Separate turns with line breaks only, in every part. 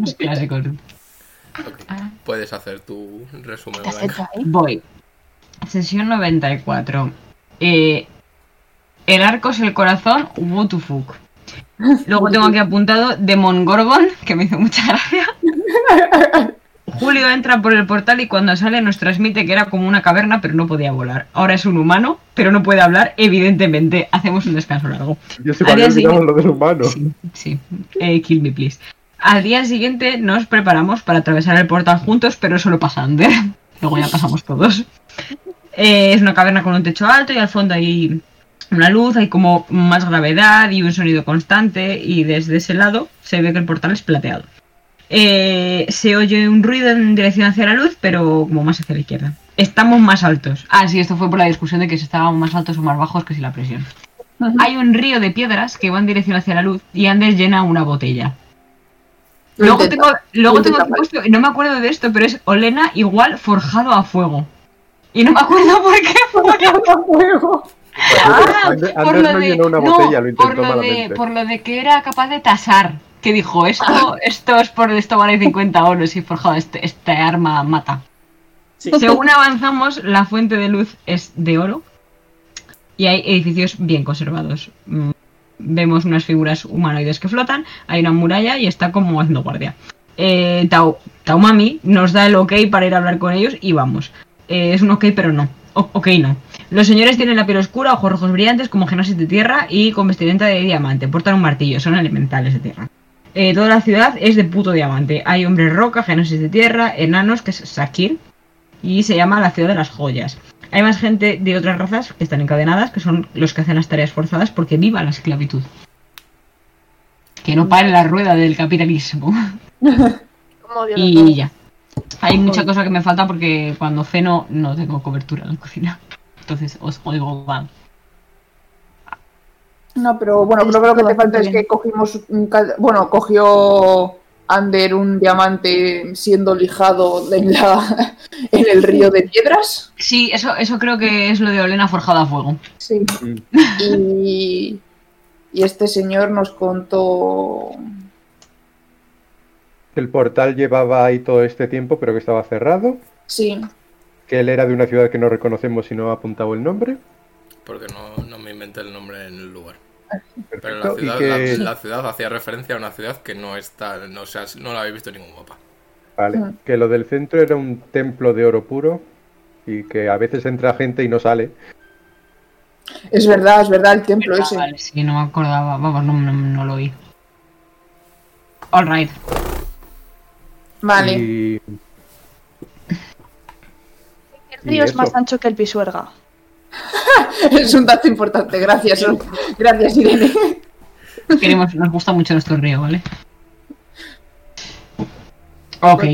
Los clásicos.
Ok.
Ah.
Puedes hacer tu resumen.
¿Qué has
Blanca.
hecho ahí?
Voy. Sesión 94. Eh, el arco es el corazón, what the fuck. Luego tengo aquí apuntado Demon Gorgon, que me hizo mucha gracia. Julio entra por el portal y cuando sale nos transmite que era como una caverna, pero no podía volar. Ahora es un humano, pero no puede hablar, evidentemente. Hacemos un descanso largo.
Yo sé cuál
Haría
es lo del humano.
Sí, sí. Eh, kill me, please. Al día siguiente nos preparamos para atravesar el portal juntos, pero solo pasa Ander. Luego ya pasamos todos. Eh, es una caverna con un techo alto y al fondo hay una luz, hay como más gravedad y un sonido constante y desde ese lado se ve que el portal es plateado. Eh, se oye un ruido en dirección hacia la luz, pero como más hacia la izquierda. Estamos más altos. Ah, sí, esto fue por la discusión de que si estábamos más altos o más bajos que si la presión. Hay un río de piedras que va en dirección hacia la luz y Anders llena una botella.
Lo
Luego
intenta.
tengo, luego
Lo
tengo aquí
intenta,
puesto, no me acuerdo de esto, pero es Olena igual forjado a fuego. Y no me acuerdo por qué fue. Ah,
Ander,
por
Ander
lo
no
de-
llenó una
no,
botella, lo intentó
por lo, de,
malamente.
por lo de que era capaz de tasar. Que dijo, esto, esto es por esto vale 50 euros y forjado, este, este arma mata.
Sí.
Según avanzamos, la fuente de luz es de oro y hay edificios bien conservados. Mm, Vemos unas figuras humanoides que flotan, hay una muralla y está como haciendo guardia. Eh, Tau- Taumami nos da el ok para ir a hablar con ellos y vamos. Eh, es un ok pero no. O- ok no. Los señores tienen la piel oscura, ojos rojos brillantes como genasis de tierra y con vestimenta de diamante. Portan un martillo, son elementales de tierra. Eh, toda la ciudad es de puto diamante. Hay hombres roca, genosis de tierra, enanos, que es Sakir, y se llama la ciudad de las joyas. Hay más gente de otras razas que están encadenadas, que son los que hacen las tareas forzadas porque viva la esclavitud. Que no pare la rueda del capitalismo.
Como odio los
Y
nombres.
ya. Hay mucha cosa que me falta porque cuando ceno no tengo cobertura en la cocina. Entonces os oigo mal.
No, pero bueno, creo que lo que te falta es que cogimos un cal- bueno, cogió Ander un diamante siendo lijado en la en el río de piedras.
Sí, eso, eso creo que es lo de Olena forjada a fuego.
Sí.
Mm.
Y, y este señor nos contó
El portal llevaba ahí todo este tiempo, pero que estaba cerrado.
sí,
Que él era de una ciudad que no reconocemos si no ha apuntado el nombre.
Porque no, no me inventé el nombre en el lugar. Pero la
Perfecto.
ciudad,
y que.
la, la ciudad hacía referencia a una ciudad que no está, no, o sea, no la habéis visto en ningún mapa.
Vale,
Mm.
que lo del centro era un templo de oro puro y que a veces entra gente y no sale.
es verdad, es verdad el templo
Ah,
ese.
vale, sí, no me acordaba. Vamos, no, no, no lo oí. Alright.
Vale.
Y
El río
¿Y
es más
eso?
ancho que el pisuerga.
Es un dato importante, gracias. Gracias, Irene.
Queremos, nos gusta mucho nuestro río, ¿vale? Ok.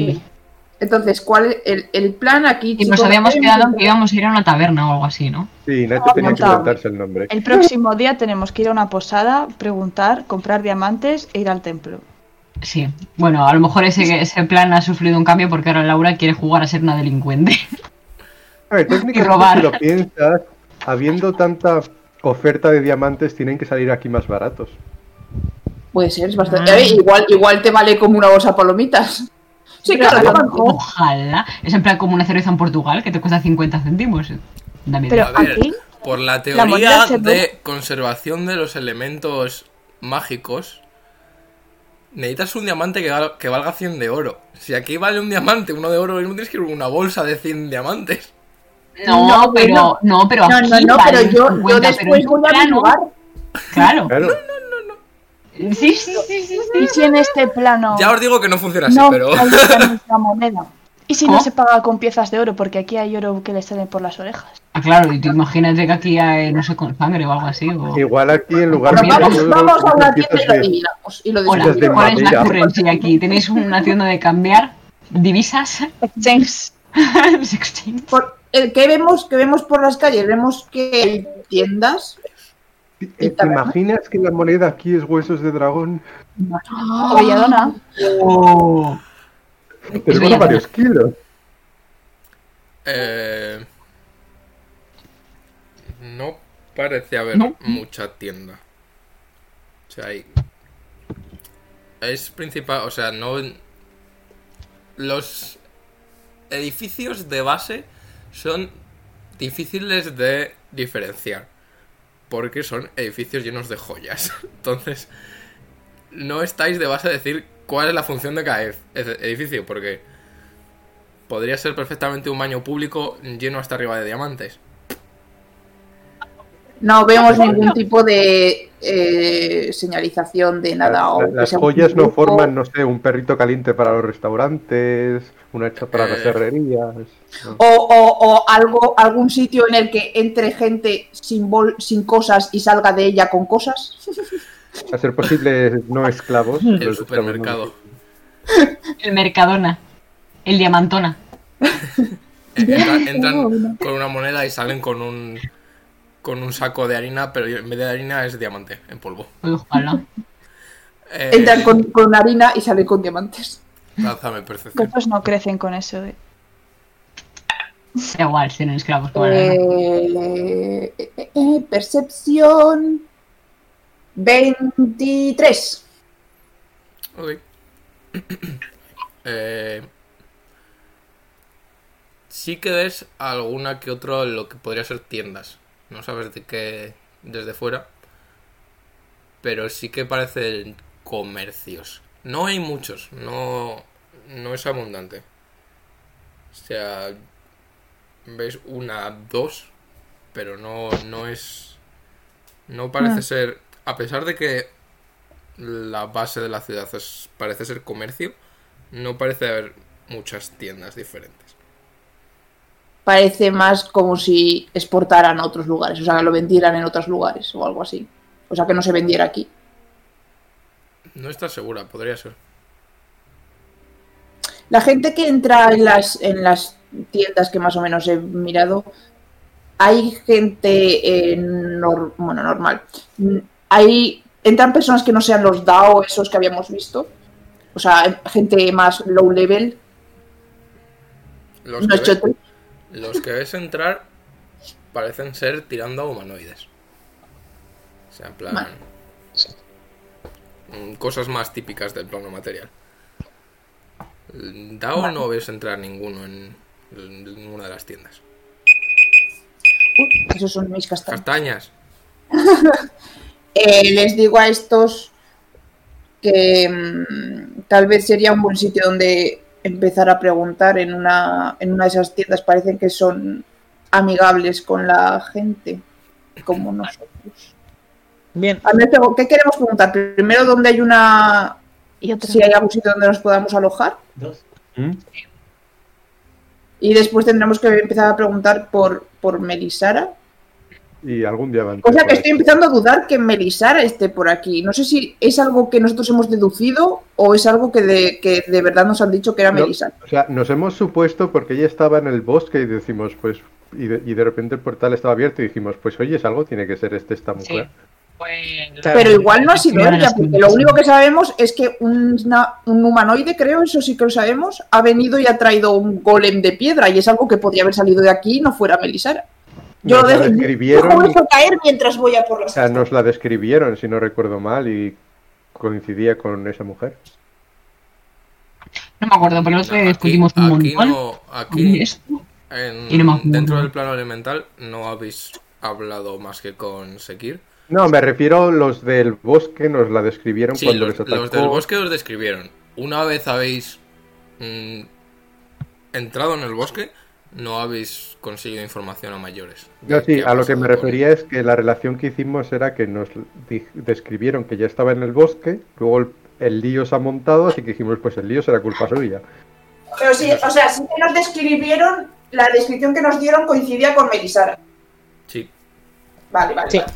Entonces, ¿cuál el, el plan aquí?
Y nos
chicos?
habíamos quedado en que íbamos a ir a una taberna o algo así, ¿no?
sí, Nacho tenía que
apuntado.
inventarse el nombre.
El próximo día tenemos que ir a una posada, preguntar, comprar diamantes e ir al templo.
Sí. Bueno, a lo mejor ese, ese plan ha sufrido un cambio porque ahora Laura quiere jugar a ser una delincuente.
A ver, técnicamente,
robar.
si lo piensas, habiendo tanta oferta de diamantes, tienen que salir aquí más baratos.
Puede ser, es bastante.
Ah.
Eh, igual, igual te vale como una bolsa de palomitas. Sí, claro, yo banco.
Ojalá. Es en plan como una cerveza en Portugal que te cuesta 50 céntimos. Dame
Pero
A ver,
aquí,
Por la
¿Ah,
teoría
moneda se
de conservación de los elementos mágicos, necesitas un diamante que, val- que valga 100 de oro. Si aquí vale un diamante, uno de oro, no tienes que ir con una bolsa de 100 diamantes.
No,
No,
pero,
bueno.
no, pero
No,
aquí
no, no, pero
valen
yo, yo
50, pero
después
en
voy a mi
plano-
lugar.
Claro.
Claro,
Sí, sí, sí, sí, sí.
¿y si en este plano
Ya os digo que no funciona así,
no
pero...
utilizamos la moneda? ¿Y si no
¿Cómo?
se paga con piezas de oro? Porque aquí hay oro que le salen por las orejas.
Ah, claro, y tú imagínate que aquí hay, no sé, con sangre o algo así. O...
igual aquí en lugar
Pero
de.
vamos, vamos a una tienda
piezas
y lo
de-
adivinamos. Y lo
Hola,
Esas de
¿cuál
descubrimos.
es la
madera.
currency aquí? ¿Tenéis una tienda de cambiar divisas?
Exchange.
Los exchange.
Por- eh, ¿Qué vemos, qué vemos por las calles? Vemos que hay tiendas.
Eh, ¿Te imaginas que la moneda aquí es huesos de dragón?
Ah.
O Belladona.
Oh.
Pero bueno,
verdad.
varios kilos.
Eh, no parece haber
No.
mucha tienda. O sea, hay es principal, o sea, no... Los edificios de base son difíciles de diferenciar. Porque son edificios llenos de joyas. Entonces, no estáis de base a decir cuál es la función de cada ed- ed- edificio. Porque podría ser perfectamente un baño público lleno hasta arriba de diamantes.
No vemos ningún tipo de eh, señalización de nada. o
La-
que
las
sea un
joyas no
grupo.
forman, no sé, un perrito caliente para los restaurantes, una hecha para las
Eh.
herrerías. ¿no?
O, o- o algo, algún sitio en el que entre gente sin, bol- sin cosas y salga de ella con cosas.
A ser posible, no esclavos. los
El
esclavos no
supermercado.
El Mercadona. El Diamantona.
Eh, Entran, entran
tengo una.
con una moneda y salen con un con un saco de harina, pero en vez de harina es diamante en polvo.
Ojalá.
Eh,
Entran con, con harina y salen con diamantes.
Lánzame percepción.
Los no crecen con eso. eh.
Da igual, si no esclavos. que vale, vale.
Eh, eh, eh, eh, percepción 23.
Ok. Eh, sí que ves alguna que otra lo que podría ser tiendas. No sabes de qué desde fuera. Pero sí que parecen comercios. No hay muchos. No, no es abundante. O sea, ves una, dos. Pero no, no es... No parece
Mm.
ser... A pesar de que la base de la ciudad es- parece ser comercio, no parece haber muchas tiendas diferentes.
Parece más como si exportaran a otros lugares, o sea, que lo vendieran en otros lugares o algo así. O sea, que no se vendiera aquí.
No estás segura, podría ser.
La gente que entra en las, en las tiendas que más o menos he mirado, hay gente eh, nor- bueno, normal. Mm, Hay, entran personas que no sean los DAO, esos que habíamos visto. O sea, gente más low level.
Los,
No
que, ves,
chotos.
los que ves entrar parecen ser tirando a humanoides. O sea, en plan...
Vale.
mm, Cosas más típicas del plano material. Dao no ves entrar ninguno en, en ninguna de las tiendas.
Uy, esos son mis castaños.
Castañas.
Eh, les digo a estos que mm, tal vez sería un buen sitio donde empezar a preguntar en una, en una de esas tiendas. Parecen que son amigables con la gente, como nosotros.
Bien,
A ver, pero, ¿qué queremos preguntar? Primero, ¿dónde hay una...
Y otra.
si hay algún sitio donde nos podamos alojar?
¿Mm?
Y después tendremos que empezar a preguntar por, por Melisara.
Y algún diamante.
Cosa
por
que
ahí.
estoy empezando a dudar que Melisara esté por aquí. No sé si es algo que nosotros hemos deducido o es algo que de, que de verdad nos han dicho que era
No.
Melisara.
O sea, nos hemos supuesto porque ella estaba en el bosque y decimos, pues, y de, y de repente el portal estaba abierto y dijimos, pues, oye, es algo, tiene que ser este esta
Sí.
mujer.
Pues-
Claro.
Pero igual no ha sido
Bueno,
ella,
sí,
porque lo
sí.
único que sabemos es que un, una- un humanoide, creo, eso sí que lo sabemos, ha venido y ha traído un golem de piedra y es algo que podría haber salido de aquí y no fuera Melisara. Yo
Nos
lo
la
dejo-
describieron,
dejo eso caer mientras voy a por
o
las
sea, nos la describieron, si no recuerdo mal, y coincidía con esa mujer.
No me acuerdo, pero el otro día discutimos un
aquí
montón.
no-
Aquí
aquí
esto.
En-
Y no me acuerdo.
dentro del plano elemental no habéis hablado más que con Sekir.
No, me refiero los del bosque, nos la describieron
Sí,
cuando
los,
les atacó.
los del bosque os describieron. Una vez habéis mm, entrado en el bosque, no habéis conseguido información a mayores. de
No, sí,
qué ha
a lo que
pasado
me
con
refería es que la relación que hicimos era que nos di- describieron que ya estaba en el bosque, luego el, el lío se ha montado, así que dijimos, pues el lío será culpa suya.
Pero sí, o sea, sí que nos describieron, la descripción que nos dieron coincidía con Melisara.
él. Sí,
Vale, vale.
Sí.
Vale,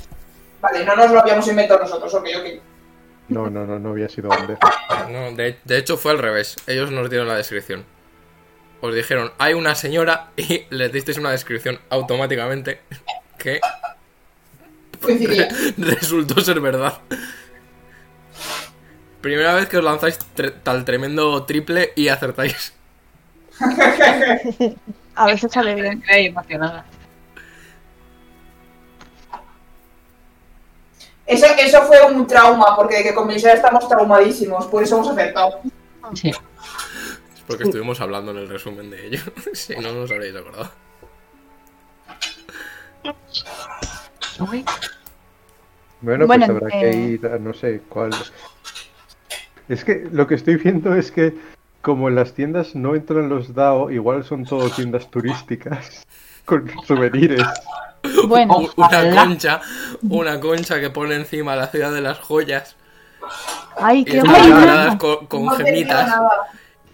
Vale, no nos lo habíamos inventado nosotros, ok, ok.
No, no, no, no había sido donde.
no, de, de hecho fue al revés. Ellos nos dieron la descripción. Os dijeron, hay una señora y les disteis una descripción automáticamente que
Coincidía.
Resultó ser verdad. Primera vez que os lanzáis tre- tal tremendo triple y acertáis.
A veces sale bien.
Estoy emocionada.
Eso, eso fue un trauma, porque de que con Michelle estamos traumadísimos, por eso hemos acertado.
Sí.
Es porque estuvimos hablando en el resumen de ello. si no, no os habréis acordado.
Uy,
Bueno,
Bueno,
pues habrá que
eh,
ir a no sé cuál. Es que lo que estoy viendo es que como en las tiendas no entran los DAO, igual son todo tiendas turísticas con souvenirs.
Bueno,
U- Una
Ojalá.
concha, una concha que pone encima la ciudad de las joyas
ay,
y
qué
están
guay.
bueno.
decoradas con, con
No te digo
gemitas.
nada.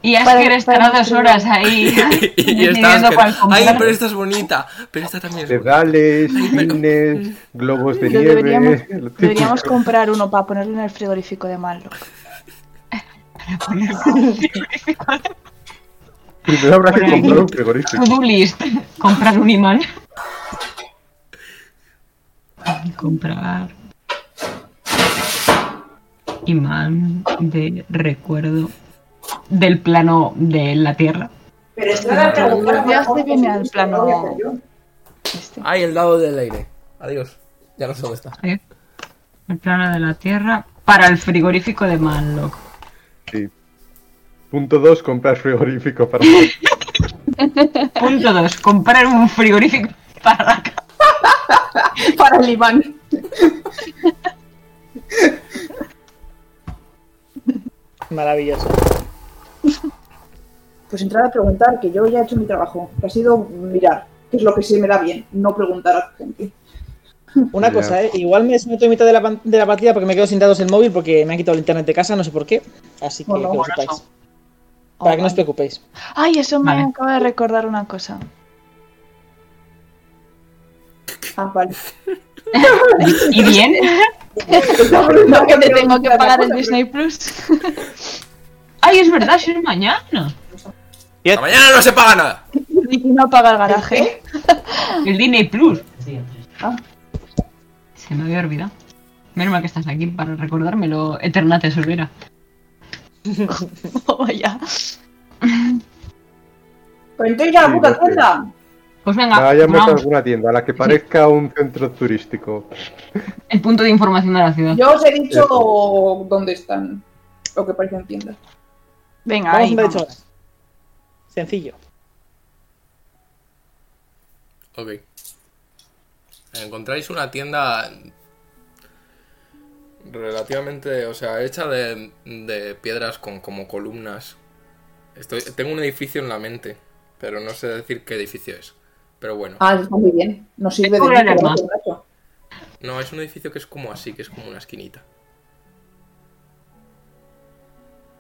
Y has
Para-
que estará
para-
dos horas ahí
Y
decidiendo
estás.
cuál
Ay,
comprar.
pero esta es bonita. Pero esta también es bonita.
Pedales, pines, globos
Lo
de nieve. eh,
deberíamos,
lo típico.
deberíamos comprar uno para ponerlo en el frigorífico de Malloc.
Primero habrá que
Bueno,
comprar un frigorífico.
To-do list. Comprar un imán. Comprar. Imán de recuerdo del plano de la Tierra.
Pero esto era preguntar.
Ya se viene al plano.
Lo voy a hacer yo.
Este.
Ay, el dado del aire. Adiós. Ya no sé dónde está.
¿eh? El plano de la Tierra para el frigorífico de Manlock.
Sí. Punto 2, comprar frigorífico para...
Punto 2. Comprar un frigorífico para la casa.
Para el Iván.
Maravilloso.
Pues entrar a preguntar, que yo ya he hecho mi trabajo, que ha sido mirar, que es lo que sí me da bien, no preguntar a la gente.
Una
Ya.
cosa, ¿eh? igual me desmeto en mitad de la, pan- de la partida porque me quedo sin dados el móvil porque me han quitado el internet de casa, no sé por qué. Así que
Bueno,
que lo
bueno,
sepáis.
eso.
Para que no os preocupéis.
Ay, eso me
Vale.
acaba de recordar una cosa.
Ah, vale.
¿Y bien?
que
¿Te tengo que pagar el Disney Plus?
Ay, es verdad, si es mañana.
Hasta mañana no se paga nada.
Y no paga el garaje.
El Disney Plus. Ah. Se me había olvidado. Menos mal que estás aquí para recordármelo. Eterna tesorera.
Vaya.
Pues entonces ya la puta cuenta.
Pues venga,
Vayamos a
vamos.
alguna tienda, a la que parezca un centro turístico.
El punto de información de la ciudad.
Yo os he dicho dónde están, lo que parecen tiendas.
Venga,
Vamos a
ahí.
ver
vamos.
hecho ahora. Sencillo.
Ok. Encontráis una tienda relativamente, o sea, hecha de, de piedras con como columnas. Estoy, tengo un edificio en la mente, pero no sé decir qué edificio es. Pero bueno,
Ah, está muy bien. Nos sirve de
Tengo una
mucho,
alarma.
¿no, macho?
no, es un edificio que es como así, que es como una esquinita.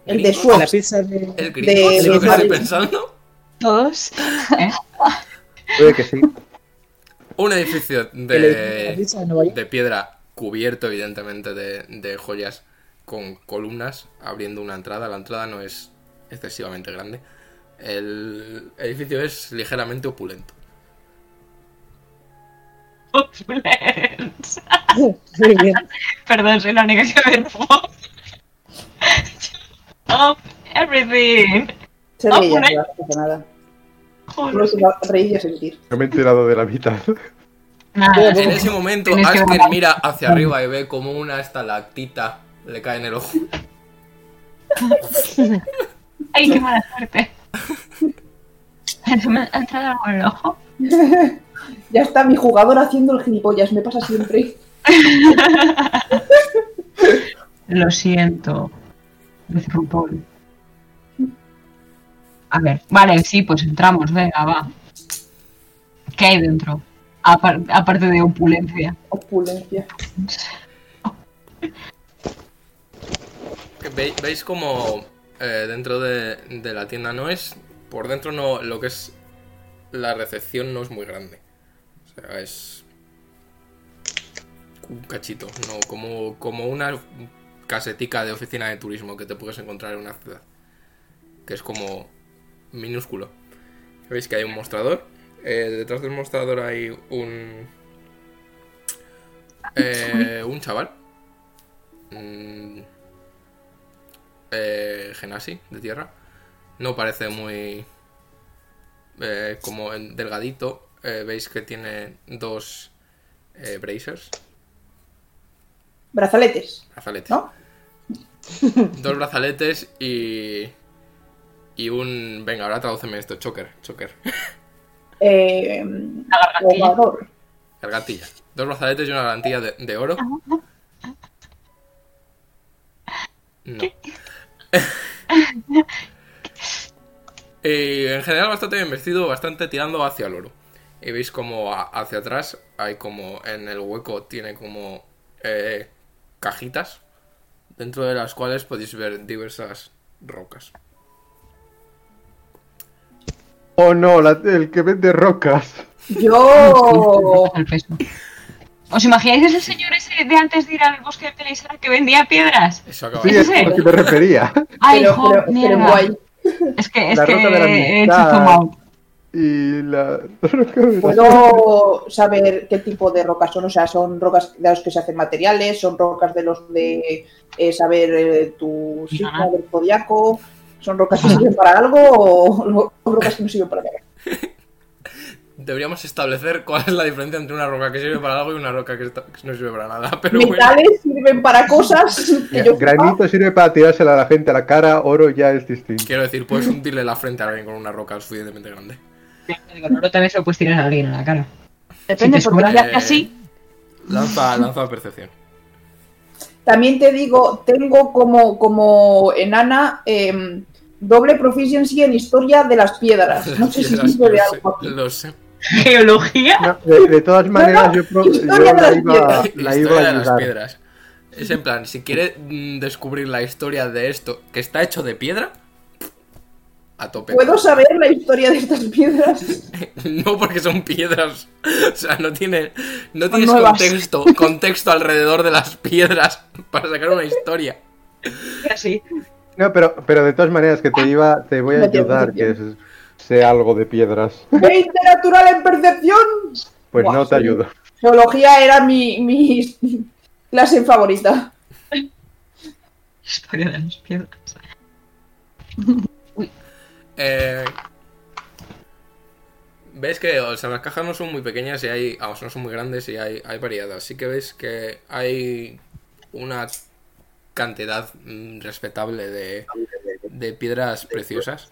El de
La
Suez.
pizza de...
El gris,
de-
es lo
de
que estoy
Madrid.
pensando.
Todos.
Puede que sí.
Un edificio
el- La
de,
pizza de Nueva York.
de piedra cubierto evidentemente de, de joyas con columnas abriendo una entrada. La entrada no es excesivamente grande. El edificio es ligeramente opulento.
Muy bien.
Perdón, soy la única que me robó. Up everything.
Se
Ah,
reía,
por ahí.
no pasa nada.
Joder.
No se va a reír y a sentir.
No me he enterado de la mitad.
Nada,
En ese momento
Ah, Tienes que
Asker
bajar.
mira hacia arriba y ve como una estalactita le cae en el ojo.
Ay, qué mala suerte. Se me ha entrado algo en el ojo.
Ya está mi jugador haciendo el gilipollas, me pasa siempre.
Lo siento. Dice RuPaul. A ver, vale, sí, pues entramos, venga, va. ¿Qué hay dentro? Apar- aparte de opulencia.
Opulencia.
Ve- ¿Veis como eh, dentro de, de la tienda no es... Por dentro no... Lo que es... La recepción no es muy grande. O sea, es... Un cachito, ¿no? Como, como una casetica de oficina de turismo que te puedes encontrar en una ciudad. Que es como minúsculo. Veis que hay un mostrador. Eh, detrás del mostrador hay un... eh, un chaval. Mm, eh, genasi de tierra. No parece muy eh, como en- delgadito. Eh, Veis que tiene dos eh, bracers
Brazaletes,
Brazaletes.
¿no?
Dos brazaletes y. Y un. Venga, ahora tradúceme esto: choker, choker.
Eh, jugador.
Gargantilla. Dos brazaletes y una garantía de, de oro. No. Y en general bastante bien vestido, bastante tirando hacia el oro. Y veis como a- hacia atrás hay como en el hueco tiene como eh, cajitas dentro de las cuales podéis ver diversas rocas.
Oh no, la- el que vende rocas.
Yo
Al peso. ¿Os imagináis ese señor ese de antes de ir al bosque de Pelisar que vendía piedras?
Eso acaba.
Sí,
¿Ese
es
es
a lo
él?
que me refería.
¡Ay,
pero-
jo,
pero- pero
mierda!
guay.
Es que, es
La
que
roca de la
he
amistad.
hecho zoom out.
Y la, la roca de la-
puedo saber qué tipo de rocas son, o sea, son rocas de los que se hacen materiales, son rocas de los de eh, saber eh, tu signo del zodiaco, son rocas que sirven para algo o o rocas que no sirven para nada.
Deberíamos establecer cuál es la diferencia entre una roca que sirve para algo y una roca que, esta- que no sirve para nada. Pero bueno,
Metales sirven para cosas que yo
Granito sirve para tirársela a la gente a la cara, oro ya es distinto.
quiero decir, puedes hundirle la frente a alguien con una roca suficientemente grande.
Con oro también se lo puedes tirar a alguien en la cara.
Depende,
Si te
porque
sobra-
le hace así.
Eh, Lanza, lanza percepción.
También te digo, tengo como, como enana em, doble proficiency en historia de las piedras. No sé si
Piedras,
sirve
lo
de
sé,
algo. aquí.
Lo sé.
¿Geología?
No, de, de todas maneras, yo, pro- yo
historia de
la
las
iba, Ah, la iba
Historia
a
de las
ayudar.
piedras. Es en plan, si quiere mm, descubrir la historia de esto que está hecho de piedra, a tope.
¿Puedo saber la historia de estas piedras?
No porque son piedras. O sea, no tiene no
Son
tienes
nuevas.
contexto, contexto alrededor de las piedras para sacar una historia.
Así.
No, pero, pero de todas maneras, que te iba, te voy a
Me llevo, me
ayudar, que es- sea algo de piedras.
¿20 natural en percepción?
Pues
Buah,
no te
sí.
ayudo.
Geología era mi, mi clase favorita.
Historia de las piedras.
Eh, ves que, o sea, las cajas no son muy pequeñas y hay, ah, o sea, no son muy grandes y hay, hay variedad. Así que ves que hay una cantidad mm, respetable de, de piedras preciosas.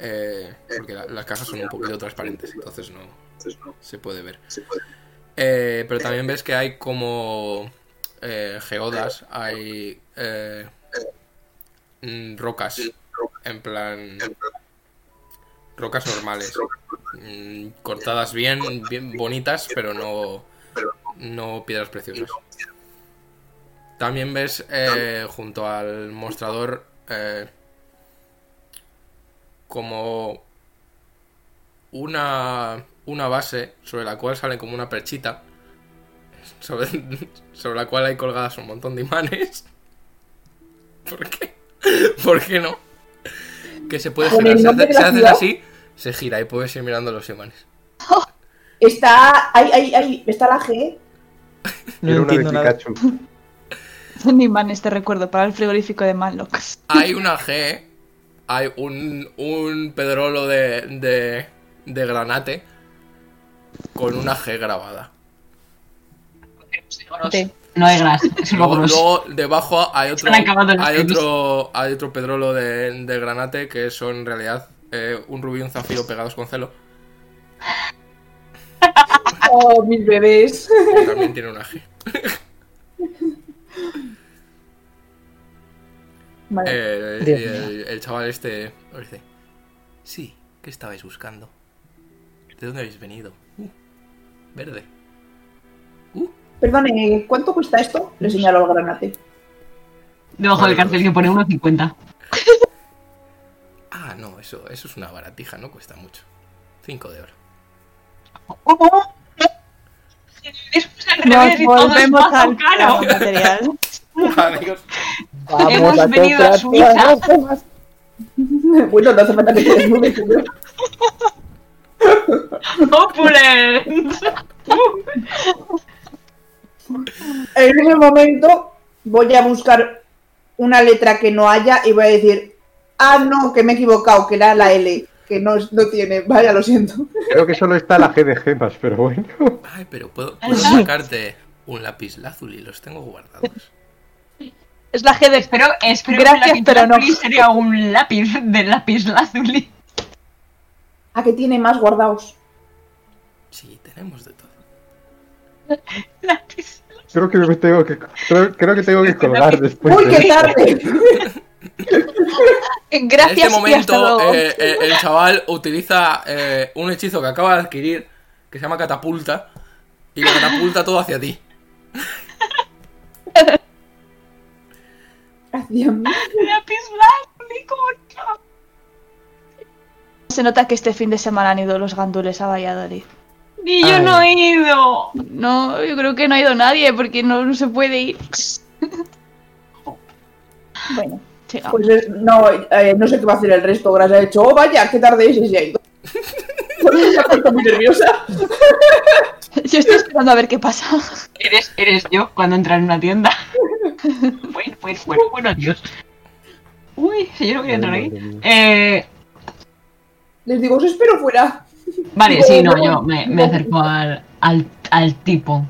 Eh, porque la- las cajas son un poquito transparentes, entonces no se puede ver. Eh, pero también ves que hay como eh, geodas, hay eh, mm, rocas en plan. Rocas normales. Mm, Cortadas bien, bien bonitas, pero no. No piedras preciosas. También ves eh, junto al mostrador. eh, como. Una. Una base sobre la cual sale como una perchita. Sobre, sobre la cual hay colgadas un montón de imanes. ¿Por qué? ¿Por qué no? Que se puede
Con
girar.
el
Si
nombre
hace-
de
si
la
haces
ciudad.
así, se gira y puedes ir mirando los imanes.
Está, ahí, ahí, ahí, está la G.
No
Era una de
entiendo nada.
Pikachu.
Son imanes, te este recuerdo, para el frigorífico de Manlock.
Hay una G, hay un, un pedrolo de, de, de granate con una G grabada.
No hay gras, es
Luego,
logros.
luego debajo hay otro,
Están acabando los
hay
tenis.
otro, hay otro pedrolo de, de granate que son en realidad eh, un rubí y un zafiro pegados con celo.
Oh, mis bebés.
que También tiene una G.
Vale.
Eh,
Dios
y el, el chaval este os dice, sí, ¿qué estabais buscando? ¿De dónde habéis venido? Uh, verde. Uh,
Perdone, ¿cuánto cuesta esto? Le señalo al granate.
Debajo del cartel que pone 1,50.
ah, no, eso, eso es una baratija, no cuesta mucho. 5 de oro.
Después al revés
Nos
y todo es
volvemos
más
al
caro.
material.
Adiós.
Hemos venido a Suiza.
Bueno, no hace falta que te desnudes, señor.
Opulent.
En ese momento voy a buscar una letra que no haya y voy a decir, ah, no, que me he equivocado, que era la L, que no, es- no tiene, vaya, lo siento.
Creo que solo está la G de gemas, pero bueno.
Ah,
Ay, pero puedo, puedo sacarte un lápiz lazuli, los tengo guardados.
Es la G de
Espero, espero
Gracias,
que la
pero no.
Pichapli sería un lápiz de lápiz lazuli.
¿A qué tiene más guardados?
Sí, tenemos de todo.
Lápiz.
Creo que me tengo que, creo, creo que, tengo que colgar después.
¡Uy,
de
qué
esto.
tarde!
Gracias
en este
y hasta
momento
luego.
eh, eh, el chaval utiliza eh, un hechizo que acaba de adquirir, que se llama catapulta, y lo catapulta todo hacia ti.
Hacia mí.
Lápiz lazuli, como
Se nota que este fin de semana han ido los gandules a Valladolid.
Ni yo
Ay.
no he ido.
No, yo creo que no ha ido nadie porque no, no se puede ir.
Bueno,
Siga.
pues es- no, eh, no sé qué va a hacer el resto. Gras ha hecho, oh, vaya, qué tarde es y se ha ido. Se ha puesto muy nerviosa.
Yo estoy esperando a ver qué pasa.
Eres, eres yo cuando entra en una tienda. bueno, bueno, bueno, bueno, Dios. Uy, si yo no quería entrar
Ay,
ahí.
madre mía.
Eh,
Les digo, os espero fuera.
vale, sí, no, yo me, me acerco al, al, al tipo.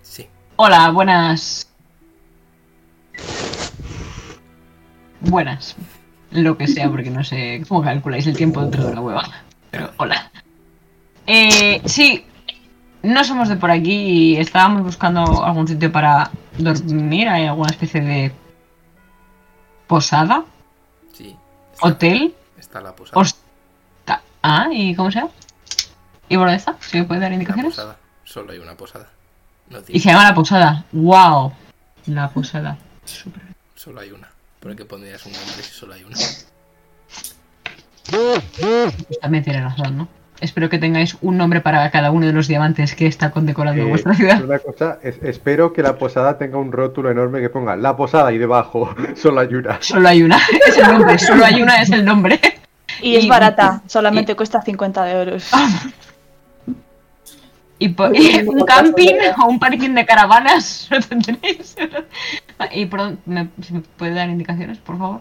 Sí.
Hola, buenas. Buenas. Lo que sea, porque no sé cómo calculáis el tiempo dentro de la hueva. Pero hola. Eh, sí, no somos de por aquí y estábamos buscando algún sitio para dormir. ¿Hay alguna especie de posada?
Sí. Está,
¿Hotel?
está la posada.
Hosta- Ah, ¿y cómo se llama? ¿Y por esta? ¿Se me puede dar
La
indicaciones?
posada. Solo hay una posada. No
Y
tiene,
se llama la posada. ¡Wow! La posada. Súper.
solo hay una. ¿Por qué pondrías un nombre si solo hay una?
También tiene razón, ¿no? Espero que tengáis un nombre para cada uno de los diamantes que está condecorando
Eh,
vuestra ciudad.
Una cosa, es- espero que la posada tenga un rótulo enorme que ponga la posada y debajo solo hay una.
Solo hay una, es el nombre, solo hay una es el nombre.
Y Ah, es
Y-
barata, solamente cuesta 50 de euros.
Y, po- y un camping o un parking de caravanas lo tendréis. Y perdón, ¿me, si me puede dar indicaciones, por favor?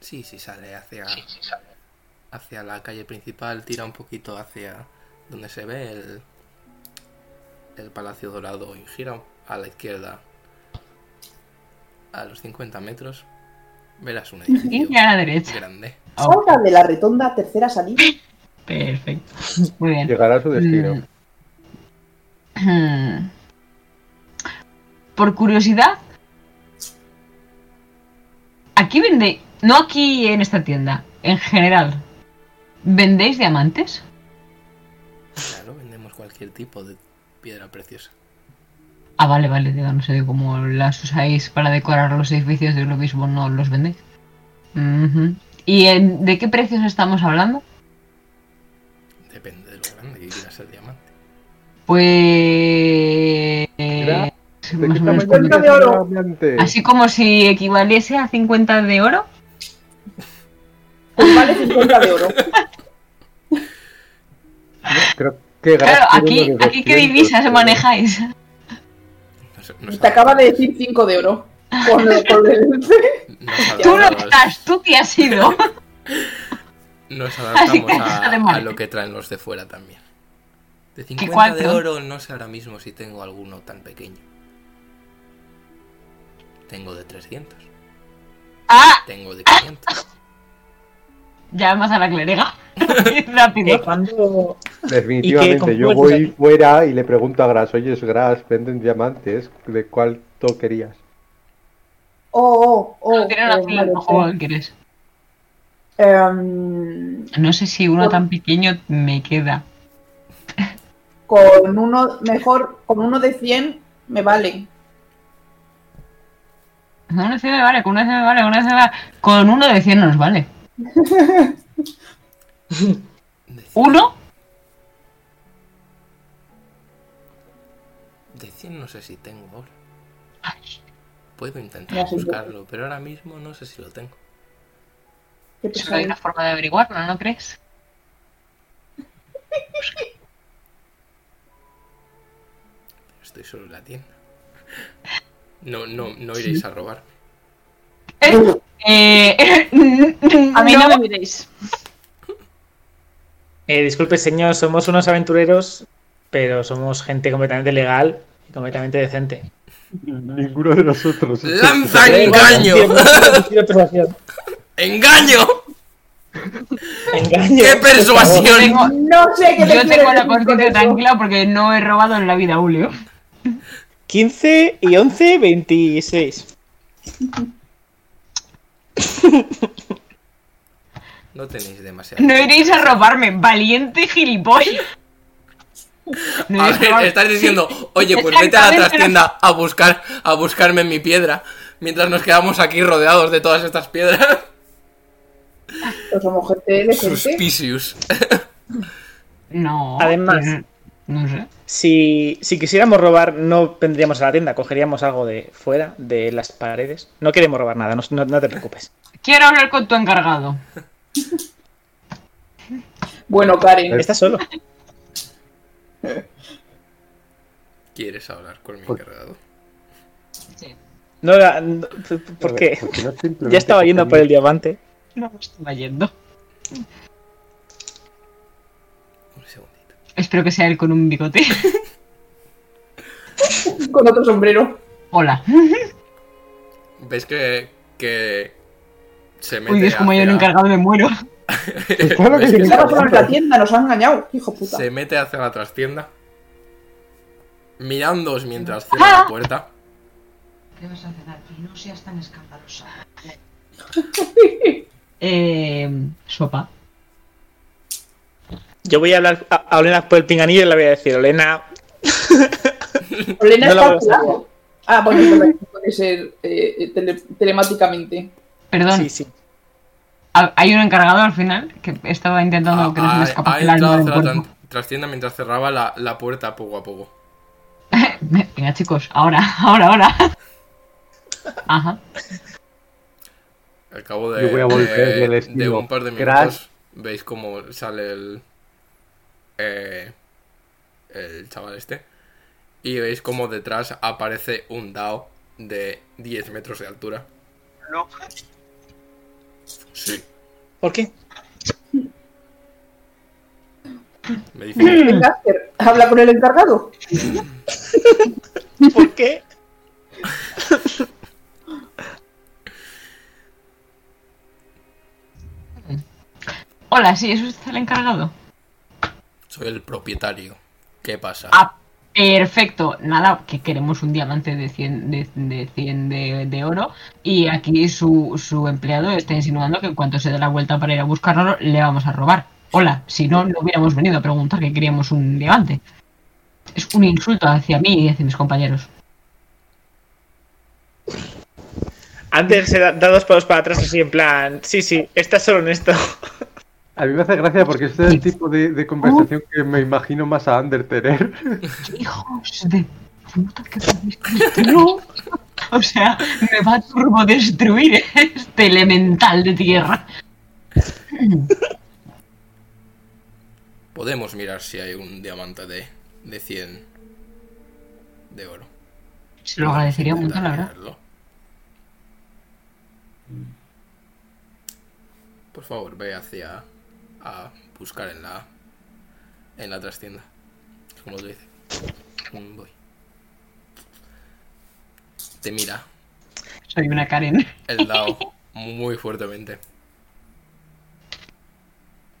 Sí, sí, sale hacia. Hacia la calle principal, tira un poquito hacia donde se ve el. El Palacio Dorado y gira a la izquierda. A los 50 metros. Verás un edificio
Y a la derecha.
grande.
Oh,
Salga de la retonda, tercera salida.
perfecto. Muy bien.
Llegará a su destino.
Mm. Por curiosidad, aquí vende, no aquí en esta tienda, en general, ¿vendéis diamantes?
Claro, vendemos cualquier tipo de piedra preciosa.
Ah, vale, vale, digo, no sé, digo, como las usáis para decorar los edificios de lo mismo, no los vendéis. Ujú. ¿Y en- de qué precios estamos hablando?
Depende de lo grande que quieras el diamante.
Pues...
Mira, ¿De
más
qué
o menos Ah,
tamaño
cuánto-
es
cuánto?
el diamante?
Así como si equivaliese a 50 de oro.
Pues vale 50 de oro.
Creo que
Claro,
gasto
aquí,
unos
aquí qué
200,
divisas
pero-
manejáis.
No sé- no
Y Te
sabe-
acaba de decir 5 de oro. Con lo- con el-
nos adaptamos-
Tú no estás, tú que has ido.
Nos
Así
adaptamos
que está de
a,
madre.
a lo que traen los de fuera también. De
cuál,
50 de
perdón?
oro no sé ahora mismo si tengo alguno tan pequeño. Tengo de 300.
Ah,
Tengo de 500.
llamas a la clériga.
Eh,
Rápido.
Eh,
¿Cuándo? ¿Y
Definitivamente,
qué
yo
concursos
voy
hay?
fuera y le pregunto a Gras, oye, Gras, venden diamantes, ¿de cuánto querías?
Oh, oh, oh.
Ah, No tiene una
eh,
fila,
vale,
no juego al que eres.
Em,
No sé si uno tan pequeño me queda.
con uno, mejor, con uno de 100 me vale.
Con uno de 100 me vale, con uno de 100 me vale, con uno de 100 me vale. Con uno de 100 nos vale.
De, cien-
Uno,
de 100 no sé si tengo ahora.
ay,
Puedo
Ya
intentar
sé yo.
buscarlo, pero ahora mismo no sé si lo tengo.
Qué
solo hay una
pesadilla.
forma de averiguarlo, ¿no crees?
Estoy solo en la tienda. No, no, no iréis a robar.
Eh,
A mí no,
no.
me miréis.
Eh, disculpe, señor, somos unos aventureros, pero somos gente completamente legal y completamente decente. Mm.
Ninguno de nosotros.
¡Lanza
Engaño.
engaño! ¡Engaño!
Engaño.
¡Qué persuasión!
Tengo-
No sé
yo
qué te quiero
tengo la
decir con
conciencia
eso.
tranquila porque no he robado en la vida, Julio.
15 y 11, 26.
No tenéis demasiado.
No iréis a robarme, valiente gilipollas. No
A
iréis
ver,
robarme.
estás diciendo, oye, pues vete a la
Exactamente.
trastienda a buscar, a buscarme mi piedra, mientras nos quedamos aquí rodeados de todas estas piedras.
Pues somos gente decente.
Suspicious.
No.
Además-
yo No, no sé.
Si, si quisiéramos robar, no vendríamos a la tienda, cogeríamos algo de fuera, de las paredes. No queremos robar nada, no, no- no te preocupes.
Quiero hablar con tu encargado.
Bueno, Karen,
Estás solo.
¿Quieres hablar con mi
Por-
encargado?
Sí.
No, la- no- ¿Por qué? Ya estaba yendo por el diamante.
No me estaba yendo.
Un segundito.
Espero que sea él con un bigote.
con otro sombrero.
Hola.
¿Ves que, que se mete
Uy, Dios, como yo el
hacia-
encargado me muero.
Claro que
¿Ves
sí.
que
Estaba solo en la tienda, nos han engañado, hijo puta.
se mete hacia la trastienda? Mirándoos mientras
¡Ah!
cierra la puerta.
¿Qué vas a hacer aquí? No seas tan escandalosa. Eh, sopa.
Yo voy a hablar a, a Olena por el pinganillo y le voy a decir, Olena,
Olena
No
está
la voy a
al lado. Ah, bueno, pues puede ser eh, eh, tele- telemáticamente.
Perdón,
sí, sí.
ha- hay un encargado al final que estaba intentando que no se
Ha,
me
ha- ha
escapara el
entrado
alma del
hacia la
cuerpo.
tran- trastienda mientras cerraba la, la puerta poco a poco.
Venga, chicos, ahora, ahora, ahora. Ajá.
Al cabo de,
Yo voy a
de-
voltearle el
de
estilo.
un par de minutos
Crash.
veis cómo sale el, eh, el chaval este y veis cómo detrás aparece un Dao de 10 metros de altura. Sí,
¿Por qué?
me dice.
El Gaster, habla con el encargado.
¿Por qué?
Hola, sí, ¿es usted el encargado?
Soy el propietario. ¿Qué pasa?
Ah, perfecto. Nada, que queremos un diamante de 100 de, de, 100 de, de oro. Y aquí su, su empleado está insinuando que en cuanto se dé la vuelta para ir a buscarlo, le vamos a robar. Hola, si no, no hubiéramos venido a preguntar que queríamos un diamante. Es un insulto hacia mí y hacia mis compañeros.
Antes se da, da dos pasos para atrás así en plan, sí, sí, estás solo en esto.
A mí me hace gracia porque este es el tipo de, de conversación que me imagino más a Ander tener.
Hijos de puta que podéis- no. O sea, me va a turbodestruir este elemental de tierra.
Podemos mirar si hay un diamante de, de 100 de oro.
Se lo agradecería
Podemos
mucho, la
intentar
verdad.
mirarlo. Por favor, ve hacia a buscar en la en la trastienda. Es como tú dices. Mm, Voy. Te mira
Soy una Karen.
el dao muy fuertemente.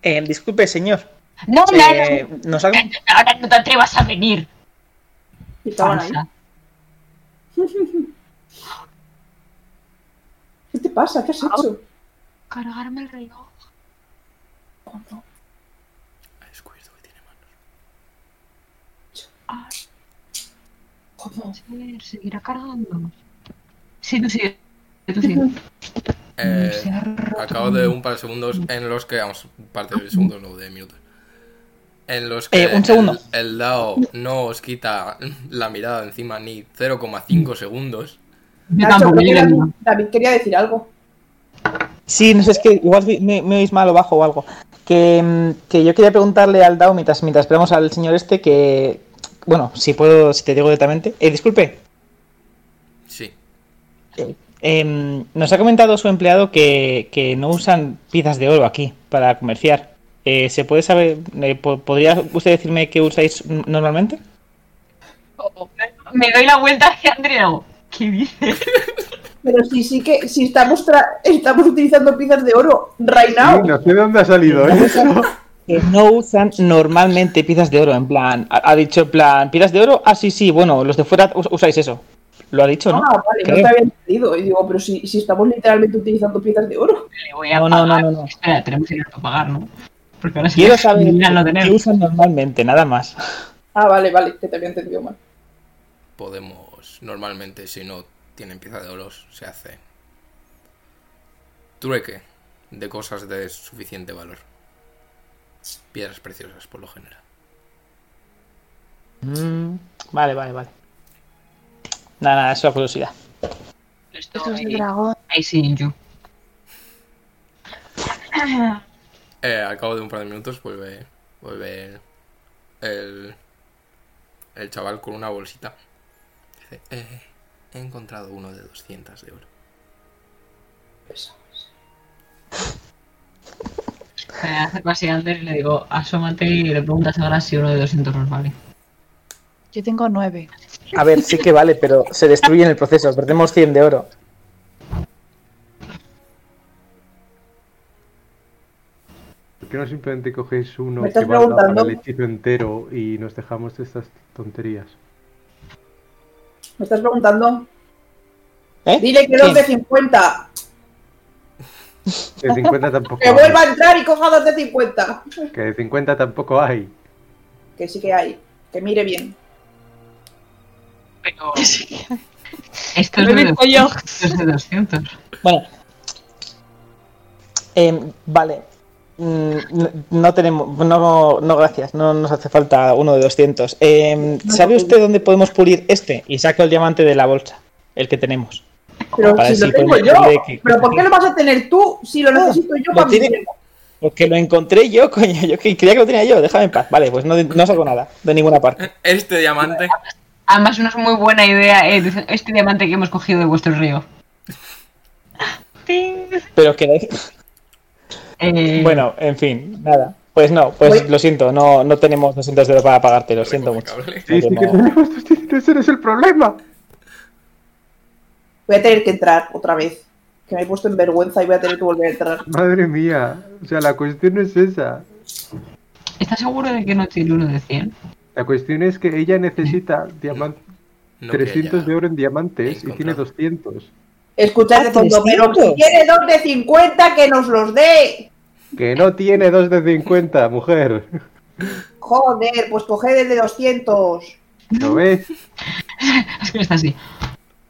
Eh, disculpe, señor.
No, no, no.
Eh, ¿Nos ha-
Ahora no te atrevas a venir.
Y estaban ahí.
falsa.
¿Qué te pasa? ¿Qué has hecho?
Cargarme el reloj.
Ha descubierto que tiene manos.
¿Cómo?
A ver, seguirá cargando. Sí, tú sigue. Tú sigue. Se
Eh,
ha roto.
al cabo de un par de segundos en los que, vamos, un par de segundos, no, de minutos. En los que
Eh, un segundo.
El, el Dao no os quita la mirada de encima ni 0,5 segundos.
Yo
Nacho,
tampoco,
creo
yo le
que David,
digo.
David quería decir algo.
Sí, no sé, es que igual vi- me, me oís mal o bajo o algo. Que, mm, que yo quería preguntarle al Dao mientras, mientras esperamos al señor este que... Bueno, si puedo, si te digo directamente. Eh, disculpe,
Sí.
em, nos ha comentado su empleado que, que no usan piezas de oro aquí para comerciar. Eh, ¿Se puede saber? eh, po- ¿Podría usted decirme qué usáis mm, normalmente?
Me doy la vuelta hacia Andrea. y hago, ¿Qué dices?
Pero sí, sí que si estamos, tra- estamos utilizando piezas de oro right now.
Sí, no sé de dónde ha salido ¿eh? eso.
Que no usan normalmente piezas de oro, en plan, ha, ha dicho en plan, piezas de oro, ah, sí, sí, bueno, los de fuera us- usáis eso. Lo ha dicho, ¿no?
Ah, vale,
Creo.
no te había entendido. Y digo, pero si, si estamos literalmente utilizando piezas de oro.
Le voy a
No, no,
pagar.
no, no, no.
Espera, tenemos dinero para pagar, ¿no? Porque ahora sí
Quiero
que
saber
ya lo
qué
tenemos.
usan normalmente, nada más.
Ah, vale, vale, que te había entendido mal.
Podemos, normalmente, si no tienen pieza de oro, se hace trueque de cosas de suficiente valor. Piedras preciosas, por lo general.
Mm, vale, vale, vale. Nada, nada, es una curiosidad.
Esto
Esto es de
ahí-
dragón.
ahí sí, yo.
Eh, al cabo de un par de minutos vuelve, vuelve el, el, el chaval con una bolsita. Dice, "Eh, he encontrado uno de 200 de oro.
Me acerco así a Ander y le digo, asómate y le preguntas ahora si uno de 200 nos vale.
Yo tengo nueve.
A ver, sí que vale, pero se destruye en el proceso, perdemos 100 de oro.
¿Por qué no simplemente cogéis uno
Me
que
estás
valga para el
preguntando.
hechizo entero y nos dejamos de estas tonterías?
¿Me estás preguntando?
¿Eh?
Dile que
Sí.
dos de 50.
Que de 50 tampoco
Ah,
Que
hay.
vuelva a entrar y coja dos de 50.
Que de 50 tampoco hay.
Que sí que hay. Que mire bien.
Pero... Esto es,
Lo he
de
visto
200,
yo.
esto es de 200.
Bueno. Em, vale. Mm, No, no tenemos. No, no, gracias. No nos hace falta uno de 200. Em, ¿Sabe usted dónde podemos pulir este? Y saco el diamante de la bolsa. El que tenemos.
Pero
Para
si lo
decir,
tengo
pues,
yo.
dile que-
Pero ¿por qué lo vas a tener tú si lo necesito yo
Ah, lo
para
tiene-
mí?
Porque lo encontré yo, coño. Yo que- creía que lo tenía yo. Déjame en paz. Vale, pues no, no saco nada. De ninguna parte.
Este diamante.
Además, no es muy buena idea. eh, dicen, este diamante que hemos cogido de vuestro río.
Pero que.
Eh,
Bueno, en fin. Nada. Pues no. Pues lo siento. No, no tenemos 200 de oro para pagarte. Lo siento mucho.
Cable.
Sí, sí que
no.
tenemos 200, ese es el problema.
Voy a tener que entrar otra vez. Que me he puesto en vergüenza y voy a tener que volver a entrar.
Madre mía, o sea, la cuestión es esa.
¿Estás seguro de que no tiene uno de 100?
La cuestión es que ella necesita diaman-
No que
300
haya-
de oro en diamantes y tiene
encontrado.
200.
Escuchad de
Ah,
fondo, pero
300.
si quiere dos de 50, que nos los dé.
Que no tiene 2 de 50, mujer.
Joder, pues coged el de 200.
¿Lo ves?
Es que está así.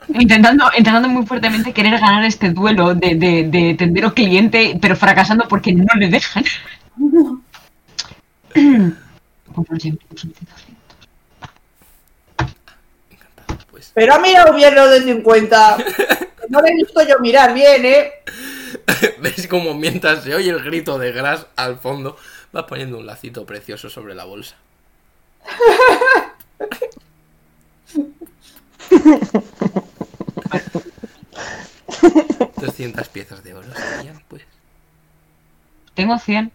Intentando, intentando muy fuertemente querer ganar este duelo de, de, de tendero cliente, pero fracasando porque no le dejan. Pues no sé, pues,
Encantado, pues.
Pero ha mirado bien los de 50. Que No lo he visto yo mirar bien, ¿eh?
¿Ves como mientras se oye el grito de Gras al fondo, va poniendo un lacito precioso sobre la bolsa? ¿200 piezas de oro serían, pues?
Tengo 100.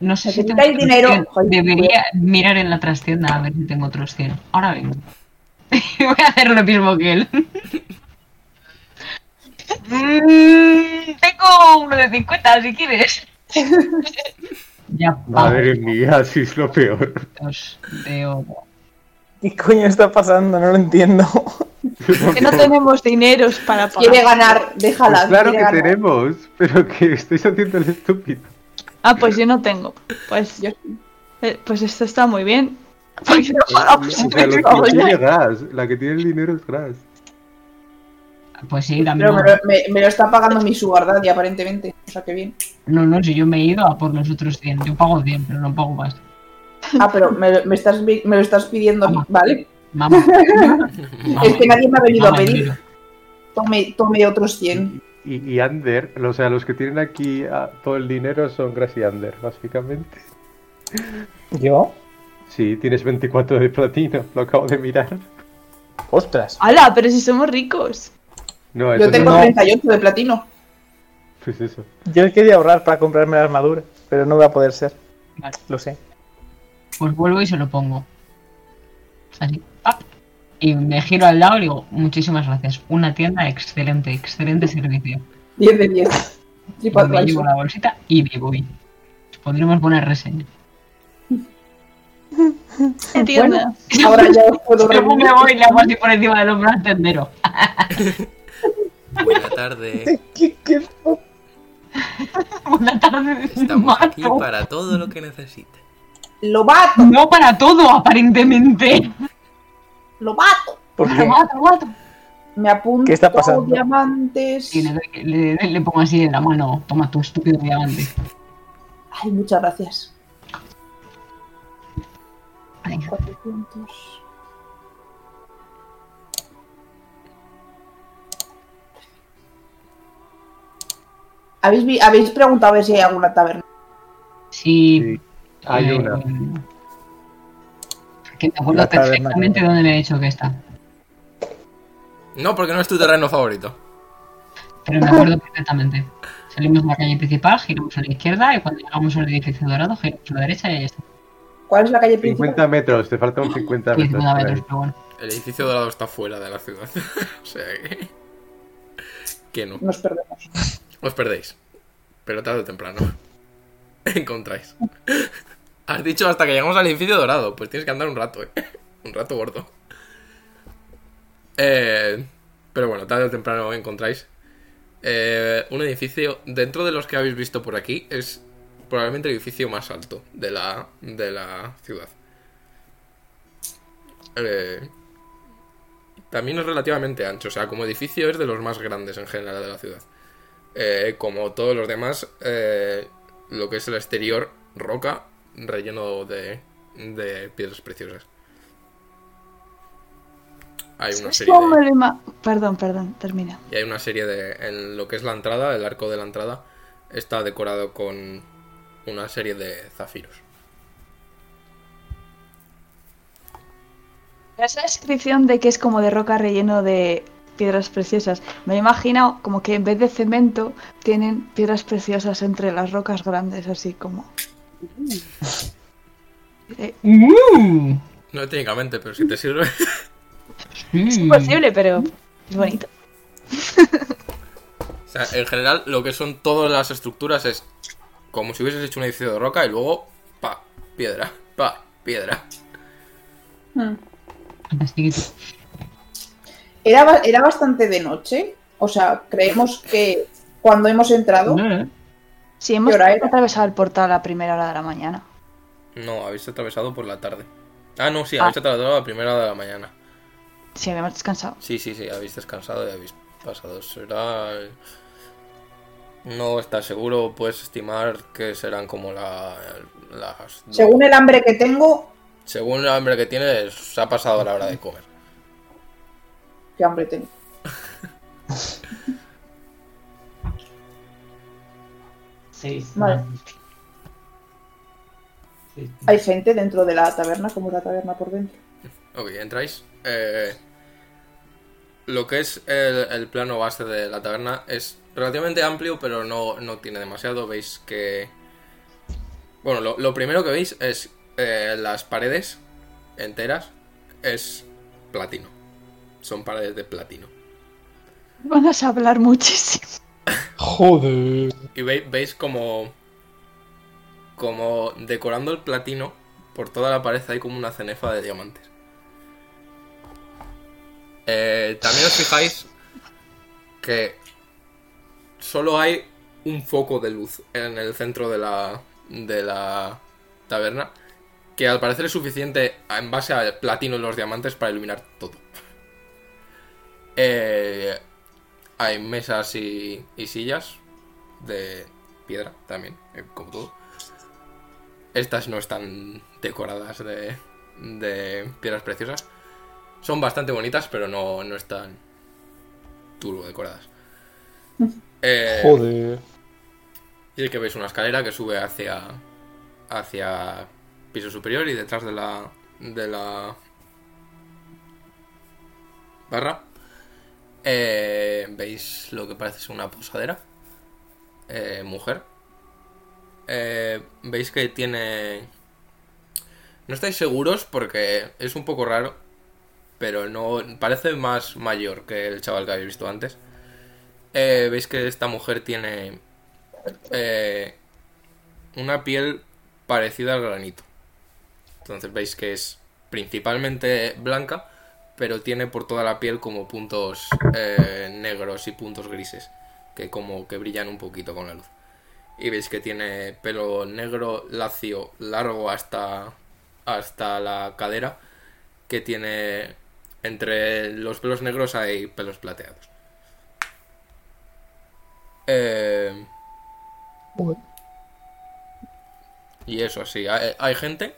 No sé si tengo
Necesitáis
otros
dinero.
100.
Joder,
Debería mirar en la trastienda a ver si tengo otros 100. Ahora vengo. Voy a hacer lo mismo que él. Mm, tengo uno de 50, si quieres. ya,
Madre mía, si es lo peor.
pavos de oro.
¿Qué coño está pasando? No lo entiendo.
Que no tenemos dineros para pagar.
Quiere ganar, déjala.
Pues claro
quiere
que
ganar.
tenemos, pero que estáis haciendo el estúpido.
Ah, pues yo no tengo. Pues,
Yo-
eh, pues esto está muy bien. Porque no
Ah, pues,
pagamos
O sea, lo
Vamos
que
ya.
tiene Gras, la que tiene el dinero es Gras.
Pues sí, dame
Pero me
uno.
lo, me- me lo está pagando mi sugar daddy, aparentemente. O sea, que bien.
No, no, si yo me he ido a por los otros 100. Yo pago 100, pero no pago más.
Ah, pero me, me estás, vi- me lo estás pidiendo a mí, ¿vale?
Mamá.
Es que nadie me ha venido a pedir. Tome, tome otros 100.
Y, y Ander, o sea, los que tienen aquí ah, todo el dinero son Gras y Ander, básicamente.
¿Yo?
Sí, tienes 24 de platino, lo acabo de mirar.
Ostras.
¡Hala! Pero si somos ricos.
No, eso
Yo tengo
Pues no.
no.
38 de platino.
Pues eso.
Yo quería ahorrar para comprarme la armadura, pero no va a poder ser. Vale, lo sé.
Pues vuelvo y se lo pongo. Así. ¡pap! Y me giro al lado y digo, muchísimas gracias. Una tienda excelente, excelente servicio.
10 de
Y
Pues
10.
me llevo
TripAdvisor.
la bolsita y me voy. Pondremos buena reseña.
Entiendo.
Ahora ya os puedo
Luego
revivir.
me voy y le hago así por encima del hombro al tendero.
Buena tarde.
¿Qué, qué?
Una tarde de
Estamos aquí
mazo.
para todo lo que necesite.
Lo mato,
No para todo, aparentemente.
lo mato.
¿Por
Lo
qué?
mato, lo mato.
Me apunto
¿Qué está pasando?
diamantes.
Y le, doy- le- le- le pongo así en la mano. Toma tu estúpido diamante.
Ay, muchas gracias.
Venga.
400. ¿Habéis, vi- habéis preguntado a ver si hay alguna taberna.
Sí,
Sí, Hay
eh,
una.
Que me acuerdo
La taberna
perfectamente
que-
dónde me he dicho que está.
No, porque no es tu terreno favorito.
Pero me acuerdo perfectamente. Salimos de la calle principal, giramos a la izquierda y cuando llegamos al edificio dorado, giramos a la derecha y ahí está.
¿Cuál es la calle principal?
50 metros, te faltan 50 metros.
50
por ahí.
metros, pero bueno.
El edificio dorado está fuera de la ciudad. o sea que. Que no.
Nos perdemos.
Os perdéis. Pero tarde o temprano. Encontráis. Has dicho hasta que llegamos al edificio dorado. Pues tienes que andar un rato, eh. Un rato gordo. Eh, pero bueno, tarde o temprano encontráis. eh, un edificio. Dentro de los que habéis visto por aquí. Es probablemente el edificio más alto de la. de la ciudad. Eh, también es relativamente ancho. O sea, como edificio es de los más grandes en general de la ciudad. Eh, como todos los demás, eh, lo que es el exterior, roca, relleno de, de piedras preciosas. Hay una serie
¿Cómo
de,
me lo ima- Perdón, perdón, termina.
y hay una serie de en lo que es la entrada, el arco de la entrada está decorado con una serie de zafiros.
Esa descripción de que es como de roca relleno de piedras preciosas. Me he imaginado como que en vez de cemento tienen piedras preciosas entre las rocas grandes, así como. Eh,
¡Uh!
No técnicamente, pero si te sirve.
es
Mm.
imposible, pero es bonito.
O sea, en general, lo que son todas las estructuras es como si hubieses hecho un edificio de roca y luego pa, piedra, pa, piedra.
Fantástico.
Era, ba- era bastante de noche. O sea, creemos que cuando hemos entrado.
No, no.
Si hemos
hora era?
atravesado el portal a primera hora de la mañana.
No, habéis atravesado por la tarde. Ah, no, sí,
Ah.
habéis atravesado a la primera hora de la mañana.
Si habíamos descansado.
Sí, sí, sí, habéis descansado y habéis pasado. Será. el- No estás seguro, puedes estimar que serán como la, las. dos.
Según el hambre que tengo.
Según el hambre que tienes, se ha pasado la hora de comer.
¿Qué hambre tengo? Vale. Hay gente dentro de la taberna, como la taberna por dentro.
Ok, entráis. Eh, lo que es el, el plano base de la taberna es relativamente amplio, pero no, no tiene demasiado. Veis que... Bueno, lo, lo primero que veis es eh, las paredes enteras. Es platino. Son paredes de platino.
Van a hablar muchísimo.
Joder.
Y ve- veis como... Como decorando el platino, por toda la pared hay como una cenefa de diamantes. Eh, también os fijáis que solo hay un foco de luz en el centro de la, de la taberna, que al parecer es suficiente en base al platino y los diamantes para iluminar todo. Eh, hay mesas y, y sillas de piedra también, eh, como todo. Estas no están decoradas de, de piedras preciosas. Son bastante bonitas, pero no, no están turbo decoradas. Eh,
Joder.
y es que veis una escalera que sube hacia. hacia piso superior y detrás de la. de la. barra. eh, veis lo que parece ser una posadera. eh, mujer. eh, veis que tiene... No estáis seguros porque es un poco raro, pero no parece más mayor que el chaval que habéis visto antes. Eh, veis que esta mujer tiene eh, una piel parecida al granito. Entonces veis que es principalmente blanca, pero tiene por toda la piel como puntos eh, negros y puntos grises, que como que brillan un poquito con la luz. Y veis que tiene pelo negro, lacio, largo hasta, hasta la cadera, que tiene entre los pelos negros hay pelos plateados. Eh, y eso, sí, hay, hay gente.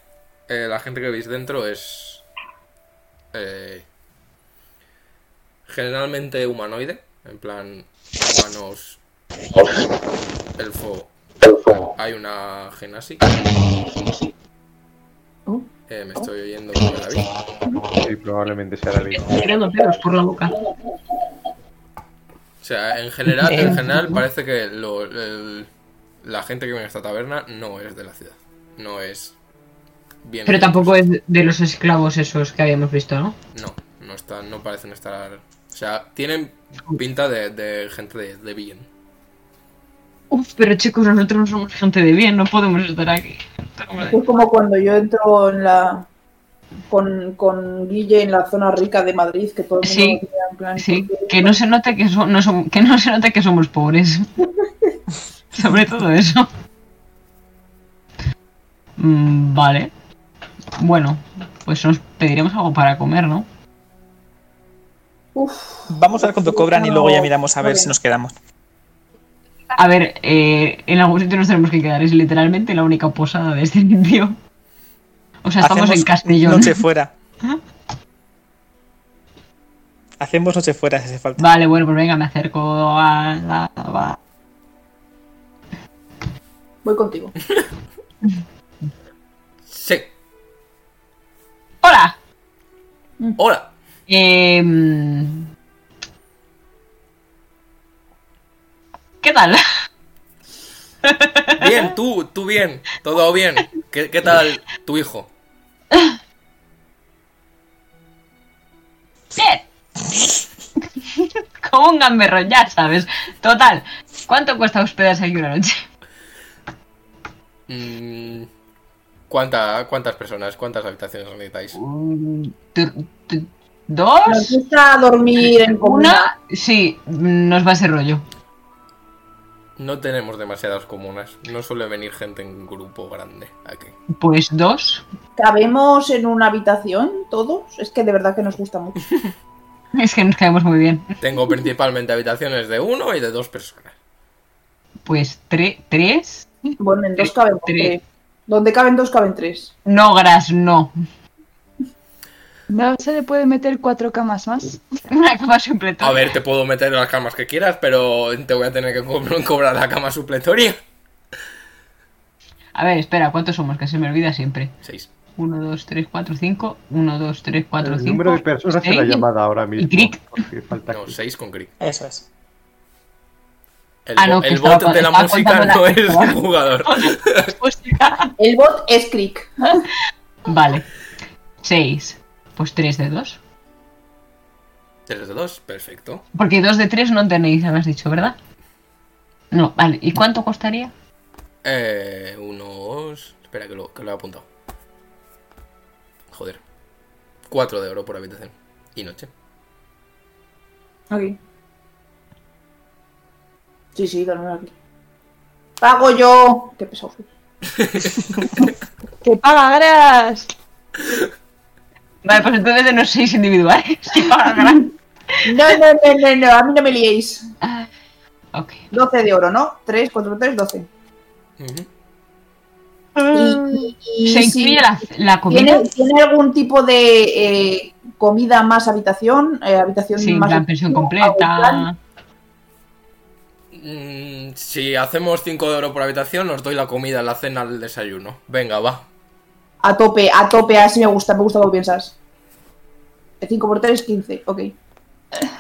eh, la gente que veis dentro es. eh, generalmente humanoide. En plan, humanos. Elfo. Hay una genasi. Eh, me estoy oyendo con la vida.
Sí, probablemente sea la misma.
Tirando pelos por la boca.
O sea, en general,
Eh.
en general parece que lo- el- la gente que viene a esta taberna no es de la ciudad. No es. Bien
Pero tampoco es de los esclavos esos que habíamos visto, ¿no?
No, no están, no parecen estar. O sea, tienen pinta de, de gente de, de bien.
Uf, pero chicos, nosotros no somos gente de bien, no podemos estar aquí.
Es como cuando yo entro en la con, con Guille en la zona rica de Madrid, que todo el mundo
Sí,
me mira en plan, "Pues,
Sí,
¿por qué?
que no se note que, so- no som- que no se note que somos pobres. Sobre todo eso. Mm, vale. Bueno, pues nos pediremos algo para comer, ¿no?
Uf,
Vamos a ver cuánto cobran y luego ya miramos a ver si nos quedamos.
A ver, eh, en algún sitio nos tenemos que quedar. Es literalmente la única posada de este sitio. O sea, estamos en Castellón. ¿Ah?
Noche fuera. Hacemos noche fuera si hace falta.
Vale, bueno, pues venga, me acerco a la... a-
voy contigo.
Sí,
¡Hola!
hola.
Em, ¿Qué tal?
Bien, tú, tú bien, todo bien. ¿Qué, qué tal tu hijo?
Bien. Como un gamberro, ya sabes. Total, ¿cuánto cuesta hospedarse aquí una noche?
Mm, ¿cuánta- ¿Cuántas personas, cuántas habitaciones necesitáis?
Mm, tu- tu-
Nos
¿Dos?
gusta dormir en comuna.
¿Una? Sí, mm, nos va ese rollo.
No tenemos demasiadas comunas. No suele venir gente en grupo grande aquí.
Pues dos.
¿Cabemos en una habitación todos? Es que de verdad que nos gusta mucho.
Es que nos caemos muy bien.
Tengo principalmente habitaciones de uno y de dos personas.
Pues tre- tres.
Bueno, en dos cabemos.
Tres.
eh, Donde caben dos, caben tres.
No, Gras, no.
¿No se le puede meter cuatro camas más?
Una cama supletoria.
A ver, te puedo meter las camas que quieras, pero te voy a tener que co- cobrar la cama supletoria.
A ver, espera, ¿cuántos somos? Que se me olvida siempre.
Seis.
1, 2, 3, 4, 5. 1, 2, 3, 4, 5.
El número de personas en la llamada ahora mismo.
clic.
porque falta
No,
clic.
seis con Crick.
Eso es.
El,
Ah, no,
bo-
que
el
estaba
bot
con-
de la
estaba
música
contando
no
la-
es un jugador.
El bot es Crick.
Vale. 6. Pues 3 de 2.
Tres de dos, perfecto.
Porque 2 de 3 no tenéis, habéis dicho, ¿verdad? No, vale. ¿Y cuánto costaría?
Eh, unos. Espera, que lo, que lo he apuntado. Joder. Cuatro de oro por habitación. Y noche.
Aquí. Sí, sí, dormir aquí. Pago yo. Qué pesado. soy.
¡Que paga gras!
Vale, pues entonces de los 6 individuales. Sí, para ganar.
No, no, no, no, no, a mí no me liéis.
ok.
12 de oro, ¿no? 3, 4, 3, 12.
Ujú.
Y, y
¿Se
si
incluye la, la comida?
¿tiene, tiene algún tipo de eh, comida más habitación? eh, habitación
Sí,
más
la pensión
algún plan?
completa.
Mm, si hacemos cinco de oro por habitación, os doy la comida, la cena, el desayuno. Venga, va.
A tope, a tope, así me gusta, me gusta como piensas. 5 por 3, 15, ok.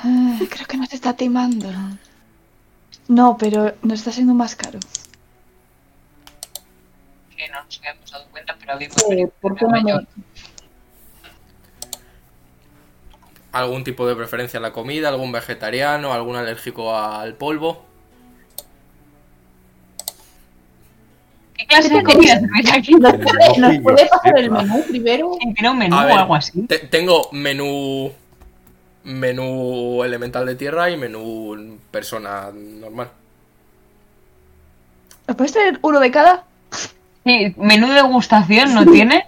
Ah, Creo que nos está timando. No, pero nos está siendo más caro.
que no nos habíamos dado cuenta, pero habíamos
Eh, ¿Por qué no me-
¿Algún tipo de preferencia en la comida? ¿Algún vegetariano? ¿Algún alérgico al polvo?
¿Qué clase de comida servéis aquí?
¿Nos puede, nos
Sí,
puede
yo
pasar el
sepa.
menú primero?
¿Tiene un menú
A ver.
o algo así?
Te- tengo menú. Menú elemental de tierra y menú persona normal.
¿Me puedes traer uno de cada?
Sí, menú degustación no tiene.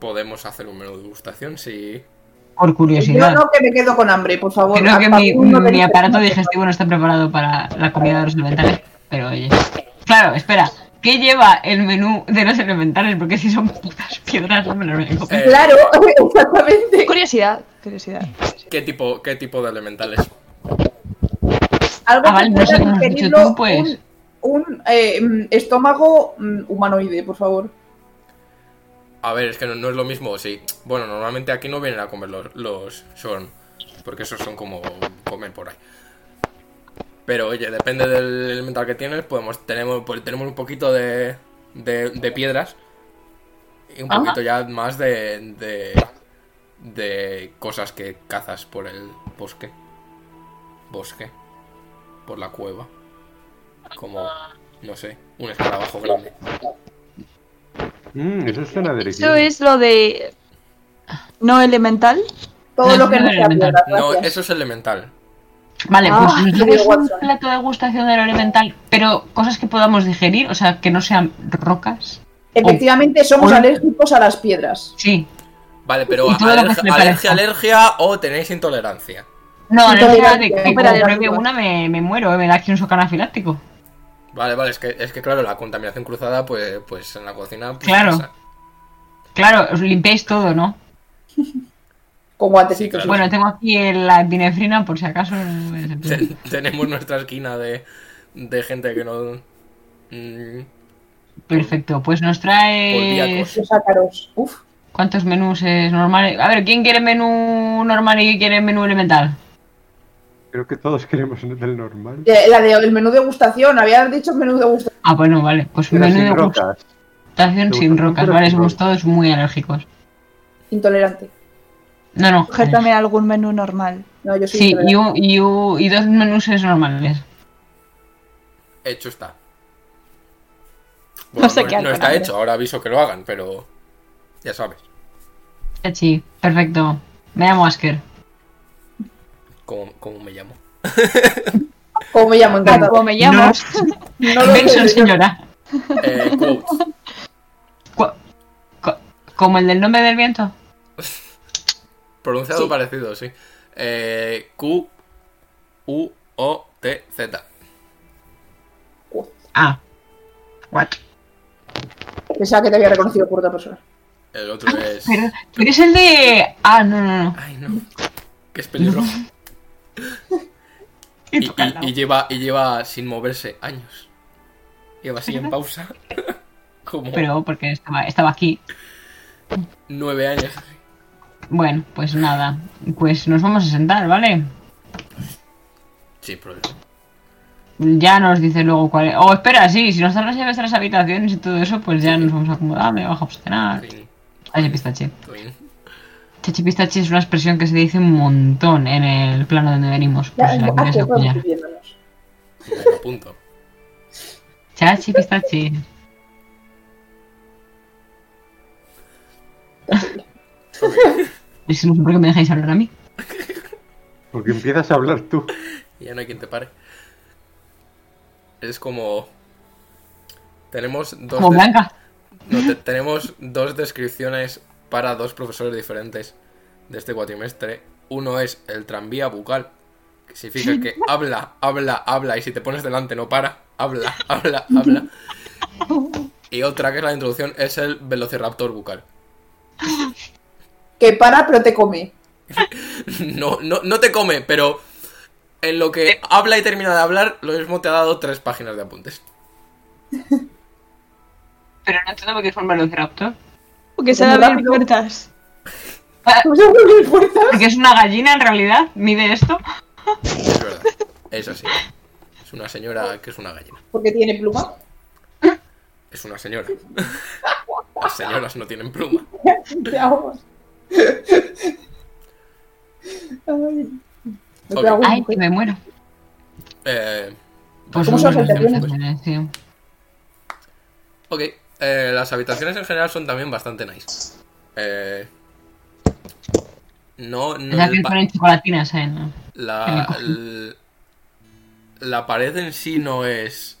Podemos hacer un menú de degustación si.
Por
Yo
curiosidad.
no que me quedo con hambre, por favor.
Creo que
Hasta
mi,
uno de
mi
los-
aparato digestivo no está preparado para la comida de los elementales, pero oye. Claro, espera. ¿Qué lleva el menú de los elementales? Porque si son putas piedras, no me lo voy a comer.
Eh,
Claro, exactamente.
Curiosidad, curiosidad.
Eh, ¿Qué tipo, qué tipo de elementales?
Algo
Ah, vale,
que
no sé
pueda
cómo has dicho
digerirlo
tú, pues.
Un, un, eh, mm, estómago mm, humanoide, por favor.
A ver, es que no, no es lo mismo, sí. Bueno, normalmente aquí no vienen a comer los, los shorn, porque esos son como comen por ahí. Pero oye, depende del elemental que tienes, podemos tenemos pues, tenemos un poquito de, de, de piedras y un
Ajá.
poquito ya más de, de de cosas que cazas por el bosque. Bosque. Por la cueva. Como no sé, un escarabajo grande.
Mm, eso suena delicioso.
Eso es lo de. No elemental.
Todo
No,
lo que
no
no
era
sea piedra,
elemental.
No,
gracias.
eso es elemental.
Vale, pues
Ah,
nos
qué
llevas un
guapo.
plato de degustación de lo elemental, pero cosas que podamos digerir, o sea, que no sean rocas.
Efectivamente, somos
Un-
alérgicos a las piedras.
Sí.
Vale, pero
Y todo lo que
alergia,
se me
alergia,
parezca.
alergia o tenéis intolerancia.
No, no
Intolerancia,
es de que
pero
como
de
pruebe
las
una me, me muero, eh, me da aquí un shock anafiláctico.
Vale, vale, es que, es que claro, la contaminación cruzada, pues, pues en la cocina. pues,
Claro.
pasa.
Claro, os limpiáis todo, ¿no?
Con guantecitos.
Sí, claro.
Bueno, tengo aquí el- la epinefrina por si acaso. no es el
Ten-
problema.
tenemos nuestra esquina de, de gente que no. mm,
Perfecto, pues nos trae...
Olvídacos.
Los ácaros. Uf.
¿Cuántos menús es normal? A ver, ¿quién quiere menú normal y quién quiere menú elemental?
Creo que todos queremos del normal.
De- La de el menú degustación. Habías dicho menú degustación.
Ah, bueno, vale. Pues
Era
menú
sin
de
rocas.
gustación sin
Degustación,
rocas,
pero
¿vale?
sin
Somos
rocas.
todos muy alérgicos.
Intolerante.
No, no.
Coger también algún menú normal.
No, yo soy
Sí,
intolerante.
y, un- y un- y dos menús es normales.
Hecho está.
No sé qué
no está
alcohol,
hecho, ahora aviso que lo hagan, pero. Ya sabes.
Chachi, perfecto. Me llamo Asker.
¿Cómo, cómo me llamo?
¿Cómo me llaman?
Claro,
Cata?
como me llamo.
No lo
Benson,
sé.
señora.
Eh, quotes.
Cu- co- ¿Como el del nombre del viento?
Pronunciado
Sí.
parecido, sí. Eh, Q, U, O, T, Z.
Ah. What?
Pensaba que te había reconocido por otra persona.
El otro
Ah,
es.
Pero, pero es el de... Ah, no, no, no.
Ay, no. Que es pelirrojo.
Y
Y,
toca al
y-
lado.
y lleva, y lleva sin moverse años. Lleva así en pausa. Como
Pero porque estaba, estaba aquí.
nueve años.
Bueno, pues nada. Pues nos vamos a sentar, ¿vale?
Sí, problema.
Ya nos dice luego cuál es. Oh, espera, sí, si nos dan las llaves de las habitaciones y todo eso, pues ya nos vamos a acomodar, me bajamos a cenar.
Twin,
Chachi pistache.
twin.
Chachi pistache es una expresión que se dice un montón en el plano donde venimos. Pues
Ya,
si la
ah,
quieres
que vamos
acuñar.
viéndonos.
Me lo apunto.
Chachi pistache. Es que no sé por qué me dejáis hablar a mí.
Porque empiezas a hablar tú.
Y ya no hay quien te pare. Es como. Tenemos dos.
Como
de-
Blanca.
no, te- tenemos dos descripciones para dos profesores diferentes de este cuatrimestre. Uno es el tranvía bucal, que significa que habla, habla, habla, y si te pones delante no para, habla, habla, habla. Y otra que es la introducción es el velociraptor bucal.
Que para, pero te come.
No, no, no te come, pero en lo que habla y termina de hablar, lo mismo te ha dado tres páginas de apuntes.
Pero no entiendo por qué es un velociraptor.
Porque se
Como
abrir
rápido.
puertas.
¿Cómo se abre las puertas?
Porque es una gallina en realidad. Mide esto.
Es verdad, es así. Es una señora que es una gallina.
Porque tiene pluma.
Es una señora. Las señoras no tienen pluma.
Veamos. Ay. Me
Ok.
cago en
Ay,
mujer.
que me muero.
Eh,
Pues
¿Cómo
no,
son las
no sé,
habitaciones?
pues, eh, sí.
ok, eh, las habitaciones en general son también bastante nice. Eh, no,
O sea,
no.
que
el pa-
ponen chocolatinas, ¿eh? No.
La, l- la pared en sí no es.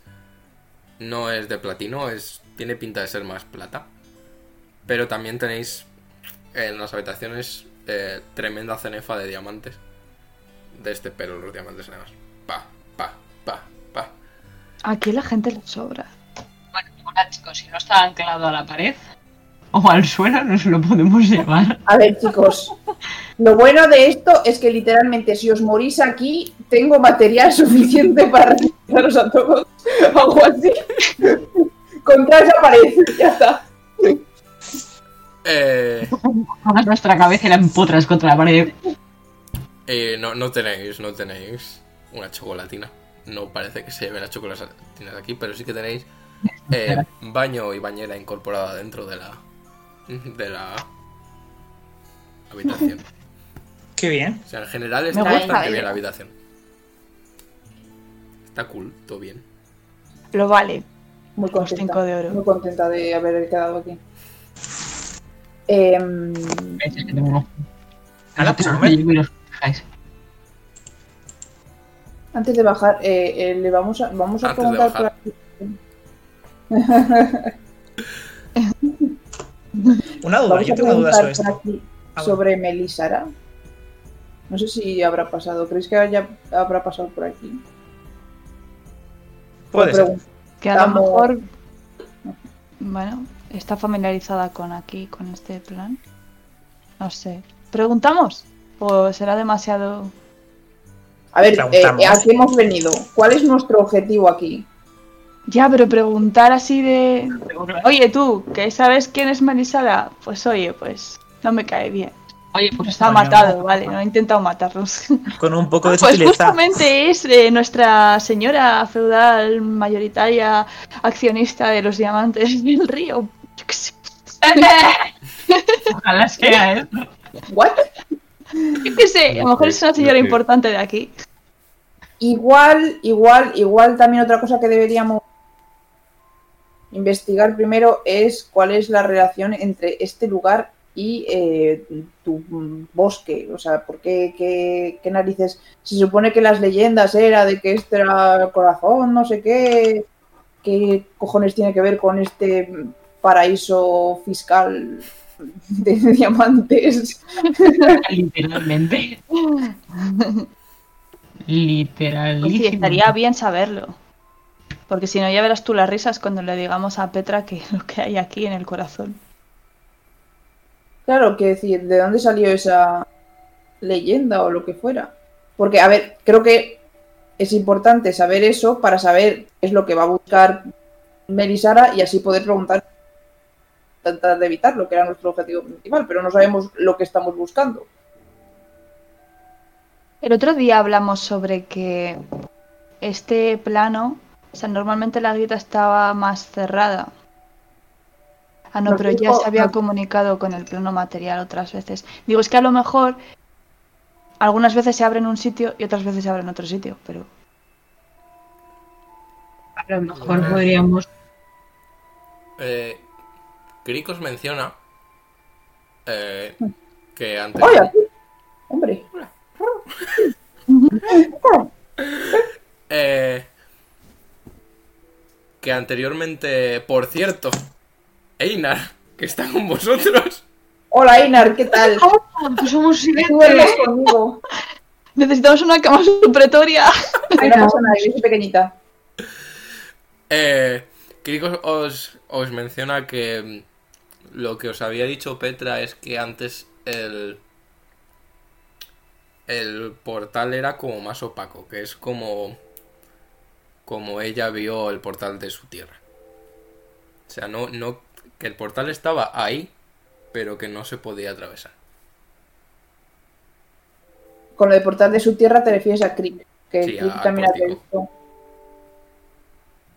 No es de platino, es. Tiene pinta de ser más plata. Pero también tenéis en las habitaciones eh, tremenda cenefa de diamantes. De este pelo, los diamantes además. Pa, pa, pa, pa.
Aquí la gente le sobra.
Hola, chicos, si no está anclado a la pared o al suelo, nos lo podemos llevar.
A ver, chicos. Lo bueno de esto es que literalmente si os morís aquí, tengo material suficiente para resucitaros a todos. Algo así. Contra esa pared. Ya está.
Eh,
Pongas nuestra cabeza y la empotras contra la pared.
eh, no, no tenéis, no tenéis una chocolatina. No parece que se lleven las chocolatinas aquí, pero sí que tenéis eh, baño y bañera incorporada dentro de la de la habitación.
Qué bien.
O sea, en general
Me
está
gusta la
bastante bien
idea.
la habitación. Está cool, todo bien.
Lo vale.
Muy
Los
Pues
cinco
contenta.
de oro.
Muy contenta de haber quedado aquí. Em,
Ahora,
pues, hombre.
pues,
antes de bajar, eh, eh, le vamos a, vamos a
Antes de
preguntar
bajar.
por-
Una duda,
vamos
yo
a
tengo una duda
preguntar
sobre
por
esto.
aquí
Ah,
sobre Melisara. No sé si habrá pasado. ¿Creéis que haya, habrá pasado por aquí?
Puede ser.
Pregun-
Que a lo
Estamos-
mejor. Bueno, está familiarizada con aquí, con este plan. No sé. ¿Preguntamos? ¿O será demasiado.?
A ver, eh,
Preguntamos.
¿a qué hemos venido? ¿Cuál es nuestro objetivo aquí?
Ya, pero preguntar así de. Oye, tú, que sabes quién es Marisala. Pues oye, pues. No me cae bien.
Oye, pues
Nos ha
está
matado, vale. No ha intentado matarnos.
Con un poco de
Pues
sutileza.
justamente es eh, nuestra señora feudal mayoritaria accionista de los diamantes del río. Yo qué sé.
Ojalá sea esto.
¿What?
Yo qué sé, a lo mejor es una señora
Sí.
importante de aquí.
Igual, igual, igual también otra cosa que deberíamos investigar primero es cuál es la relación entre este lugar y eh, tu mm, bosque. O sea, ¿por qué, qué, qué narices? Se supone que las leyendas era de que este era el corazón, no sé qué. ¿Qué cojones tiene que ver con este mm, paraíso fiscal de diamantes?
Literalmente.
Pues
Literalmente.
sí, estaría bien saberlo. Porque si no, ya verás tú las risas cuando le digamos a Petra que lo que hay aquí en el corazón.
Claro, que decir, ¿de dónde salió esa leyenda o lo que fuera? Porque, a ver, creo que es importante saber eso para saber qué es lo que va a buscar Melisara y así poder preguntar, tratar de evitarlo, que era nuestro objetivo principal, pero no sabemos lo que estamos buscando.
El otro día hablamos sobre que este plano, o sea, normalmente la grieta estaba más cerrada. Ah, no,
Nos
pero ya
dijo-
se había
nos-
comunicado con el plano material otras veces. Digo, es que a lo mejor algunas veces se abre en un sitio y otras veces se abre en otro sitio, pero
A lo mejor podríamos.
Eh, Cricos menciona eh, que antes.
¡Ay, aquí! Hombre,
Eh, que anteriormente, por cierto, Einar, que está con vosotros,
hola Einar, ¿qué tal?
somos
Duermes conmigo.
necesitamos una cama supletoria.
Ay, no pasa nada, yo soy pequeñita.
eh, Cricos os, os menciona que mm, lo que os había dicho Petra es que antes el, el portal era como más opaco, que es como, como ella vio el portal de su tierra. O sea, no, no, que el portal estaba ahí, pero que no se podía atravesar.
Con lo de portal de su tierra te refieres a Crick, que
Sí,
Crick
a- al
también ha
pórtico.
visto.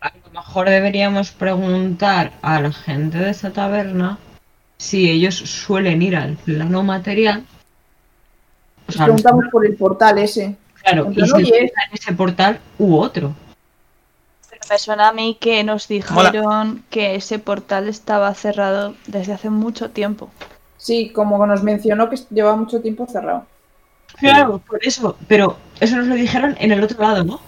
A lo mejor deberíamos preguntar a la gente de esa taberna si ellos suelen ir al plano material. O sea,
Preguntamos por el portal ese.
claro, y si
Oye.
utilizan ese portal u otro.
Me suena a mí que nos dijeron que ese portal estaba cerrado desde hace mucho tiempo.
Sí, como nos mencionó que lleva mucho tiempo cerrado.
Claro, por eso. Pero eso nos lo dijeron en el otro lado, ¿no?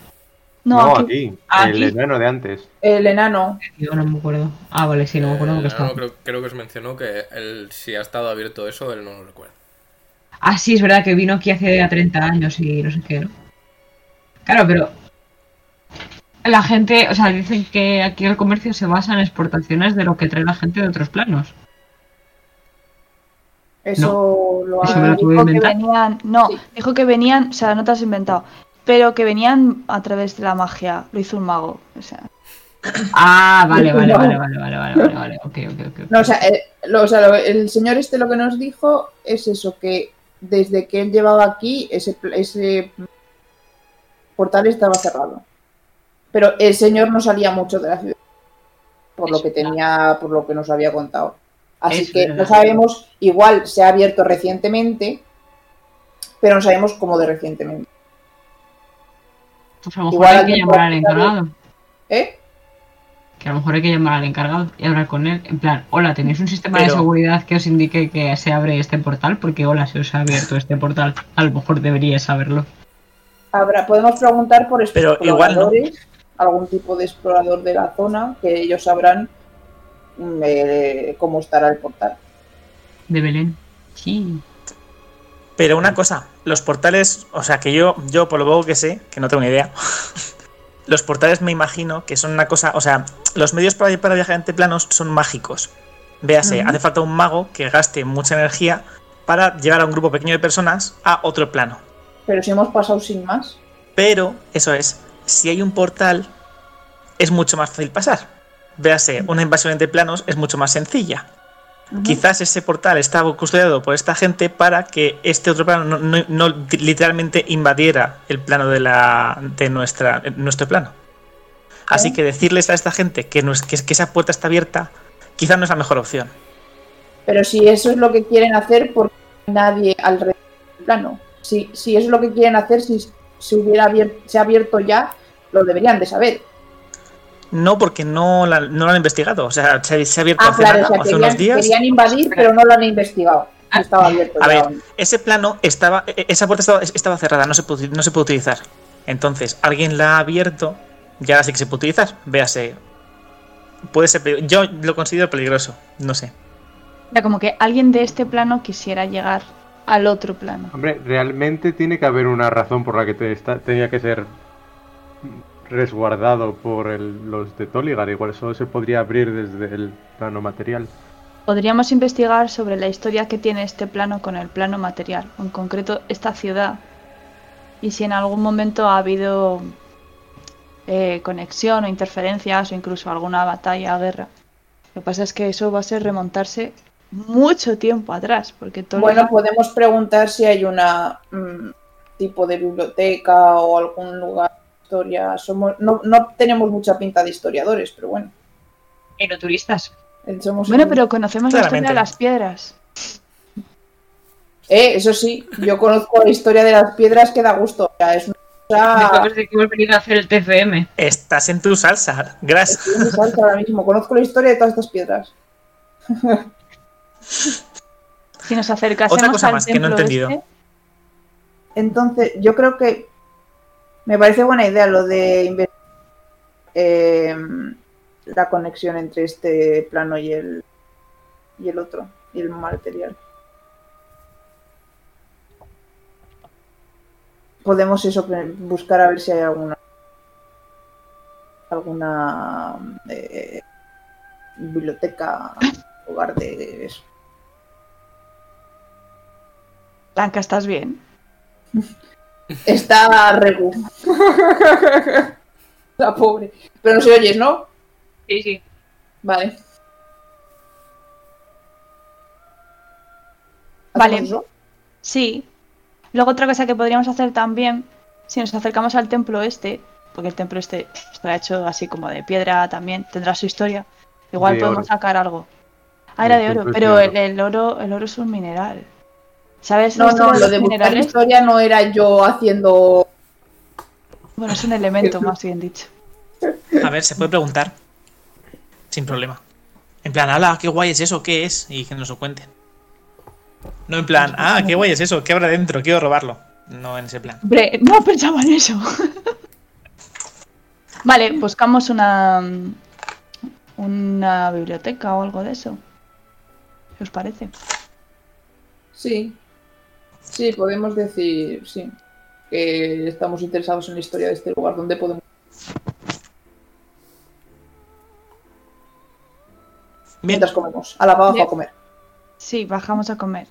No,
No,
aquí.
aquí. El
Aquí.
enano de antes.
El enano.
Yo Eh, no me acuerdo. Ah, vale, sí, no me acuerdo porque
Eh, no,
estaba.
creo, creo que os mencionó que él, si ha estado abierto eso, él no lo recuerda.
Ah, sí, es verdad que vino aquí hace ya 30 años y no sé qué, ¿no? Claro, pero. La gente, o sea, dicen que aquí el comercio se basa en exportaciones de lo que trae la gente de otros planos.
Eso lo ha...
Eso me lo tuve que
Dijo que
inventar.
venían, no,
Sí.
dijo que venían, o sea, no te has inventado, pero que venían a través de la magia, lo hizo un mago, o sea,
Ah, vale, vale, vale, vale, vale, vale, vale, vale. Ok, ok, ok.
No, o sea, eh, lo- o sea, lo- el señor este lo que nos dijo es eso, que desde que él llevaba aquí, ese, pl- ese portal estaba cerrado. Pero el señor no salía mucho de la ciudad, por lo
Es
que
verdad.
tenía, por lo que nos había contado. Así
Es
que no
verdad.
sabemos, igual se ha abierto recientemente, pero no sabemos cómo de recientemente.
Pues a lo mejor
Igual
hay que
alguien
llamar al
puede estar
encargado.
¿Eh?
Que a lo mejor hay que llamar al encargado y hablar con él. En plan, hola, ¿tenéis un sistema de
Pero-
seguridad que os indique que se abre este portal? Porque, hola, se os ha abierto este portal. A lo mejor deberíais saberlo.
Habrá, podemos preguntar por
Pero igual no.
exploradores, algún tipo de explorador de la zona, que ellos sabrán mm, eh, cómo estará el portal.
De Belén. Sí.
Pero una cosa, los portales, o sea, que yo, yo por lo poco que sé, que no tengo ni idea, los portales me imagino que son una cosa, o sea, los medios para, para viajar entre planos son mágicos. Véase, hace falta un mago que gaste mucha energía para llevar a un grupo pequeño de personas a otro plano.
Pero si hemos pasado sin más.
Pero, eso es, si hay un portal, es mucho más fácil pasar. Véase, una invasión entre planos es mucho más sencilla. Quizás ese portal estaba custodiado por esta gente para que este otro plano no, no- no literalmente invadiera el plano de, la, de nuestra, eh, nuestro plano. Así
Ok.
que decirles a esta gente que, nos- que- que esa puerta está abierta, quizás no es la mejor opción.
Pero si eso es lo que quieren hacer, porque nadie alrededor del plano. Si, si eso es lo que quieren hacer, si se hubiera abier- se ha abierto ya, lo deberían de saber.
No porque no, la- no lo han investigado. O sea, se, se ha abierto
Ah,
hace,
claro,
nada,
o sea,
hace
querían,
unos días.
querían invadir, pero no lo han investigado.
Ah,
Estaba abierto.
a
ya.
ver, Ese plano estaba, e- esa puerta estaba, estaba cerrada, no se, puede, no se puede utilizar. Entonces, alguien la ha abierto y ahora sí que se puede utilizar. Véase. Puede ser, pelig- yo lo considero peligroso, no sé.
era como que alguien de este plano quisiera llegar al otro plano.
Hombre, realmente tiene que haber una razón por la que te está- tenía que ser resguardado por el- los de Toligar. Igual solo se podría abrir desde el plano material.
Podríamos investigar sobre la historia que tiene este plano con el plano material, en concreto esta ciudad, y si en algún momento ha habido eh, conexión o interferencias o incluso alguna batalla o guerra. Lo que pasa es que eso va a ser remontarse mucho tiempo atrás, porque todo
Bueno, podemos preguntar si hay una mm, tipo de biblioteca o algún lugar de historia. Somos, no, no tenemos mucha pinta de historiadores, pero bueno.
Pero turistas.
eh, somos-
Bueno, pero conocemos la historia
pues, Claramente.
de las piedras.
Eh, eso sí, yo conozco la historia de las piedras que da gusto. O sea, es una cosa...
Después de que hemos venido a hacer el TFM.
Estás en tu salsa, gracias.
estoy en mi salsa ahora mismo. Conozco la historia de todas estas piedras.
Si nos acercásemos
Otra cosa
al
más que no he
templo
entendido.
este,
Entonces, yo creo que me parece buena idea lo de inve- em, la conexión entre este plano y el y el otro, y el material. Podemos eso pre- buscar a ver si hay alguna alguna eh, biblioteca, lugar de eso.
Blanca, ¿estás bien?
Está Regu. La pobre. Pero no se oyes, ¿no?
Sí, sí.
Vale.
Vale.
¿Hacemos eso?
Sí. Luego otra cosa que podríamos hacer también, si nos acercamos al templo este, porque el templo este está hecho así como de piedra también, tendrá su historia. Igual
De
podemos
oro.
sacar algo. Ah, era
El
de oro,
templo es
pero
de
el, el oro el oro es un mineral. ¿Sabes? la
No,
historia
no, lo de buscar
minerales?
historia no era yo haciendo.
Bueno, es un elemento, más bien dicho.
A ver, se puede preguntar. Sin problema. En plan, ala, qué guay es eso, qué es, y que nos lo cuenten. No en plan, ah, qué guay es eso, qué habrá dentro, quiero robarlo. No en ese plan.
Hombre, no pensaba en eso. vale, buscamos una una biblioteca o algo de eso. ¿Qué os parece?
Sí. Sí, podemos decir, sí. Que estamos interesados en la historia de este lugar, donde podemos.
Bien,
Mientras comemos. A la baja
Bien.
a comer.
Sí, bajamos a comer.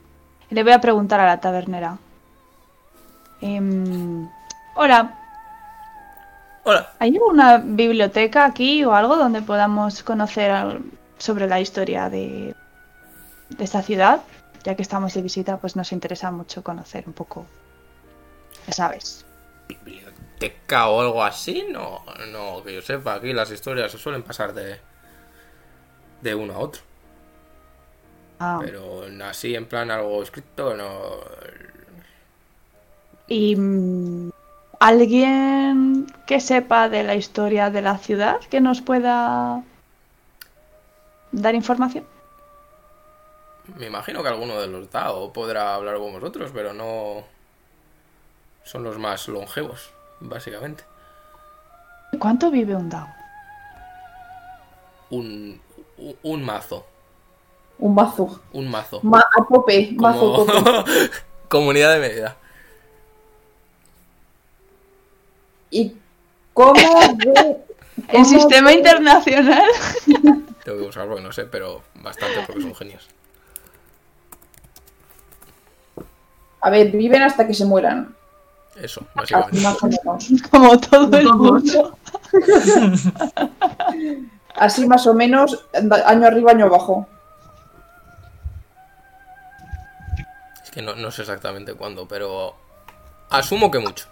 Le voy a preguntar a la tabernera. Em, hola,
Hola.
¿hay alguna biblioteca aquí o algo donde podamos conocer al- sobre la historia de, de esta ciudad? Ya que estamos de visita, pues nos interesa mucho conocer un poco. Ya sabes.
Biblioteca o algo así, no, no, que yo sepa, aquí las historias se suelen pasar de, de uno a otro.
Ah,
Pero así, en plan algo escrito, no.
¿Y mm, alguien que sepa de la historia de la ciudad que nos pueda dar información?
Me imagino que alguno de los DAO podrá hablar con vosotros, pero no. Son los más longevos, básicamente.
¿Cuánto vive un Dao?
Un, un, un mazo,
Un mazo.
un mazo.
Ma- a tope. Mazo a tope.
Como comunidad de medida.
¿Y cómo de-
El
cómo
sistema
de-
internacional.
Tengo que buscar porque no sé, pero bastante porque son genios.
A ver, viven hasta que se mueran.
Eso,
Así
básicamente.
más o menos.
Como todo el
Todos.
mundo.
Así más o menos, anda- año arriba, año abajo.
Es que no, no sé exactamente cuándo, pero asumo que mucho.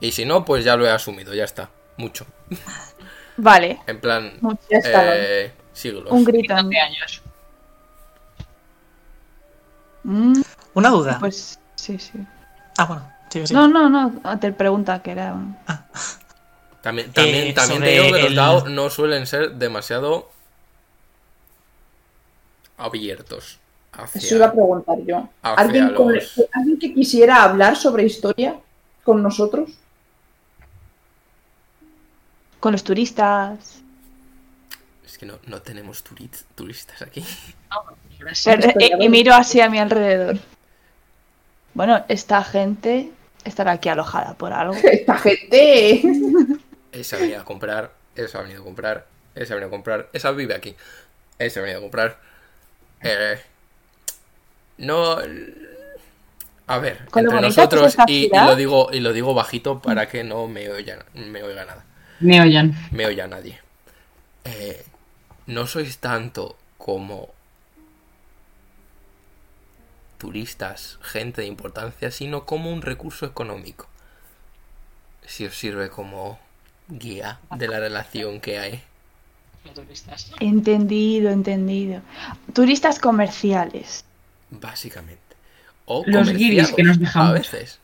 Y si no, pues ya lo he asumido, ya está. Mucho.
Vale.
En plan,
Ya está.
eh, siglos.
Un grito.
15 años.
Mm,
una duda.
Pues sí, sí.
Ah, bueno, sí, sí.
No, no, no. Ah, Te pregunta que era. un-
También, también,
Eh,
también
sobre
te digo que los
el-
DAO no suelen ser demasiado abiertos. hacia-
Eso iba a preguntar yo.
Hacia
¿Alguien, con-
los-
alguien que quisiera hablar sobre historia con nosotros?
Con los turistas.
Es que no, no tenemos turi- turistas aquí.
Pero- eh,
Estoy
y, y
hablando.
miro así a mi alrededor. Bueno, esta gente estará aquí alojada por algo.
Esta gente. ¿eh?
Ese ha venido a comprar, ese ha venido a comprar, ese ha venido a comprar, esa vive aquí, ese ha venido a comprar. Eh, no. A ver,
Con lo
entre
bonita que es
nosotros
esta
y, y
ciudad.
lo digo y lo digo bajito para que no me oiga, me oiga nada,
Me oyan.
me oiga nadie. Eh, no sois tanto como turistas, gente de importancia, sino como un recurso económico. Si os sirve como guía de la relación que hay.
Entendido, entendido. Turistas comerciales
Básicamente. O
Los guiris que nos
comerciados,
dejamos.
A veces.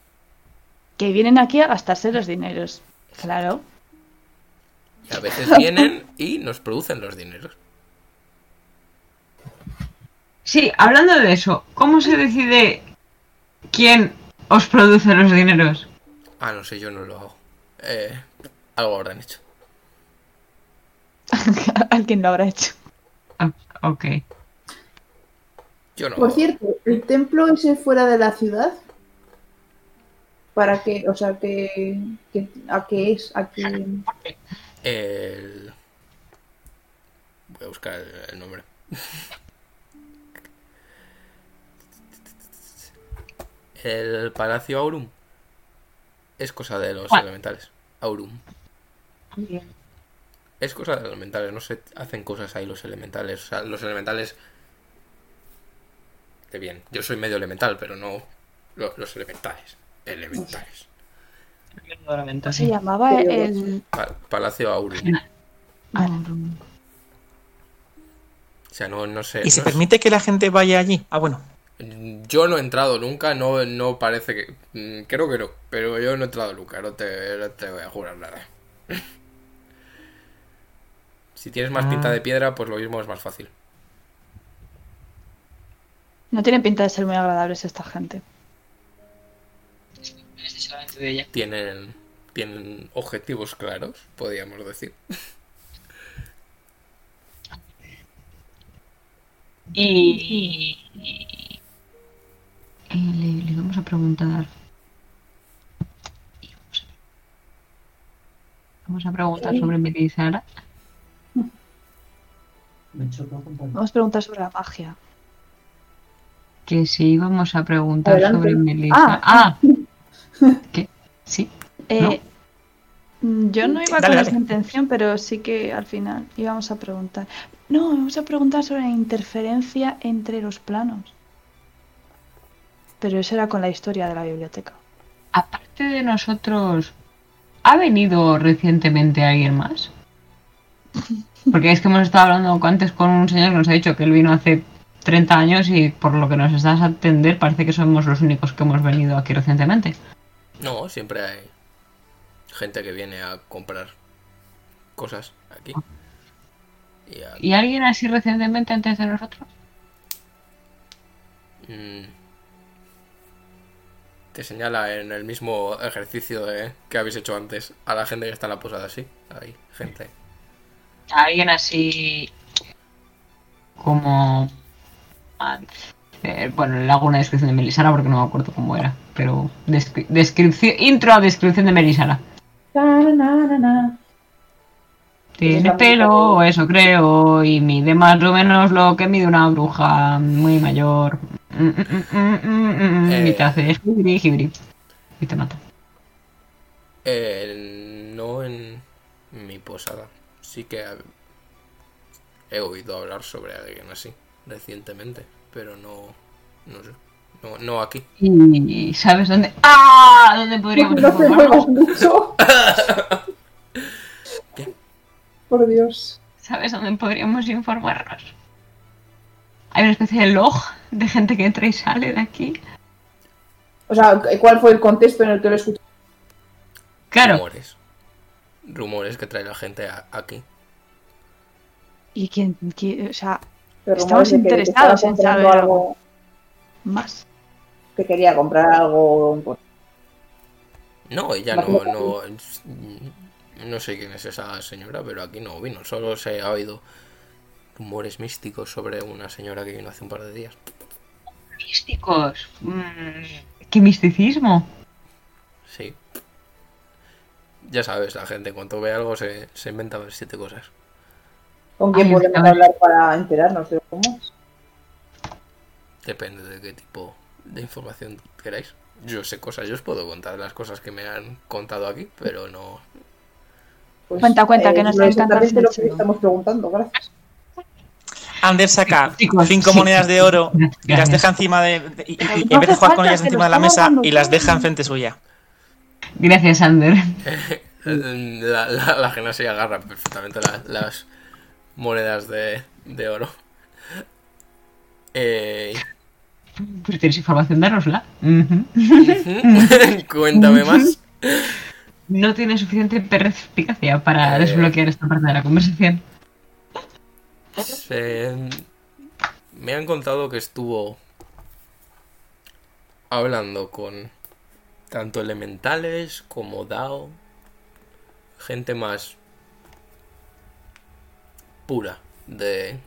que vienen aquí a gastarse los dineros. Claro.
Y a veces vienen y nos producen los dineros.
Sí, hablando de eso, ¿cómo se decide quién os produce los dineros?
Ah, no sé, yo no lo hago. Eh, algo habrán hecho.
Alguien lo habrá hecho.
Ah, ok.
Yo no.
Por cierto, el templo ese fuera de la ciudad. ¿Para qué? O sea, que, que- ¿a qué es? ¿A qué?
El- Voy a buscar el, el nombre. El Palacio Aurum. Es cosa de los
¿Cuál?
elementales. Aurum. Es cosa de los elementales, no se hacen cosas ahí los elementales. O sea, los elementales. Qué bien. Yo soy medio elemental, pero no. lo- los elementales. Elementales.
Menudo
Se
sí.
llamaba
Pero-
el.
Pa- Palacio Aurum. O sea, no, no sé.
¿Y se
no
permite que la gente vaya allí? Ah, bueno.
sé. Yo no he entrado nunca, no, no parece que. mm, Creo que no, pero yo no he entrado nunca, no te, no te voy a jurar nada. Si tienes más pinta
Ah.
de piedra, pues lo mismo es más fácil.
No tiene pinta de ser muy agradables esta gente.
solamente de ella.
Tienen, tienen objetivos claros, podríamos decir.
Y. y- y le, le vamos a preguntar. Vamos a preguntar sobre Metisara.
Vamos a preguntar sobre la magia.
Que si íbamos a preguntar
Adelante.
sobre Melissa.
Ah.
Ah, ¿Qué? Sí.
Eh, mm, Yo no iba
Dale,
con
dale.
esa intención, pero sí que al final íbamos a preguntar. No, vamos a preguntar sobre la interferencia entre los planos. Pero eso era con la historia de la biblioteca.
Aparte de nosotros, ¿ha venido recientemente alguien más? Porque es que hemos estado hablando antes con un señor que nos ha dicho que él vino hace 30 años y por lo que nos estás a atender parece que somos los únicos que hemos venido aquí recientemente.
No, siempre hay gente que viene a comprar cosas aquí. Y a-
¿Y alguien así recientemente antes de nosotros?
Mm. Te señala en el mismo ejercicio de- que habéis hecho antes a la gente que está en la posada, sí. Hay gente.
¿Alguien así como... Eh, bueno, le hago una descripción de Melisara porque no me acuerdo cómo era, pero descri- descripción, intro a descripción de Melisara.
Ta-na-na-na.
Tiene
la música
pelo,
de-
eso creo, y mide más o menos lo que mide una bruja muy mayor. Mm, mm, mm, mm, mm, mm,
Eh.
Y te hace jibri, jibri. Y te mata.
Eh, no en mi posada. Sí que ha- he oído hablar sobre alguien así recientemente, pero no, no sé. No, no aquí.
¿Y sabes dónde? ¡Ah! ¿Dónde podríamos
No te
encontrarlo?
muevas mucho.
¿Qué?
Por Dios.
¿Sabes dónde podríamos informarnos? Hay una especie de log de gente que entra y sale de aquí.
O sea, ¿cuál fue el contexto en el que lo escuché?
Claro,
Rumores. Rumores que trae la gente a- aquí.
Y quién, quién- o sea,
Pero
Estamos
rumores de que- de que estaba
interesados en
comprando
saber
algo.
más.
Que quería comprar algo. pues,
No, ella no,
Imagínate.
no, mm, no sé quién es esa señora, pero aquí no vino. Solo se ha oído rumores místicos sobre una señora que vino hace un par de días.
místicos. Mm, ¡Qué misticismo!
Sí. Ya sabes, la gente cuando ve algo se, se inventa siete cosas.
¿Con quién
Ay,
podemos
estaba-
hablar para enterarnos de cómo?
Depende de qué tipo de información queráis. Yo sé cosas, yo os puedo contar las cosas que me han contado aquí, pero no...
Pues,
Cuenta, cuenta, que nos
lo
va a encantar
exactamente lo que
mucho.
estamos preguntando, gracias.
Ander saca
Chicos,
cinco
sí.
monedas de oro y las
Gracias.
deja encima de. de- y, y- y
No
en vez de
hace
jugar con
falta,
ellas
te
encima
lo
de la
estamos
mesa
dando
y las
yo.
deja enfrente suya.
Gracias, Ander.
La, la, la gente se agarra perfectamente la- las monedas de, de oro. Eh,
Pues si tienes información, darosla. Ujú.
Cuéntame más.
No tiene suficiente perspicacia para
Eh.
desbloquear esta parte de la conversación.
Se- Me han contado que estuvo hablando con tanto elementales como Dao, gente más pura de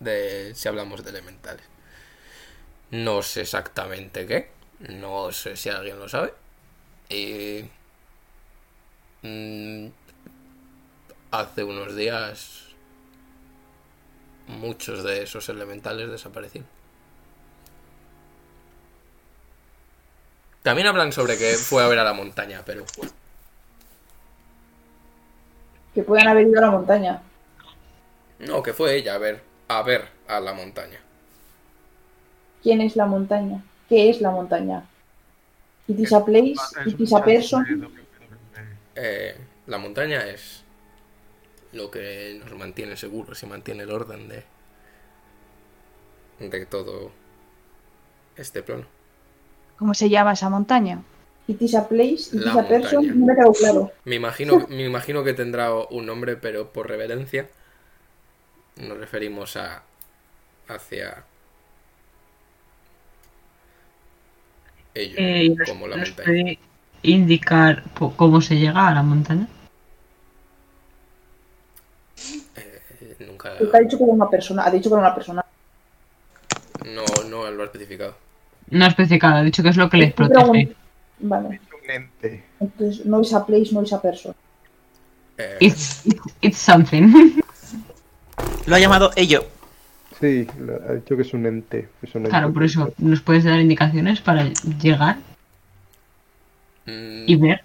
de si hablamos de elementales. No sé exactamente qué, no sé si alguien lo sabe. Y mm, hace unos días muchos de esos elementales desaparecieron. También hablan sobre que fue a ver a la montaña, pero
Que puedan haber ido a la montaña.
no, que fue ella a ver a ver a la montaña.
¿Quién es la montaña? ¿Qué es la montaña? It is a place, it is a person.
Eh, la montaña es lo que nos mantiene seguros y mantiene el orden de, de todo este plano.
¿Cómo se llama esa montaña?
It is a place, it
La
is a person.
montaña.
No me ha quedado claro.
Me imagino, me imagino que tendrá un nombre, pero por reverencia nos referimos a hacia ello,
Eh, ¿nos-
como la
nos
montaña.
puede indicar po- cómo se llega a la montaña?
Eh, Nunca
Porque ha dicho que era una persona. Ha dicho que era una persona.
no, no lo ha especificado.
No ha especificado, ha dicho que es lo que les
Estoy
protege.
pregun- Vale.
Un ente.
Entonces, no is a place, no is a person.
Eh,
It's, it's, it's something.
Lo ha llamado ello.
Sí, lo- ha dicho que es un ente. es un
claro,
ente.
por eso, ¿nos puedes dar indicaciones para llegar
mm,
y ver?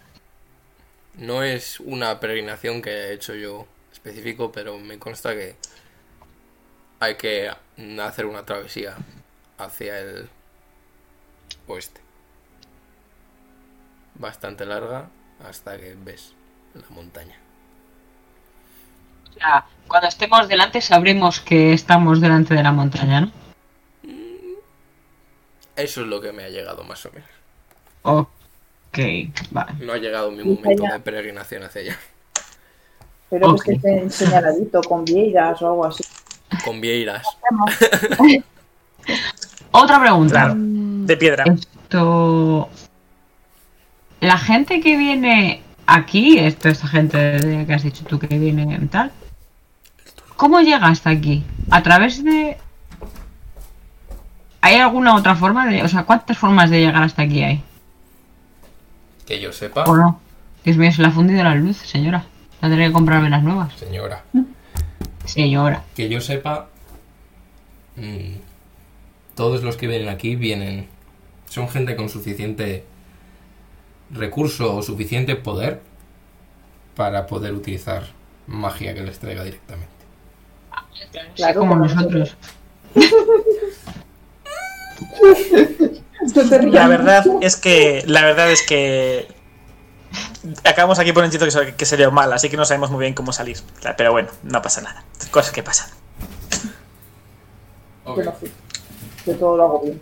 No es una peregrinación que he hecho yo específico, pero me consta que hay que hacer una travesía hacia el oeste. Bastante larga hasta que ves la montaña.
O sea, cuando estemos delante sabremos que estamos delante de la montaña, ¿no?
Eso es lo que me ha llegado más o menos.
Ok, vale.
No ha llegado mi
Y
momento
allá.
de peregrinación hacia allá.
Pero
Ok.
que esté señaladito con vieiras o algo así.
Con vieiras.
Otra pregunta.
Claro,
Mm,
de piedra.
Esto. La gente que viene aquí, esto, esta gente de- que has dicho tú que viene en tal, ¿cómo llega hasta aquí? ¿A través de.? ¿Hay alguna otra forma de.? O sea, ¿cuántas formas de llegar hasta aquí hay?
Que yo sepa,
¿O no? Dios mío, se le ha fundido la luz, señora. Tendré que comprarme las nuevas.
señora.
Señora.
Que yo sepa, mm, todos los que vienen aquí vienen. Son gente con suficiente recurso o suficiente poder para poder utilizar magia que les traiga directamente.
Claro,
como
como
nosotros.
No te rías.
La verdad es que. La verdad es que. Acabamos aquí por un chito que, se- que salió mal, así que no sabemos muy bien cómo salir. Pero bueno, no pasa nada. Cosas que pasan.
Yo no fui. Yo todo lo hago bien.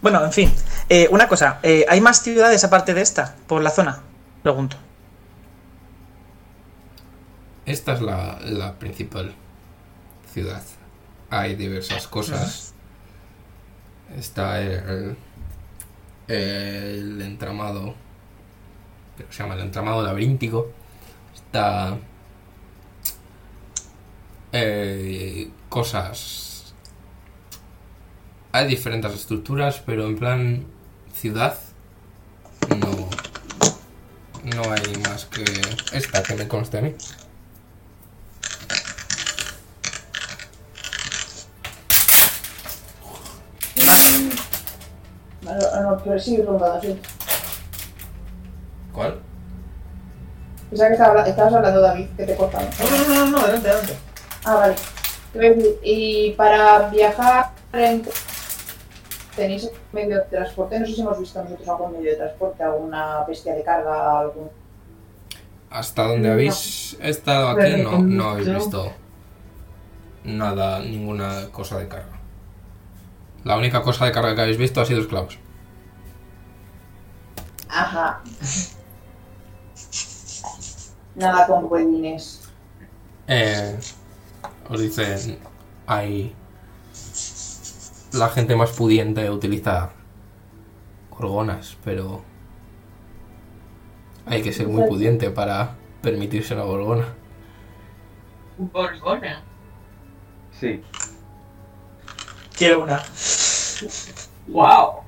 Bueno, en fin. Eh, una cosa, eh, ¿hay más ciudades aparte de esta por la zona? Pregunto.
Esta es la, la principal ciudad. Hay diversas cosas. Está el, el entramado, creo que se llama el entramado laberíntico. Está eh, cosas. Hay diferentes estructuras, pero en plan ciudad no, no hay más que esta que me conste a mí.
No, no, no, pero sigue preguntando, sí.
¿Cuál?
Pensaba que estaba habla- estabas hablando, David, que te cortan.
no, no, no, adelante, adelante.
Ah, vale. Te voy a decir, Y para viajar en... ¿Tenéis medio de transporte? No sé si hemos visto nosotros algún medio de transporte, alguna bestia de carga, algún...
Hasta donde
No.
habéis estado
Pero
aquí no, no habéis
conducto.
visto nada, ninguna cosa de carga. La única cosa de carga que habéis visto ha sido esclavos.
Ajá. Nada con buenines.
Eh, os dicen, hay... La gente más pudiente utiliza gorgonas, pero... Hay que ser muy pudiente para permitirse una gorgona.
Borgona.
Sí.
Quiero una.
¡Wow!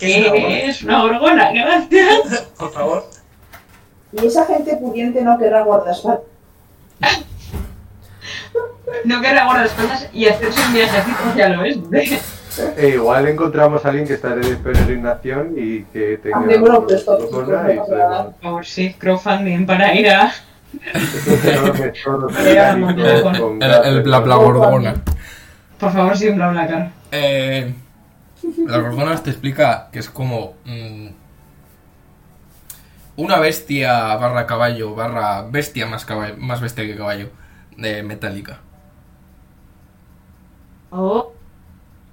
es una borgona? Gracias.
Eh, Por favor.
Y esa gente pudiente no querrá guardaespaldas.
No querrá guardar las cosas y hacerse un viajecito hacia el oeste.
E igual encontramos a alguien que está de peregrinación y que
Ah,
tenga
Hombre, bueno, pero esto-
una corona y
esto-
se va.
Por favor, sí, crowdfunding para ir a.
Enorme, todo
Era la
peregrinito
montaña.
con
El, el bla bla gorgona.
Por favor, sí, un bla bla cara.
Eh,
Las gorgonas te explica que es como mm, una bestia barra caballo, barra bestia más, caballo, más bestia que caballo, de metálica.
Oh,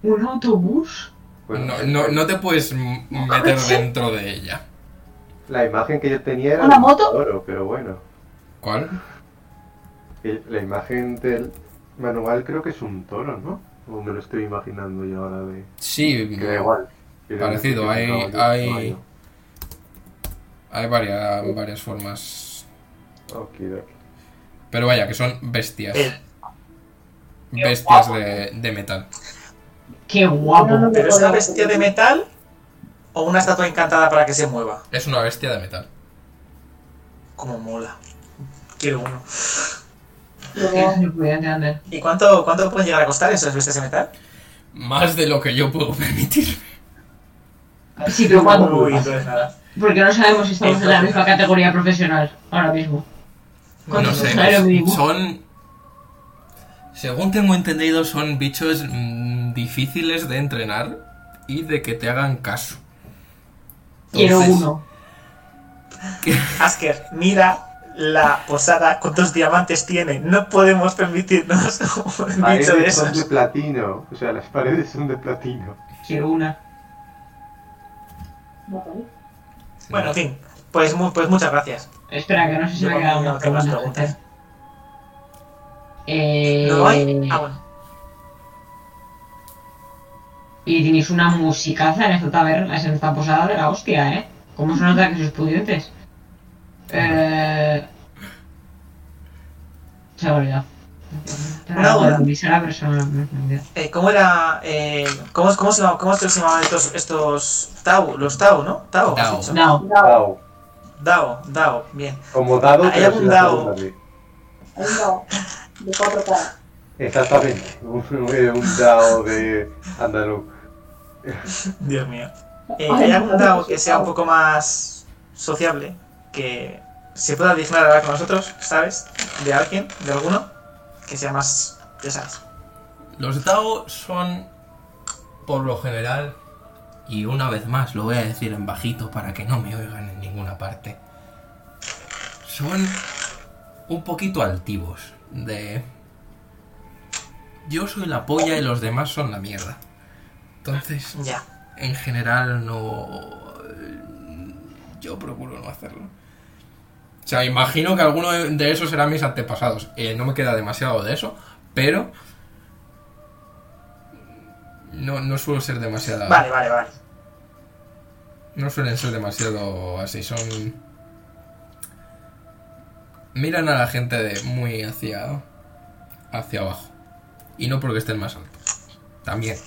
¿Un autobús?
Bueno,
No, no- no te puedes mm, meter dentro de ella.
La imagen que yo tenía era
¿Una
un
moto?
toro, pero bueno.
¿Cuál?
Que La imagen del manual creo que es un toro, ¿no? O me lo estoy imaginando yo ahora de...
Sí, mm,
Que da igual. Que da
Parecido,
igual,
hay-
que da igual,
hay-
caballo.
hay varias, varias formas.
Okidoki.
Pero vaya, que son bestias.
Eh,
Bestias de, de metal.
¡Qué guapo!
¿Pero es una bestia de metal o una estatua encantada para que se mueva?
Es una bestia de metal.
Como mola. Quiero uno.
Tienes mi cuidado, Ander.
¿Y cuánto, cuánto pueden llegar a costar esas bestias de metal?
Más de lo que yo puedo permitir.
Sí, pero
Uy,
¿cuándo?
no es nada.
Porque no sabemos si estamos en la misma categoría profesional ahora mismo.
No sé.
Claro, mi dibujo.
Son. Según tengo entendido, son bichos mm, difíciles de entrenar y de que te hagan caso.
Quiero
Entonces,
uno.
Asker, mira la posada, cuántos diamantes tiene. No podemos permitirnos un bicho de
Paredes son de
esos.
platino. O sea, las paredes son de platino.
Quiero una.
Bueno, en fin. Pues, mu- pues muchas gracias.
Espera, que no sé si
Yo
me ha quedado
no
una
tengo más
pregunta.
preguntas.
Eh,
¿No hay? Ah, bueno.
Y tenéis una musicaza en esta taberna, en esta posada de la hostia, ¿eh? ¿Cómo se nota que sois pudientes? Eh... Se me ha olvidado.
Una duda.
Misera personal, me he olvidado.
Eh, ¿Cómo era? eh, ¿cómo, cómo se llama- cómo se llamaban estos, estos Tau? Los Tau, ¿no? Tau. has
Tau.
dicho.
No,
Dao.
Dao, Dao, bien.
Como dado,
Hay
pero
algún
sin la
dao.
segunda D.
Ahí no. De cuatro caras.
Exactamente. Un, un dao de andaluz.
Dios mío. Eh,
Ay,
¿Hay algún
no,
DAO
no,
que
sí,
sea un
Tau.
poco más sociable? Que se pueda dignar a hablar con nosotros, ¿sabes? De alguien, de alguno, que sea más, ya sabes.
Los Dao son, por lo general, y una vez más lo voy a decir en bajito para que no me oigan en ninguna parte, son un poquito altivos, de... Yo soy la polla y los demás son la mierda. Entonces,
Ya.
en general, no... Yo procuro no hacerlo. O sea, imagino que alguno de de esos serán mis antepasados. Eh, no me queda demasiado de eso, pero... No, no suelo ser demasiado...
Vale, vale, vale.
No suelen ser demasiado así, son... Miran a la gente de muy hacia... hacia abajo. Y no porque estén más altos. También,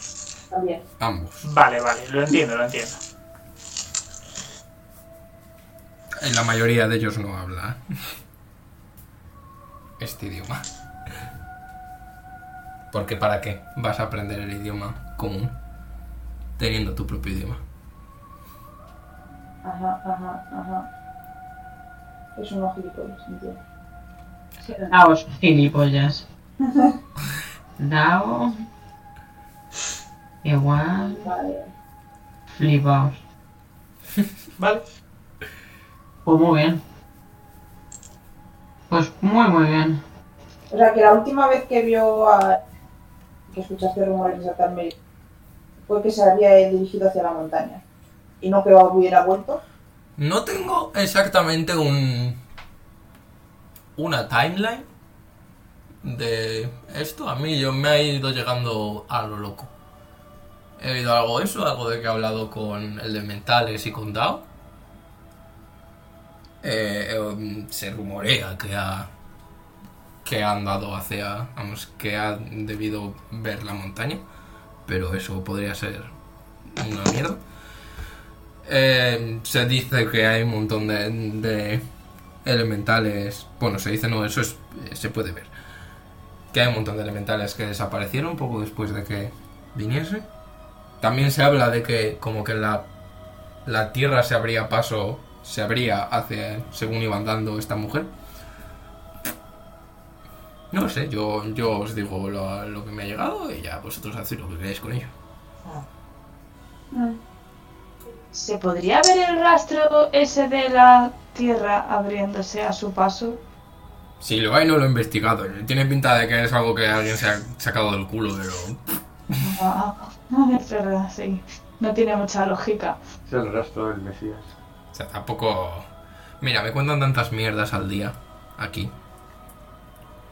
También.
ambos.
Vale, vale, lo entiendo, lo entiendo.
Eh, La mayoría de ellos no habla este idioma. Porque ¿para qué vas a aprender el idioma común teniendo tu propio idioma?
Ajá, ajá, ajá. Es un gilipollas, entiendo.
Daos, gilipollas. Dao. Igual.
Vale.
Flipaos.
Vale.
Pues muy bien. Pues muy, muy bien.
O sea, que la última vez que vio a... que escuchaste rumores exactamente fue que se había dirigido hacia la montaña y no que hubiera vuelto.
No tengo exactamente un. una timeline de esto. A mí yo me ha ido llegando a lo loco. He oído algo de eso, algo de que he hablado con el de Mentales y con Dao. Eh, em, se rumorea que ha. que ha andado hacia. vamos, que ha debido ver la montaña. Pero eso podría ser una mierda. Eh, se dice que hay un montón de, de elementales. Bueno, se dice no, eso es, eh, se puede ver. Que hay un montón de elementales que desaparecieron poco después de que viniese. También se habla de que como que la, la tierra se abría paso, se abría hacia según iba andando esta mujer. No lo sé, yo, yo os digo lo, lo que me ha llegado y ya vosotros hacéis lo que queráis con ello.
¿Se podría ver el rastro ese de la tierra abriéndose a su paso?
Si lo hay, no lo he investigado. Tiene pinta de que es algo que alguien se ha sacado del culo, pero.
Ah, es verdad, sí. No tiene mucha lógica.
Es el rastro del Mesías.
O sea, tampoco. Mira, me cuentan tantas mierdas al día aquí.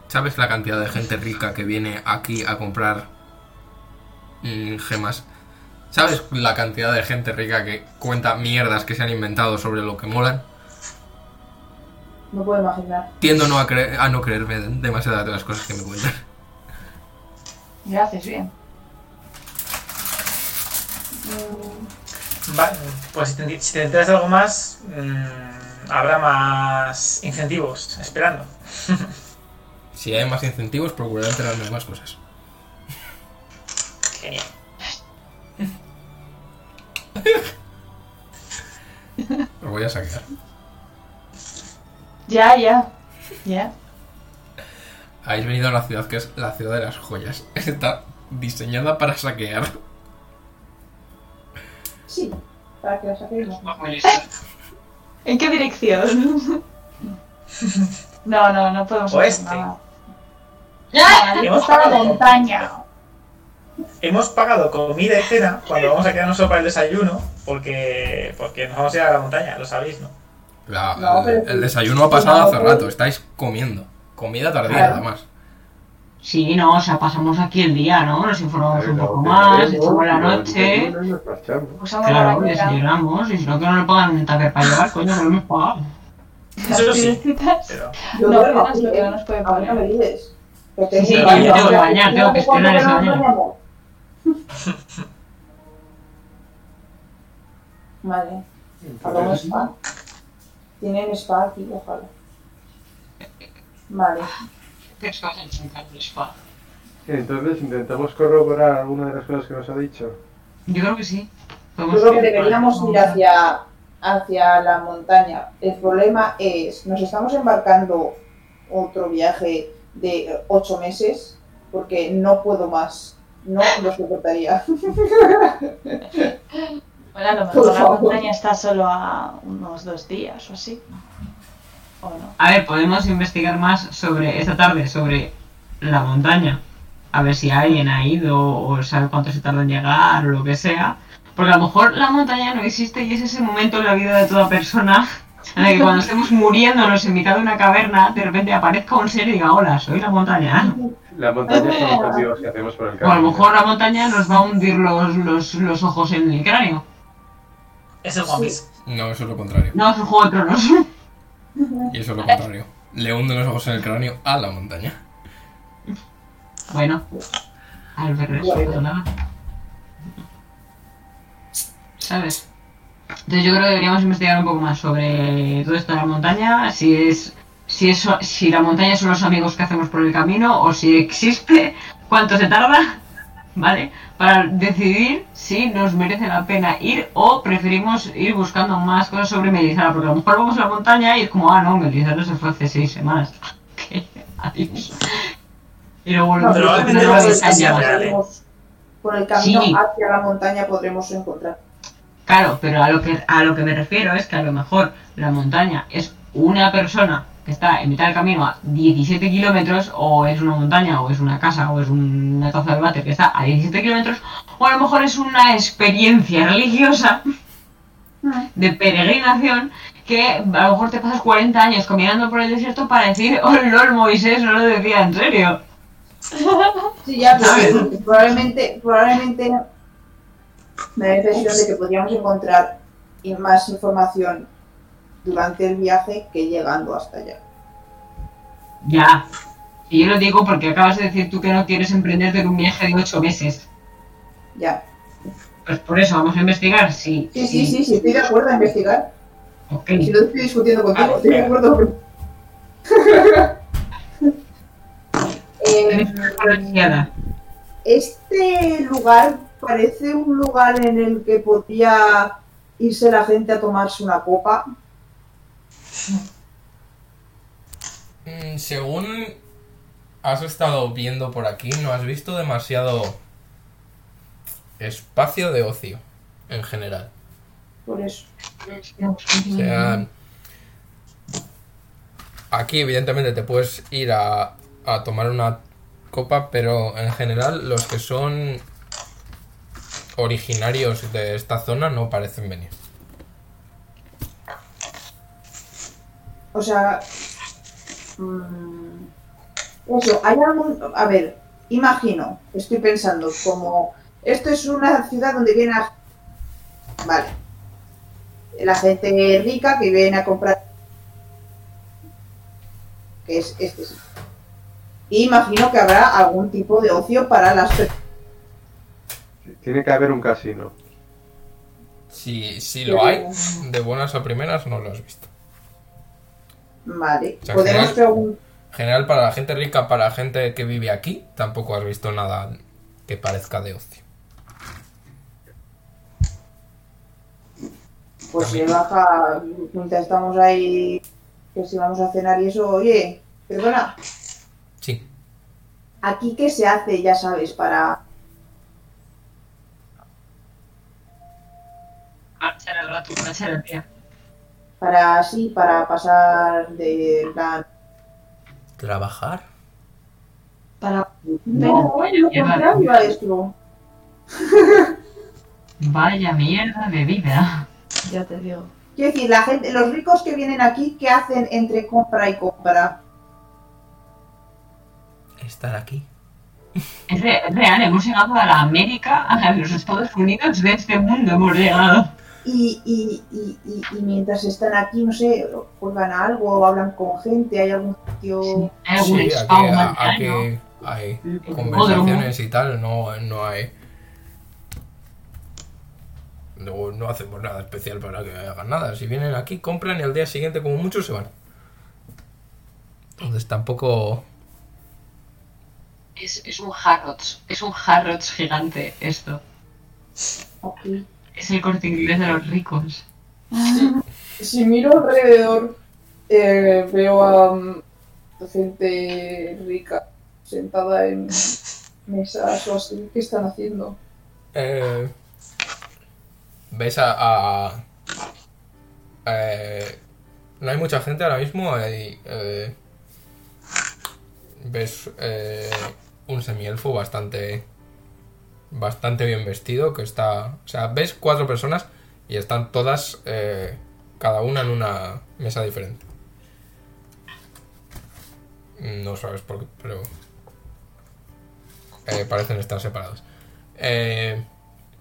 ¿Sabes la cantidad de gente rica que viene aquí a comprar mm, gemas? ¿Sabes la cantidad de gente rica que cuenta mierdas que se han inventado sobre lo que molan?
No puedo imaginar.
Tiendo no a, cre- a no creerme demasiadas de las cosas que me cuentan.
Ya haces bien.
Mm,
Vale, pues si te, si te enteras de algo más, mm, habrá más incentivos esperando.
Si hay más incentivos, procuraré enterarme de más cosas.
Genial.
Lo voy a sacar.
Ya, ya. Ya.
Habéis venido a la ciudad que es la ciudad de las joyas. Está diseñada para saquear.
Sí, para que lo saquéis.
¿En qué dirección? No, no, no podemos
Oeste.
hacer nada. Ah,
Hemos
está la
pagado.
montaña.
Hemos pagado comida y cena cuando vamos a quedarnos solo para el desayuno, porque, porque nos vamos a ir a la montaña, lo sabéis, ¿no?
La-
No, pero
el,
sí.
el desayuno ha pasado
No,
hace
pero-
rato, estáis comiendo. Comida tardía,
Claro.
además.
Sí, no, o sea, pasamos aquí el día, ¿no? Nos informamos un poco más, echamos la noche.
Usamos la
Claro,
bañera.
desayunamos, y si no, que no le pagan el taller para llevar, coño, que lo hemos pagado.
Eso sí,
Piedrecitas.
pero
Yo
No,
duermo
no,
aquí,
no,
¿eh?
no se puede
Ahora
poner.
me dices. Que
Sí,
tengo
sí,
baño.
yo tengo que
O sea,
bañar, tengo que
fíjate cuánto
esperar
que
ese
no
baño.
nos vemos. Vale. Hagamos spa. Tienen spa aquí, ojalá. Vale.
Entonces intentamos corroborar alguna de las cosas que nos ha dicho.
Yo creo que sí.
Yo
Podemos
creo que
ir.
deberíamos ir hacia, hacia la montaña. El problema es, nos estamos embarcando otro viaje de eh, ocho meses porque no puedo más. No lo soportaría.
Bueno, a lo
Por
mejor la
favor.
montaña está solo a unos dos días o así. ¿O no?
A ver, podemos investigar más sobre esta tarde, sobre la montaña. A ver si alguien ha ido o sabe cuánto se tarda en llegar o lo que sea. Porque a lo mejor la montaña no existe y es ese momento en la vida de toda persona en el que cuando estemos muriéndonos en mitad de una caverna, de repente aparezca un ser y diga, hola, soy la montaña.
La montaña son los amigos que hacemos por el
O a
camino.
lo mejor la montaña nos va a hundir los, los, los ojos en el cráneo.
es el One Piece.
No, eso es lo contrario.
No, es un juego de tronos.
Y eso es lo contrario. Le hunden los ojos en el cráneo a la montaña.
Bueno, al ver eso, nada. ¿Sabes? Entonces yo creo que deberíamos investigar un poco más sobre todo esto de la montaña, si es si es si la montaña son los amigos que hacemos por el camino o si existe, cuánto se tarda, ¿vale? Para decidir si nos merece la pena ir o preferimos ir buscando más cosas sobre Melizara, porque a lo mejor vamos a la montaña y es como, ah, no, Melizara se fue hace seis semanas. Ok, adiós. Y luego volvemos
Pero
a la
probablemente vas a
montaña.
enseñar.
podremos- por el camino
Sí.
hacia la montaña podremos encontrar.
Claro, pero a lo que a lo que me refiero es que a lo mejor la montaña es una persona que está en mitad del camino a 17 kilómetros, o es una montaña, o es una casa, o es una taza de váter que está a 17 kilómetros, o a lo mejor es una experiencia religiosa de peregrinación que a lo mejor te pasas 40 años caminando por el desierto para decir, oh, lol, Moisés no lo decía en serio.
Sí, ya, pero probablemente, probablemente me da la impresión de que podríamos encontrar y más información durante el viaje que llegando hasta allá.
Ya. Y yo lo digo porque acabas de decir tú que no quieres emprenderte con un viaje de 8 meses.
Ya.
Pues por eso vamos a investigar si.
Sí, sí, sí, sí, estoy de acuerdo a investigar.
Ok.
Si no estoy discutiendo
Ah,
contigo, estoy de
espera.
acuerdo. Eh,
Balanceada.
este lugar parece un lugar en el que podría irse la gente a tomarse una copa.
Mm, Según has estado viendo por aquí, no has visto demasiado espacio de ocio. en general.
Por eso.
O sea, aquí evidentemente te puedes ir a, a tomar una copa, pero en general los que son originarios de esta zona no parecen venir.
O sea. mm, eso, hay algún. A ver, imagino, estoy pensando, como. Esto es una ciudad donde viene la. Vale. La gente rica que viene a comprar. Que es este sí. Y imagino que habrá algún tipo de ocio para las personas.
Tiene que haber un casino.
Si, si lo hay, de buenas a primeras no lo has visto.
Vale.
O sea,
Podemos
general-
preguntar.
En general, para la gente rica, para la gente que vive aquí, tampoco has visto nada que parezca de ocio.
Pues se baja, mientras estamos ahí, que si vamos a cenar y eso, oye, perdona,
Sí.
aquí qué se hace, ya sabes, para...
Marchar al gato, marchar al día.
para así, para pasar de plan.
¿Trabajar?
Para
No, lo
lleva-
contrario a esto.
Vaya mierda de vida.
ya te digo.
Quiero decir, la gente, los ricos que vienen aquí, ¿qué hacen entre compra y compra?
Estar aquí.
Es, re- es real, hemos llegado a la América, a los Estados Unidos de este mundo hemos llegado.
Y, y, y, y, y mientras están aquí, no sé, juegan a algo, o hablan con gente, hay algún sitio...
Hay algún
Sí,
spa,
aquí,
un
a-
balneario.
aquí hay
Y-
conversaciones y tal, no, no hay. No, no hacemos nada especial para que hagan nada. Si vienen aquí, compran y al día siguiente, como mucho, se van. Entonces tampoco.
Es, es un Harrods, es un Harrods gigante esto.
Aquí.
Es el corte inglés de los ricos.
Si miro alrededor, eh, veo a mm, gente rica sentada en mesas o así. ¿Qué están haciendo?
Eh, ¿Ves a... a- eh, no hay mucha gente ahora mismo. hay, eh, ¿Ves eh, un semielfo bastante... Bastante bien vestido que está... O sea, ves cuatro personas y están todas... eh, cada una en una mesa diferente. No sabes por qué, pero... eh, parecen estar separados. Eh,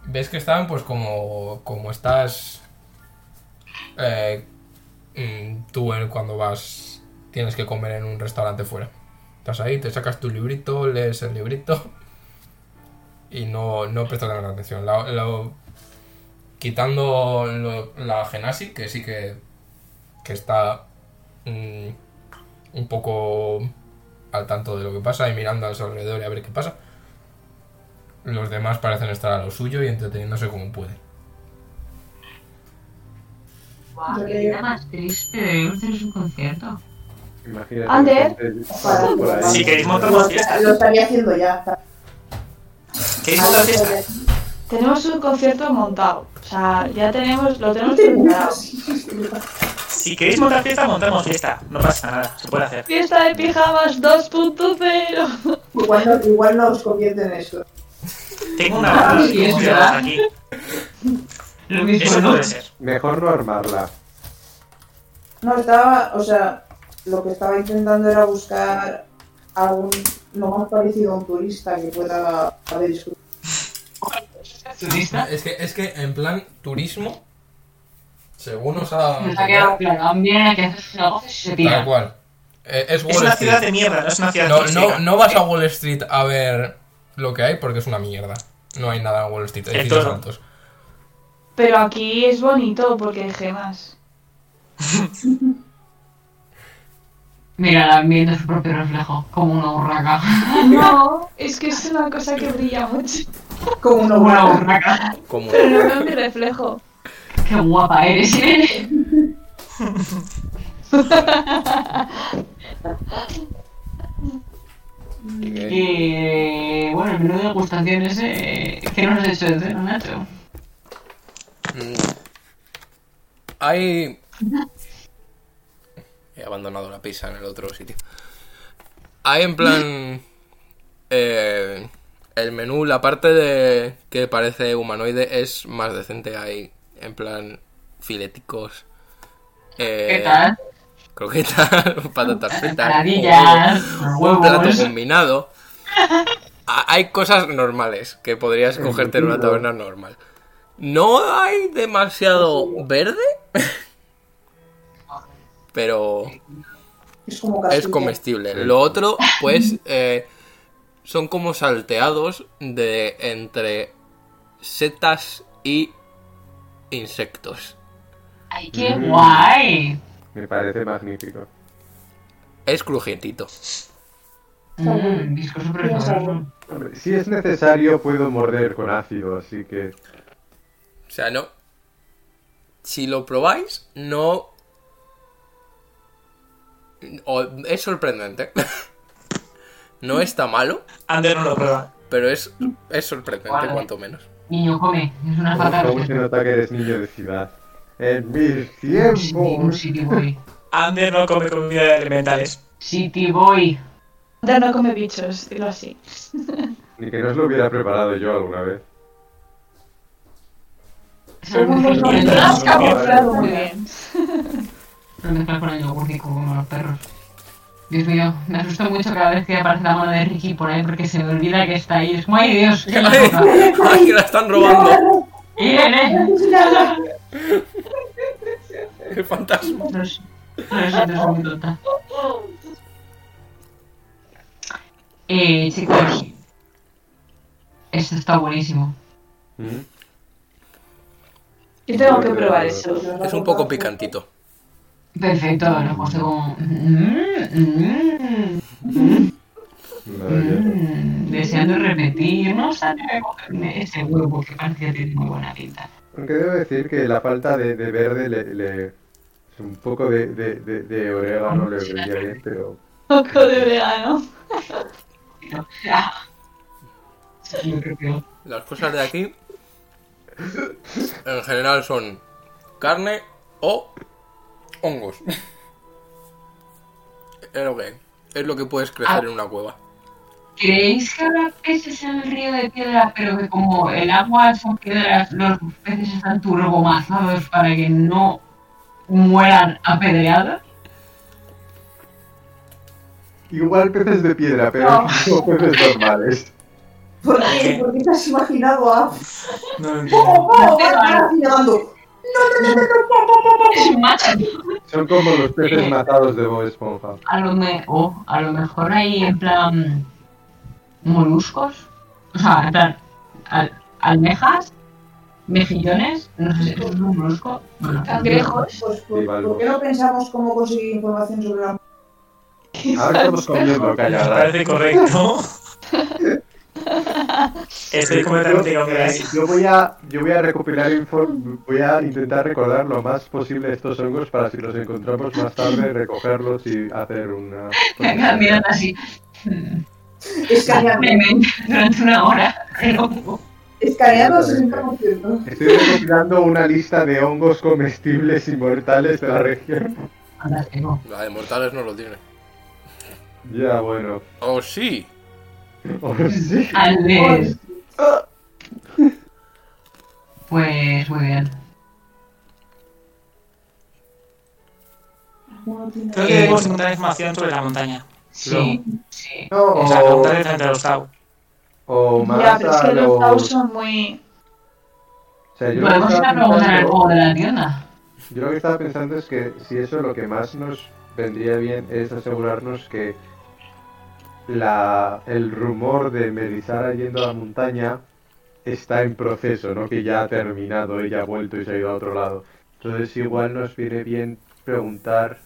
ves que estaban pues como, como estás eh, mm, tú en- cuando vas tienes que comer en un restaurante fuera. Estás ahí, te sacas tu librito, lees el librito y no, no prestas gran atención. La- la- quitando lo- la genasi, que sí que, que está mm, un poco al tanto de lo que pasa y mirando a su alrededor y a ver qué pasa. Los demás parecen estar a lo suyo y entreteniéndose como pueden.
Guau,
Yo
qué
le-
vida más triste, debemos hacer un concierto.
Imagínate.
Ander.
que gente pasa Ah, por ahí.
Si queréis montar
Lo,
una fiesta.
lo estaría haciendo ya. Ah,
¿Queréis montar fiesta?
Tenemos un concierto montado. O sea, ya tenemos, lo
No
tenemos
te
preparado.
muevas.
Si queréis montar fiesta, montamos fiesta. No pasa nada, se puede hacer.
Fiesta de pijamas 2.0.
Igual, no- igual no os convierten en esto.
Tengo una banda
sí,
de
es
música
verdad.
aquí.
Lo
Eso no debe ser.
Mejor no armarla.
No, estaba, o sea, lo que estaba intentando era buscar algún, lo más parecido a un turista que pueda haber disfrutado.
turista.
Es que, es que en plan turismo, según os ha...
Nos ha quedado claro, vienen aquí a hacer sus negocios y se
Tal
tiran.
cual. Eh, es
Es
Wall
una ciudad
Street.
de mierda, no es una ciudad
No,
turística.
no, no vas a Wall Street a ver lo que hay porque es una mierda. No hay nada en Wall Street, hay
El
edificios
toro.
altos.
Pero aquí es bonito porque hay gemas.
Mira, viendo su propio reflejo, como una burraca.
No, es que es una cosa que brilla mucho.
Como una
Como una
humana.
burraca.
Como...
Pero no veo mi reflejo.
Qué guapa eres, ¿eh? eh, Y bueno, el menú de degustación ese que no nos has hecho de cena, Nacho.
Mm. Hay. He abandonado la pizza en el otro sitio. Hay en plan. eh, el menú, la parte de que parece humanoide es más decente. Hay en plan fileticos. eh,
¿Qué tal?
Croquetas, patatas fritas.
Paradillas,
un plato
huevos.
combinado. A- Hay cosas normales que podrías cogerte en una taberna normal. No hay demasiado verde, pero
Es como
es
Castilla.
comestible. Lo otro, pues, eh, son como salteados de entre setas y insectos.
¡Ay, qué
Mm.
guay!
Me parece magnífico.
Es crujientito.
Mmm, disco súper sabroso.
Hombre, Si es necesario, puedo morder con ácido, así que.
O sea, no. Si lo probáis, no. o- es sorprendente. no está malo,
Ander no lo prueba.
pero es, es sorprendente,
Vale.
cuanto menos.
Niño, come. Es una falta de
Como se
respeto.
nota que eres niño de ciudad.
En mis
City Boy,
tiempos.
City Boy.
Ander no come comida de elementales.
City Boy.
Ya no come bichos, dilo así.
Ni que no os lo hubiera preparado yo alguna vez.
Son
Somos
unos
los
niños
niños.
raros,
has camuflado
Muy
muy bien.
bien.
pero mezclan con el yogur rico como los perros. Dios mío, me asusta mucho cada vez que aparece la mano de Ricky por ahí porque se me olvida que está ahí. Es como, ay Dios, qué
¡Ay!
loca.
¡Ay, que la están robando!
Bien, eh.
El fantasma.
Lo si- lo siento, soy muy tonta. Eh, chicos. Esto está buenísimo.
¿Mm?
Yo tengo que probar eso.
Es un poco picantito.
Perfecto, lo he puesto como. mm, mm, mm, deseando repetir, no sabía cogerme ese huevo que parecía que tiene muy buena pinta.
Aunque debo decir que la falta de, de verde le, le- Un poco de, de, de, de orégano le vendría bien, pero.
Poco de vegano.
Pero, ah, yo creo que-
Las cosas de aquí. En general son carne o hongos. Es lo que hay. Es lo que puedes crecer en una cueva.
¿Creéis que habrá peces en el río de piedra, pero que como el agua son piedras, los peces están turbomazados para que no mueran apedreados?
Igual peces de piedra, pero no peces normales.
¿Por
¿Qué?
qué? ¿Por qué te has imaginado a.?
No lo
¡Oh,
entiendo.
oh, oh! ¡Ahora sí llegando! ¡No, no, no, no, no! ¡Po, po, po, po!
Es un macho.
Son como los peces matados de Bob Esponja.
A lo, me- o a lo mejor hay en plan moluscos, o sea, en plan al- almejas, mejillones, no sé si eso es un molusco. Bueno,
Cangrejos.
Pues,
Sí,
¿por,
Balbo.
¿Por qué no pensamos cómo conseguir información sobre la.?
Ahora estamos comiendo,
Me
calla, ¿verdad?
parece correcto. Estoy completamente
Yo-
convencido.
eh, Yo voy a, yo voy a recopilar inform- voy a intentar recordar lo más posible estos hongos para si los encontramos más tarde recogerlos y hacer una.
Me quedan mirando así
Escaneando.
durante una hora. pero-
Escaneando al 60%.
Estoy recopilando una lista de hongos comestibles y mortales de la región.
Fantástico.
La de mortales no lo tiene.
Ya, bueno.
Oh, sí.
Oh, sí.
Tal vez. Pues muy bien.
Creo que debemos encontrar información sobre la montaña.
Sí, sí.
No,
O sea, la
o,
montaña frente a los Tau.
o más
Ya, pero es
a
Ah,
que los
los.
Taus son muy.
o sea, yo lo que
Podemos ir
estaba
a preguntar al
pensando-
juego de la tienda.
Yo lo que estaba pensando es que si eso lo que más nos vendría bien es asegurarnos que la, el rumor de Melisara yendo a la montaña está en proceso, ¿no? Que ya ha terminado, ella ha vuelto y se ha ido a otro lado. Entonces igual nos viene bien preguntar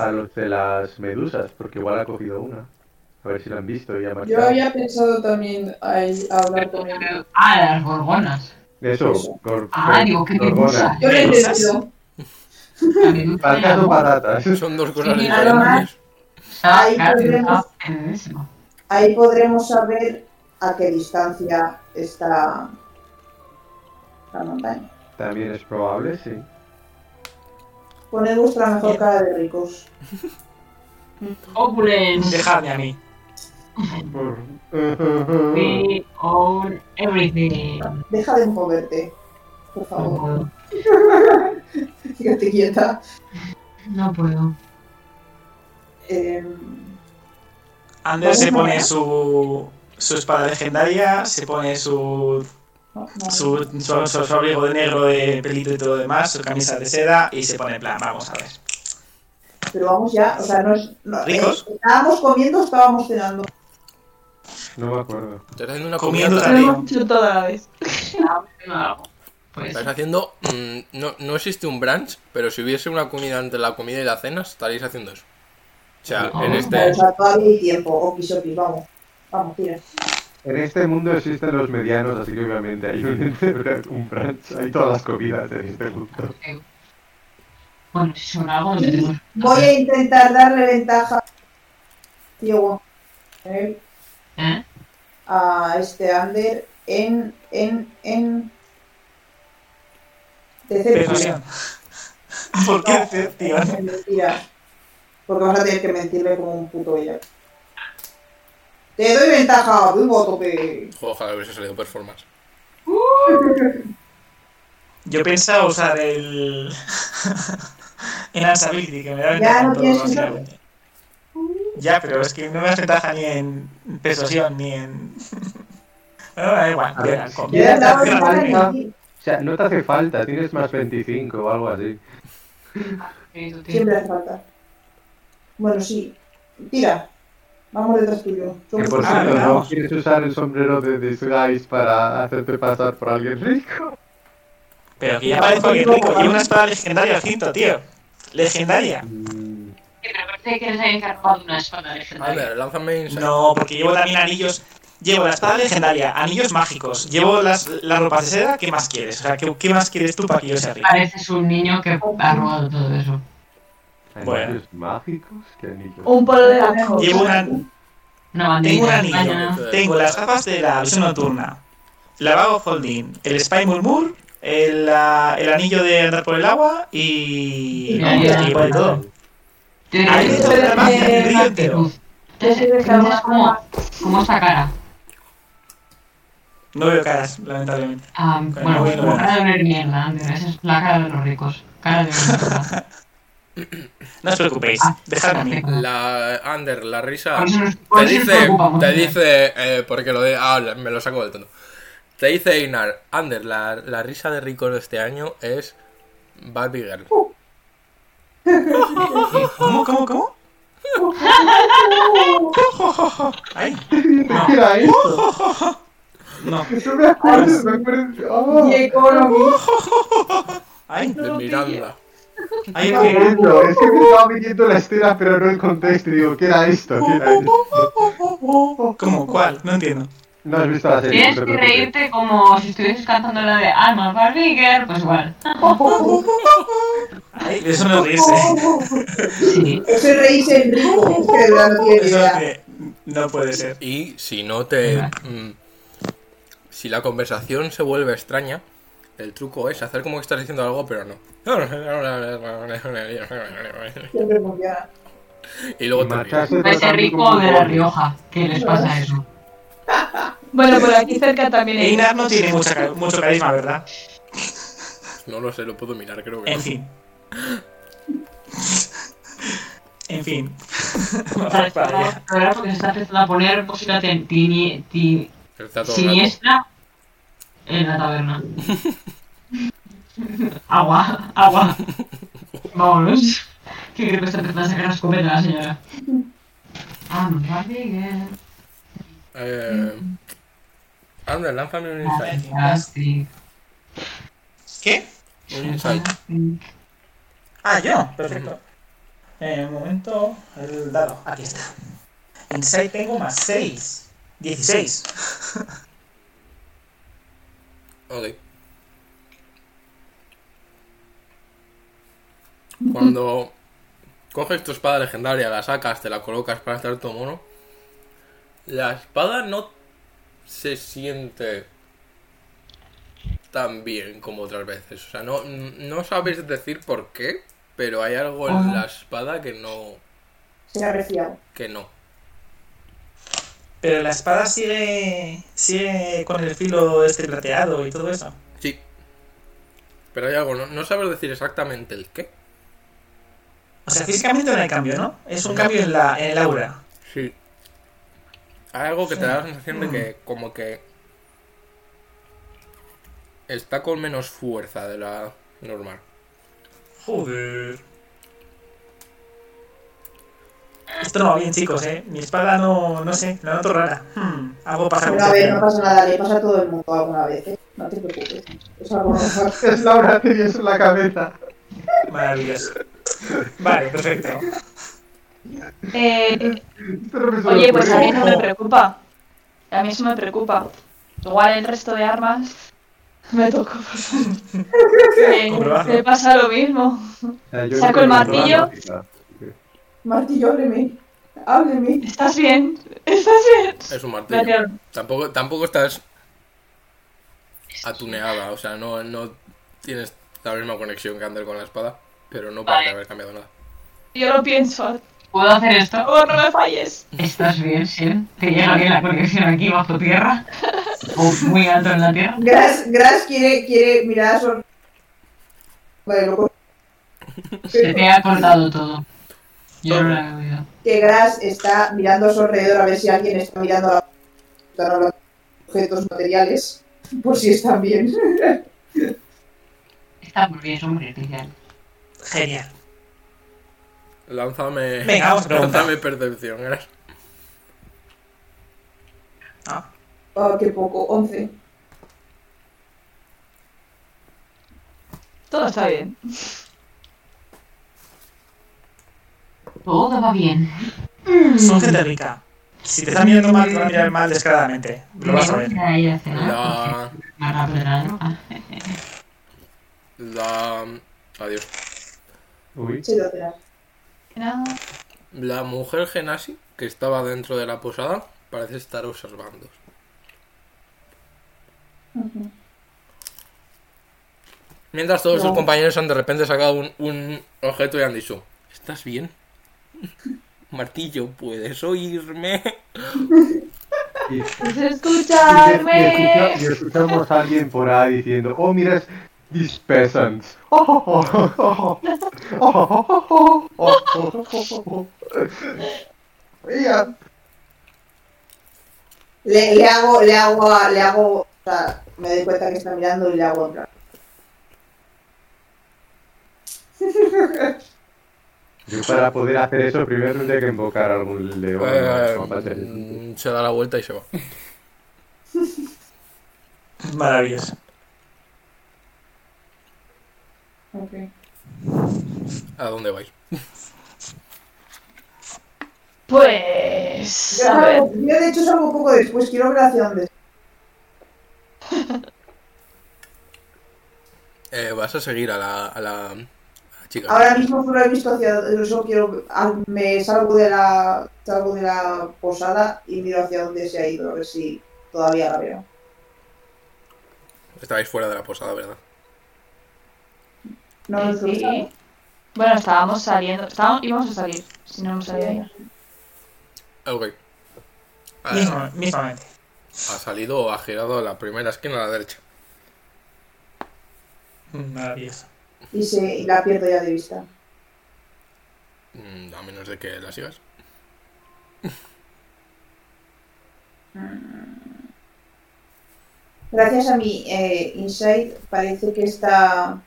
a los de las medusas, porque igual ha cogido una. A ver si la han visto y ha
Yo
marcado.
había pensado también a él- a hablar con él.
Ah, las gorgonas.
Eso,
Eso.
gor-
Ah, digo, qué
gorgona.
medusa.
Yo le deseo.
También me
Marcado baratas.
Son dos
Pues
cosas
Sí,
algo
diferentes.
Está
Ahí
claro,
podremos-
está perdidísimo.
Ahí podremos saber a qué distancia está la montaña.
También es probable, sí.
Poned vuestra mejor cara de ricos.
Opulence.
Dejadme a mí.
Por-
We own everything.
Deja de moverte, por
No
favor.
puedo.
Fíjate quieta.
No puedo.
Em,
Ander se
Vamos a
pone
ver.
su, su espada legendaria, se pone su,
no, no.
su, su, su- su abrigo de negro de pelito y todo lo demás, su camisa de seda y se pone en plan, vamos a ver.
Pero vamos ya, o sea, no es. no,
¿Ricos?
eh, estábamos comiendo o estábamos cenando.
No me acuerdo.
Estás haciendo una
Comiendo
comida.
Vale.
Lo hemos hecho toda la vez.
No hago. Pues
Estás haciendo. mm, no, no existe un brunch, pero si hubiese una comida entre la comida y la cena, estaréis haciendo eso. O sea,
Oh.
en
O
este.
sea, todavía hay tiempo. Okisoki, vamos. Vamos, tira.
En este mundo existen los medianos, así que obviamente hay un, un brunch, hay todas las comidas en este mundo.
bueno, si son algo, no tenemos.
Voy a intentar darle ventaja. Tío, eh,
¿Eh?
a este Ander en. en. en.
Persuasión. ¿Por qué decepción?
eh, Es mentira. Porque vas a tener que mentirle como un puto ella. Te doy ventaja, vivo a tope.
Joder, ojalá hubiese salido performance.
Yo pensaba usar el. Enhance Ability, que me da
Ya,
ventaja en
no tienes
todos los
ventaja.
niveles. Ya, pero es que no me das ventaja ni en persuasión, ni en. Bueno, da igual,
A ver,
venga,
si
con-
Yo he dado
Cierra la
ventaja
línea.
en ti.
O sea, no te hace falta, tienes más 25 o algo así.
Eso tiene-
Siempre hace falta. Bueno, sí. Tira. Vamos detrás tuyo.
Que
Somos-
por
Ah,
cierto, ¿no
vamos.
quieres usar el sombrero de disguise para hacerte pasar por alguien rico?
Pero que ya parezco alguien rico, llevo una espada legendaria al cinto, tío. Legendaria.
Mm,
Que me parece que se ha encargado una espada legendaria.
Ander, lánzame insight.
No, porque llevo también anillos. Llevo la espada legendaria, anillos mágicos, llevo las, las ropas de seda, ¿qué más quieres? O sea, ¿qué, qué más quieres tú para que yo sea rico?
Pareces un niño que ha robado todo eso.
Bueno.
¿Anillos mágicos? ¿Qué anillos?
Un polo de gato.
Llevo una,
Una bandera.
Tengo un
de España.
anillo. Tengo las gafas de la visión nocturna, la vago holding, el spy murmur, el, ah, el anillo de andar por el agua y.
Ya,
y
ya.
tipo de todo.
Tú eres-
Ahí está la magia, el brillo entero.
Entonces, tendrás como, como esta cara.
No veo caras, lamentablemente.
Ah,
Cara
bueno,
buena.
como cara de ver mierda, Ander, Esa es la cara de los ricos. Cara de ver mierda.
No os preocupéis,
Ah,
dejadme a mí.
perfecto.
La Ander, la risa.
Por eso nos- por
Te
eso nos
dice,
preocupamos,
te
Ander.
dice, eh, porque lo de. Ah, la- me lo saco del tono. Te dice Einar, Ander, la, la risa de ricos de este año es. Barbie Girl.
¿Cómo, cómo, cómo? Ay, no,
¿Qué era eso?
no,
Eso me acuerdo, me acuerdo. Oh,
Y economy.
ay,
De Miranda.
ay,
estaba
ay.
viendo, es que me estaba metiendo la escena, pero no el contexto. Y digo, ¿qué era esto? ¿Qué era esto?
¿Cómo? ¿Cuál? No entiendo.
No has visto la serie.
Tienes
no te
que
preocupes.
reírte como si estuvieses cantando la de Alma Barbie Girl, pues igual.
Ay, eso no es reírse.
Sí.
Eso es reírse en rico. Es que de verdad no tiene
Eso es
idea.
que no puede ser.
Y si no te.
Vale.
mm, si la conversación se vuelve extraña, el truco es hacer como que estás diciendo algo, pero no.
Siempre funciona.
Y luego te ríes.
Marcharse
Puede ser
tratando
rico
como
de La
pobre.
Rioja. ¿Qué les pasa a eso?
Bueno, por aquí cerca también hay.
Einar no tiene mucha ca- mucho carisma, ¿verdad?
No lo sé, lo puedo mirar, creo que
En
no.
fin. En fin.
Para esperar, ahora porque se está empezando a poner música ten- tini- ti-
Está todo el rato.
siniestra en la taberna. agua, agua. Vámonos. Que creo que está empezando a sacar las escopeta la señora. Ah, no, Barbie Girl.
Eh, Ander, lánzame un insight.
Fantastic.
¿Qué?
Un insight.
Fantastic.
Ah, yo. Perfecto. Eh, un momento. El dado. Aquí está. En 6 tengo más 6. 16.
Ok. Cuando coges tu espada legendaria, la sacas, te la colocas para hacer tu mono, la espada no se siente tan bien como otras veces. O sea, no, no sabes decir por qué, pero hay algo en la espada que no.
Se ha refiado.
que no.
Pero la espada sigue, sigue con el filo este plateado y todo eso.
Sí. Pero hay algo, no, no sabes decir exactamente el qué.
O sea, físicamente no hay cambio, ¿no? Es un cambio en, la, en el aura.
Sí. Hay algo que te da la sensación de que, como que. está con menos fuerza de la normal.
Joder. Esto no va bien, chicos, ¿eh? Mi espada no, no sé, la noto rara. Hmm, algo pasa. con
Una
esa
vez,
espada.
no pasa nada, le pasa a todo el mundo alguna vez, ¿eh? No te preocupes. Es algo normal.
Es Laura, tiene eso en la cabeza.
Maravilloso. Vale, perfecto.
Eh,
De repente se
Oye,
me
pues a
ocurre.
mí eso me preocupa. A mí eso me preocupa. Igual el resto de armas me tocó. me,
Comprobado.
me pasa lo mismo.
Ya,
saco
yo creo
el
que no
martillo.
la noticia.
Martillo, ábreme. Ábreme.
¿Estás bien? ¿Estás bien?
Es un martillo.
Me tiro-
Tampoco, tampoco estás atuneada, o sea, no, no tienes la misma conexión que Ander con la espada, pero no parece haber cambiado nada.
Yo lo pienso.
¿Puedo hacer
Por
esto?
favor, no me falles.
¿Estás bien, Shen? ¿Te llega bien la conexión aquí bajo tierra? ¿O muy alto en la tierra?
Gras, Gras quiere, quiere mirar a Sor. Vale, loco.
Se te ha cortado todo. Yo no la he oído.
Que Gras está mirando a su alrededor a ver si alguien está mirando a están hablando de objetos materiales. Por si están bien.
Está muy bien, es un artificial.
Genial.
Lánzame,
Venga, vamos a preguntar.
lánzame percepción, ¿eh? gracias.
Ah,
Oh, qué poco. 11.
Todo está bien.
Todo va bien.
Son gente rica. Si te están mirando mal, te van a mirar mal descaradamente. Lo vas a ver.
a ir a cenar.
La,
porque Más rápido de la droga.
la, adiós.
Uy,
Se lo cenar.
Nada.
La mujer genasi que estaba dentro de la posada parece estar observando. Mientras todos sus compañeros han de repente sacado un, un objeto y han dicho, ¿estás bien? Martillo, ¿puedes oírme?
y, y
Pues
escucha- y
escucharme.
escuchamos a alguien por ahí diciendo, oh, mira, es these peasants. Oh, oh, oh, oh, oh, oh, oh, oh, oh, oh, oh, oh. Mira,
Le, le hago, le hago, a- le hago. O sea, me doy cuenta que está mirando y le hago en plan.
Yo para poder hacer eso primero tendría que invocar a algún león.
Eh,
¿no? Para hacer eso.
mm, se da la vuelta y se va.
Maravilloso.
Ok.
¿A dónde vais?
Pues.
Yo,
A ver.
salgo- yo, de hecho salgo un poco después, quiero ver hacia dónde.
Eh, vas a seguir a la, a la, a la chica.
Ahora mismo no lo he visto hacia yo solo quiero ah, me salgo de la salgo de la posada y miro hacia dónde se ha ido, a ver si todavía la veo.
Estabais fuera de la posada, ¿verdad?
No nos
Sí.
cruzamos.
Bueno, estábamos saliendo. Estábamos, íbamos a salir. Si no hemos salido ya.
Ah, Ok. Ha,
Mismo- mismamente.
ha salido o ha girado a la primera esquina a la derecha.
Maravilloso.
y se y la pierdo ya de vista.
Mm, A menos de que la sigas.
Gracias a mi eh, insight parece que está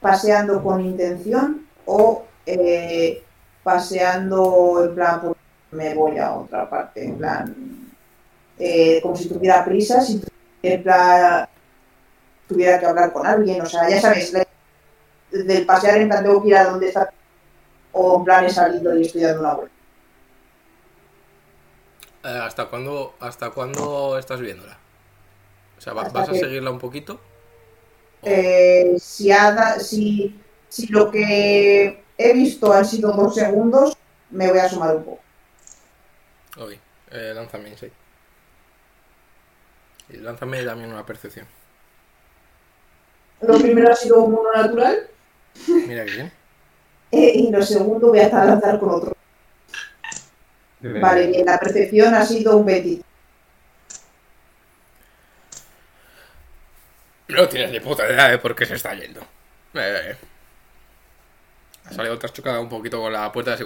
paseando con intención o eh, paseando en plan pues, me voy a otra parte, en plan eh, como si tuviera prisa, si tu- en plan tuviera que hablar con alguien, o sea, ya sabes, la- del pasear en plan tengo que ir a donde está o en plan he salido y estoy dando una vuelta.
Eh, ¿Hasta cuándo, ¿Hasta cuándo estás viéndola? O sea, va-
Hasta
¿vas a
que-
seguirla un poquito?
Eh, si, ha da- si, si lo que he visto han sido dos segundos, me voy a sumar un poco.
Ok, eh, lánzame insight. Y lánzame también una percepción.
Lo primero ha sido un mono natural.
Mira que bien.
Eh, y lo segundo voy a estar lanzar con otro. Vale, bien, la percepción ha sido un 20.
No tienes ni puta idea de por qué se está yendo. Eh, ha salido otra chocada un poquito con la puerta de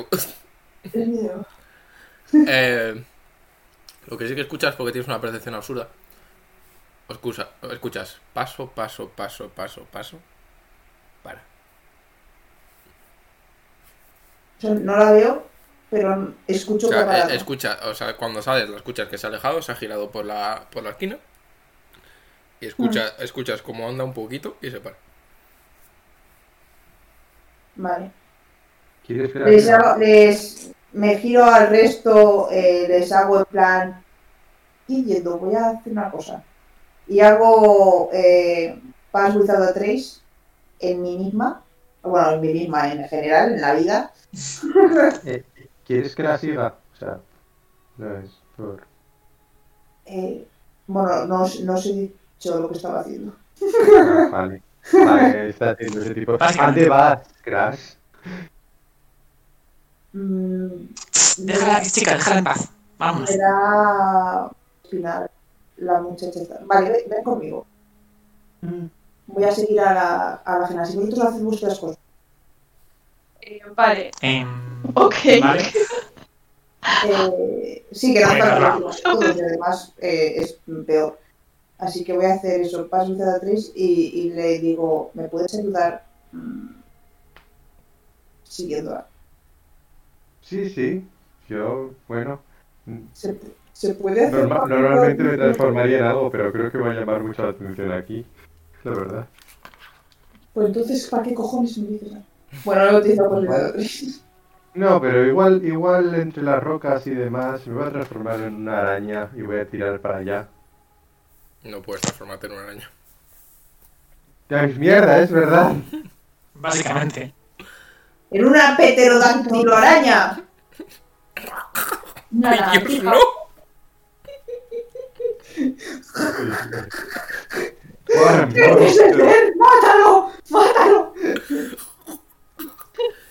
seguridad. Eh, lo que sí que escuchas porque tienes una percepción absurda. Escucha, escuchas paso, paso, paso, paso, paso. Para.
O sea, no la veo, pero escucho
O sea,
que va
eh,
la-
escucha, o sea, cuando sales, la escuchas que se ha alejado, se ha girado por la, por la esquina. Y escucha, escuchas cómo anda un poquito y se para.
Vale.
¿Quieres ver a
Les,
alguien?
hago- les- me giro al resto, eh, les hago en plan. Y yendo, voy a hacer una cosa. Y hago eh, Pass Without a Trace en mí misma. Bueno, en mí misma en general, en la vida.
Eh, ¿Quieres que la siga? O sea, no es por...
Eh, bueno, no, os- no os he dicho lo que estaba haciendo.
Ah, vale. Vale, está haciendo ese tipo. ¿A dónde vas, Crash?
Mm,
Déjala, chica, déjala en paz. Vámonos.
me da final la muchacha esta. Vale, ven, ven conmigo. Voy a seguir a la, a la gimnasia. Vosotros hacéis vuestras cosas.
Eh, vale,
Em,
ok.
vale.
Eh, sí, que no
Venga,
para
va.
los todos, y además eh, es peor. Así que voy a hacer eso, paso de atrás y, y le digo, ¿me puedes ayudar? Mm. Siguiéndola.
Sí, sí. Yo, bueno.
¿Se, se puede hacer?
norma-
algo?
normalmente me transformaría en algo, pero creo que va a llamar mucho la atención aquí. La verdad.
Pues entonces, ¿para qué cojones me dices? algo? Bueno, lo he utilizado por el lado.
No, pero igual, igual entre las rocas y demás, me voy a transformar en una araña y voy a tirar para allá.
No puedes transformarte en un araña.
Ya es mierda, es verdad.
Básicamente.
¡En una pterodáctilo araña!
Nada,
¡Ay, Dios,
fija-
no!
Por
¡Es el
monstruo.
ser! ¡Mátalo! ¡Mátalo!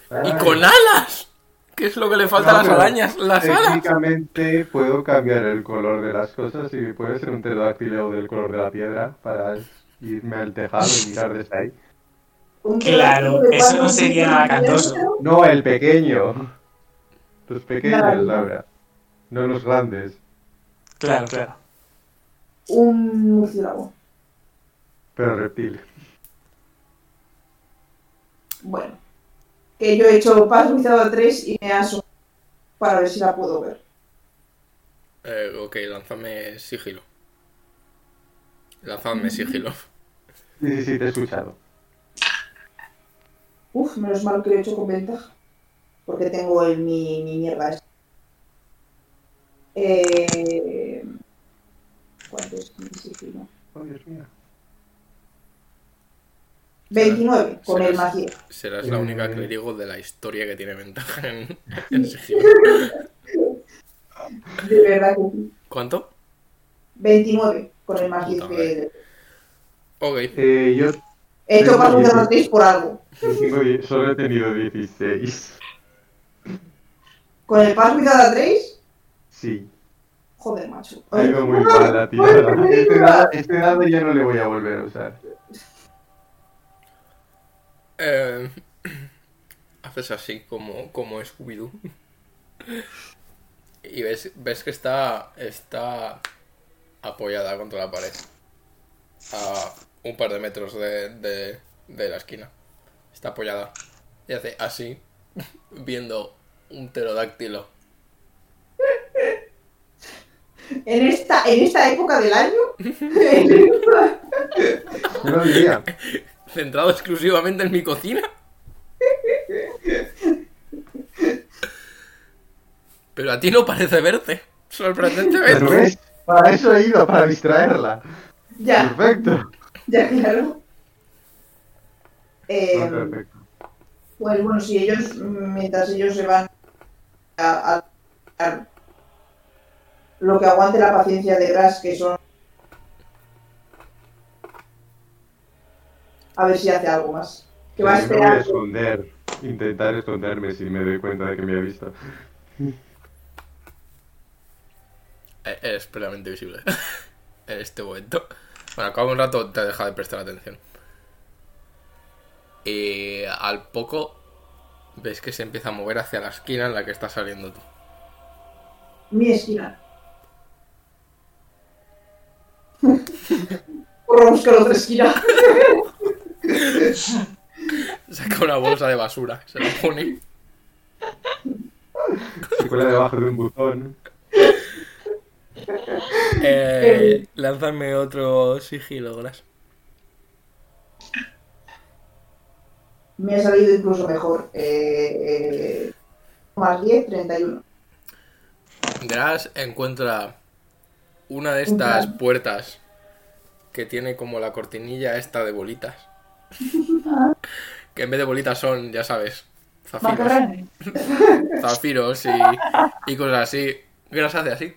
Ah,
¡Y con alas! ¿Qué es lo que le falta
No,
a las
pero eh,
arañas? ¡Las alas!
Técnicamente puedo cambiar el color de las cosas y puede ser un pterodáctilo del color de la piedra para irme al tejado y mirar desde ahí.
Un pterodáctilo
Claro,
de
eso no
cuatro
sería
metros
nada
de
cantoso.
diámetro.
No, el pequeño. Los pequeños,
Claro.
Laura. No los grandes.
Claro, claro.
Un murciélago.
Pero reptil.
Bueno, que yo he hecho paso a 3 y me asomo para ver si la puedo ver.
Eh, ok, lánzame sigilo. Lánzame sigilo.
Sí, sí, sí, te he escuchado.
Uf, menos mal que lo he hecho con ventaja. Porque tengo el, mi, mi mierda esta. Eh... ¿Cuánto es mi sigilo?
Oh, Dios mío.
29 con el
Serás-
magia.
Serás la
Eh.
única clérigo de la historia que tiene ventaja en, en sigilo.
De verdad que sí.
¿Cuánto?
29 con el magia.
Puta madre.
que-
Ok.
Eh, yo
He hecho
Tengo
paso a
19.
3 por algo.
tengo die- solo he tenido 16.
Con el paso a 3,
Sí.
joder, macho.
Ha ido muy mal la tirada. Este dado, este dado ya no le voy a volver a usar.
eh, haces así como, como Scooby-Doo. Y ves, ves que está, está apoyada contra la pared. A un par de metros de, de, de la esquina. Está apoyada. Y hace así, viendo un pterodáctilo.
En esta, en esta época del año.
Yo lo diría.
Centrado exclusivamente en mi cocina. Pero a ti no parece verte.
Pero
Sorprendentemente.
ves, para eso he ido, para distraerla.
Ya,
Perfecto.
ya, claro. Eh,
Perfecto.
pues bueno, si ellos, mientras ellos se van a, a- a- lo que aguante la paciencia de Gras, que son. A ver si hace algo más. Que va a
Yo me voy a
esperar.
esconder. intentar esconderme si me doy cuenta de que me ha visto.
Eh, Eres plenamente visible. en este momento. Bueno, acabo de un rato te deja de prestar atención. Y eh, al poco ves que se empieza a mover hacia la esquina en la que estás saliendo tú.
Mi esquina. Por buscar otra esquina.
Saca una bolsa de basura, se la pone.
Se cuela debajo de un buzón.
Eh, lánzame otro sigilo, Gras.
Me ha salido incluso mejor. Eh, eh, más 10, 31.
Gras encuentra una de estas puertas que tiene como la cortinilla esta de bolitas. que en vez de bolitas son, ya sabes, zafiros,
Macarrón.
zafiros y, y cosas así. Gras hace así.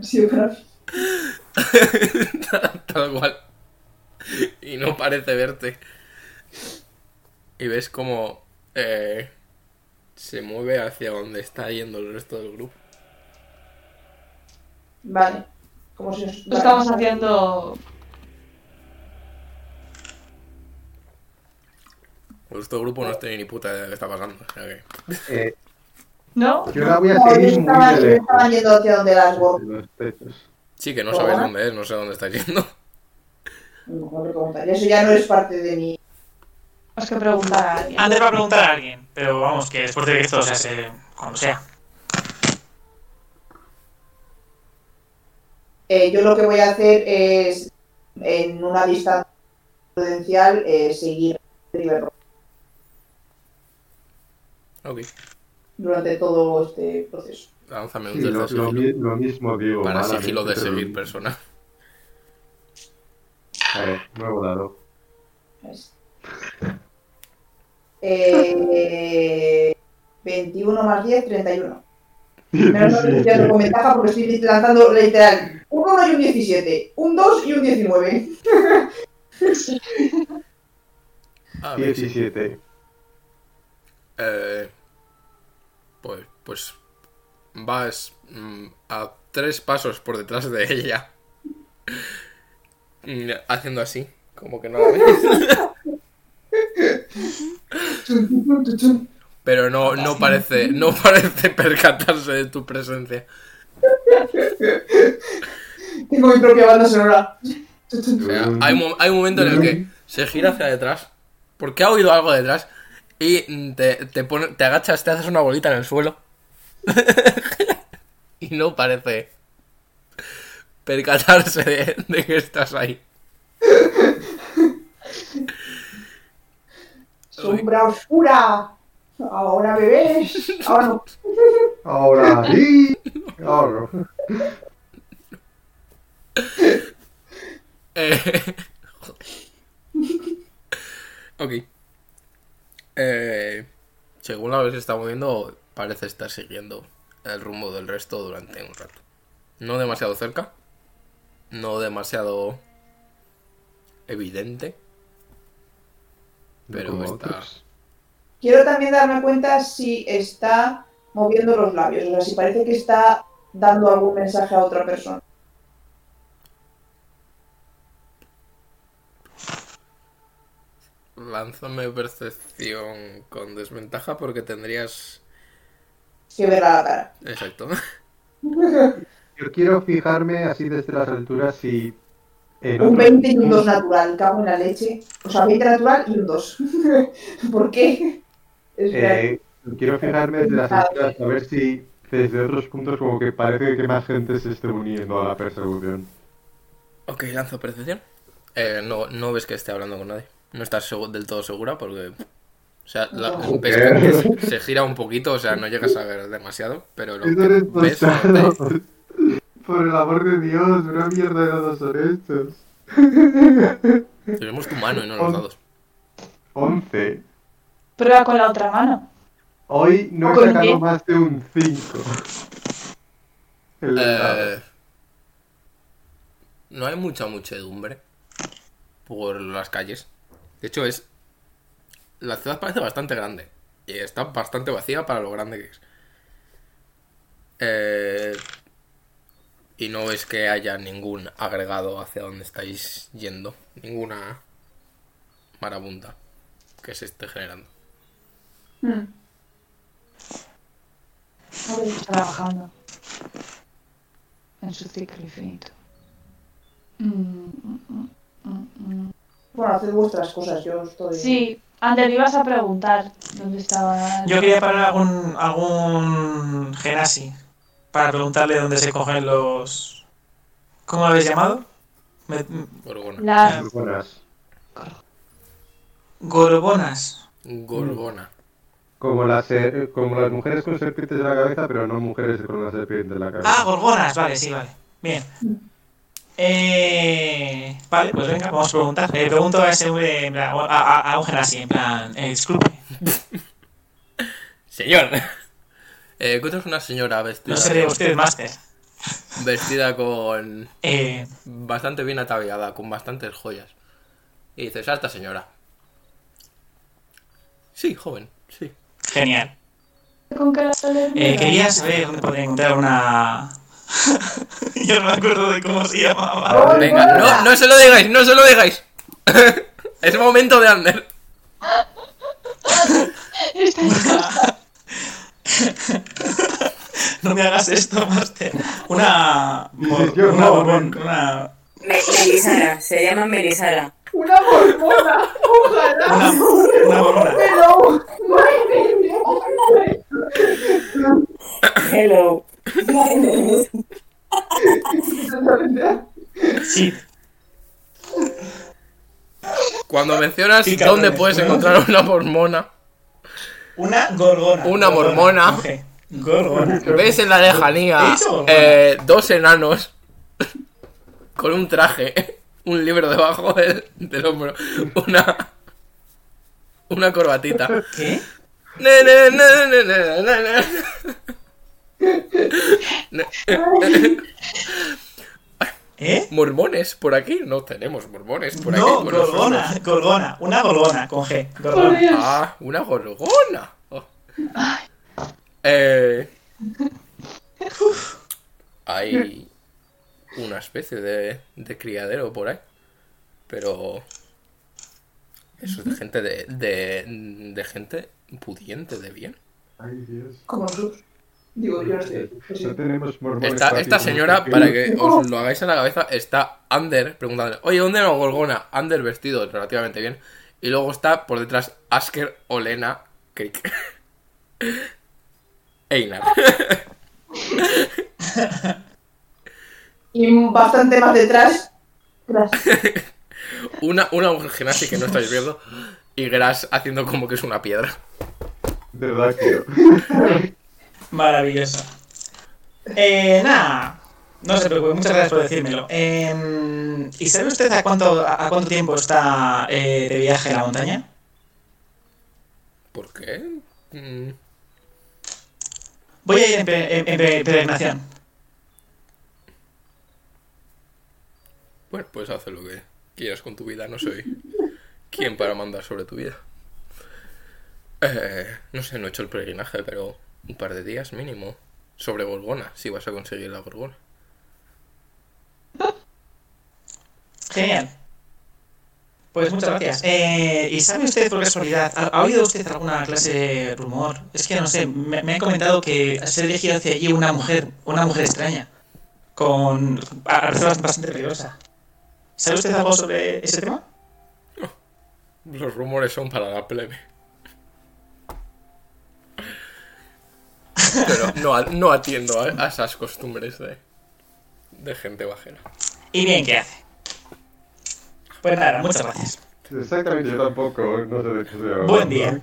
Sí, claro.
Tal cual. Y no parece verte. Y ves como eh, se mueve hacia donde está yendo el resto del grupo.
Vale. Como si os...
Lo estamos haciendo.
El resto del grupo no tiene ni puta idea de qué está pasando. o sea que-
Eh,
¿No?
yo la voy a
No, yo
seguir muy
estaba,
de
yo estaba
lejos.
yendo hacia donde las
de
gordas.
los techos.
Sí, que no sabes
Hola.
dónde es, no sé dónde está yendo.
No, no me preguntaré. Eso ya no es parte de mi.
Has que preguntar a alguien.
Antes va a preguntar a alguien, pero vamos, que después de que esto se hace cuando sea.
Eh, yo lo que voy a hacer es, en una distancia prudencial, eh, seguir River Rock
Ok,
durante todo este proceso.
lánzame un
Sí, lo,
tercer
lo
sigilo.
mi- lo mismo digo.
Para
malamente,
sigilo de
pero-
seguir persona.
A ver, eh, nuevo dado.
Es- Eh, 21 más 10, 31. Menos mal que estoy haciendo con ventaja porque estoy lanzando literal un 1 y un 17, un 2 y un 19.
Ah, bien, sí.
17.
Eh, pues, pues vas mm, a tres pasos por detrás de ella. Mm, Haciendo así, como que no la ves. Pero no, no parece, no parece percatarse de tu presencia.
Tengo mi propia banda sonora.
O sea, hay, mo- hay un momento en el que se gira hacia detrás, porque ha oído algo detrás, y mm, te, te, pone- te agachas, te haces una bolita en el suelo. y no parece percatarse de, de que estás ahí.
Sombra oscura. Ahora bebés. Ahora no.
Ahora sí. Ahora.
Eh, ok. Eh, según la vez se está moviendo, parece estar siguiendo el rumbo del resto durante un rato. No demasiado cerca, no demasiado evidente, Pero
Como
está-
otros.
Quiero también darme cuenta si está moviendo los labios, o sea, si parece que está dando algún mensaje a otra persona.
lánzame percepción con desventaja porque tendrías...
Que verá la cara.
Exacto.
Yo quiero fijarme así desde las alturas eh, si. en
Un
otros-
20 y un 2 natural, cago en la leche. O sea, 20 natural y un 2. ¿Por qué? Es verdad.
Eh, quiero fijarme desde las alturas a ver si desde otros puntos como que parece que más gente se esté uniendo a la persecución.
Ok, lanzo percepción. Eh, no, no ves que esté hablando con nadie. No estás segu- del todo segura porque... O sea, la-
Joder.
ves que- que se- se gira un poquito, o sea, no llegas a ver demasiado, pero lo
Estos
que ves... no
destrozados.
te-
Por el amor de Dios, una mierda de dados son estos.
Tenemos tu mano y no los dados.
11.
Prueba con la otra mano.
Hoy no he
¿Con
sacado
qué?
más de un 5. El dado.
Eh, no hay mucha muchedumbre por las calles. De hecho, es
la ciudad parece bastante grande. Y está bastante vacía para lo grande que es. Eh, y no es que haya ningún agregado hacia donde estáis yendo. Ninguna marabunta que se esté generando.
Mm.
Está trabajando en su ciclo infinito. Mm, mm, mm, mm.
Bueno, haced vuestras cosas, yo estoy.
Sí, Ander, ibas a preguntar dónde estaba.
Yo quería parar algún, algún genasi para preguntarle dónde se cogen los... ¿Cómo lo habéis llamado? Me- m-
Gorgona.
La...
Buenas.
Gorgonas.
Gorgona.
Como las, ser- como las mujeres con serpientes en la cabeza, pero no mujeres con una serpiente en la cabeza.
Ah, gorgonas, vale, sí, vale. Bien. Eh, vale, pues venga, vamos a preguntar. Le pregunto a ese hombre, en plan, a, a- a un genasi, en plan, eh, disculpe,
Señor. Eh, encuentras una señora vestida,
no seré usted máster.
vestida con...
Eh,
Bastante bien ataviada, con bastantes joyas. Y dices, alta señora. Sí, joven, sí.
genial.
¿Con qué la solemos
Eh,
mirar?
quería saber dónde podría encontrar una... Yo no me acuerdo de cómo se llamaba.
¡Gorgona!
Venga, no, no se lo digáis, no se lo digáis. es momento de Ander.
Esta es-
No me hagas esto, máster. Una... mor-
Yo
una
no,
borbón,
no.
una...
Me- Melisara, se llama Melisara.
¡Una borbona! ¡Ojalá!
Una, una borbona.
¡Pero! ¡Madre mía!
Hello.
Sí,
Cuando mencionas
Sí, cabrones,
dónde puedes
¿no?
encontrar una hormona,
Una gorgona.
Una mormona.
con G. Gorgona.
ves en la lejanía
¿Eso, hormona?
eh, dos enanos con un traje, un libro debajo del, del hombro, una, una corbatita.
¿Qué?
Ne, ne, ne, ne, ne, ne, ne.
¿Eh?
Mormones por aquí, no tenemos mormones por aquí.
No,
por nosotros.
gorgona, gorgona. Una gorgona con G.
Por
Gorgona.
Dios.
Ah, una gorgona. Oh. Eh, hay una especie de, de criadero por ahí. Pero eso es de gente de, de, de gente pudiente de bien.
Ay, Dios.
Como nosotros. Digo, yo no sé.
No tenemos mormones
Esta,
aquí
esta
como
señora,
usted
para que os lo hagáis en la cabeza, está Ander preguntándole, oye, ¿dónde era Gorgona? Ander vestido relativamente bien. Y luego está por detrás Asker, Olena, Krik. Einar.
Y bastante más detrás. Gracias.
Una, una gimnasia que no estáis viendo. Y Gras haciendo como que es una piedra.
De verdad que.
Maravillosa. Eh, nada. No se preocupe, muchas gracias por decírmelo. Eh, ¿Y sabe usted a cuánto, a cuánto tiempo está eh, de viaje a la montaña?
¿Por qué? Mm,
Voy a ir en, pe- en- en pe- peregrinación.
Bueno, pues haz lo que quieras con tu vida. No soy quien para mandar sobre tu vida. Eh, no sé, no he hecho el peregrinaje, pero un par de días mínimo. Sobre Gorgona, si vas a conseguir la Gorgona.
Genial. Pues muchas gracias. Eh, ¿Y sabe usted por casualidad, ha, ha oído usted alguna clase de rumor? Es que no sé, me, me han comentado que se ha dirigido hacia allí una mujer, una mujer extraña, con a- a veces bastante peligrosa. ¿Sabe usted algo sobre ese tema?
Los rumores son para la plebe. Pero no, a- no atiendo a, a esas costumbres de, de gente bajera.
Y bien, ¿qué hace? Pues nada, muchas gracias.
Exactamente, yo tampoco. No sé de qué estoy hablando.
Buen día.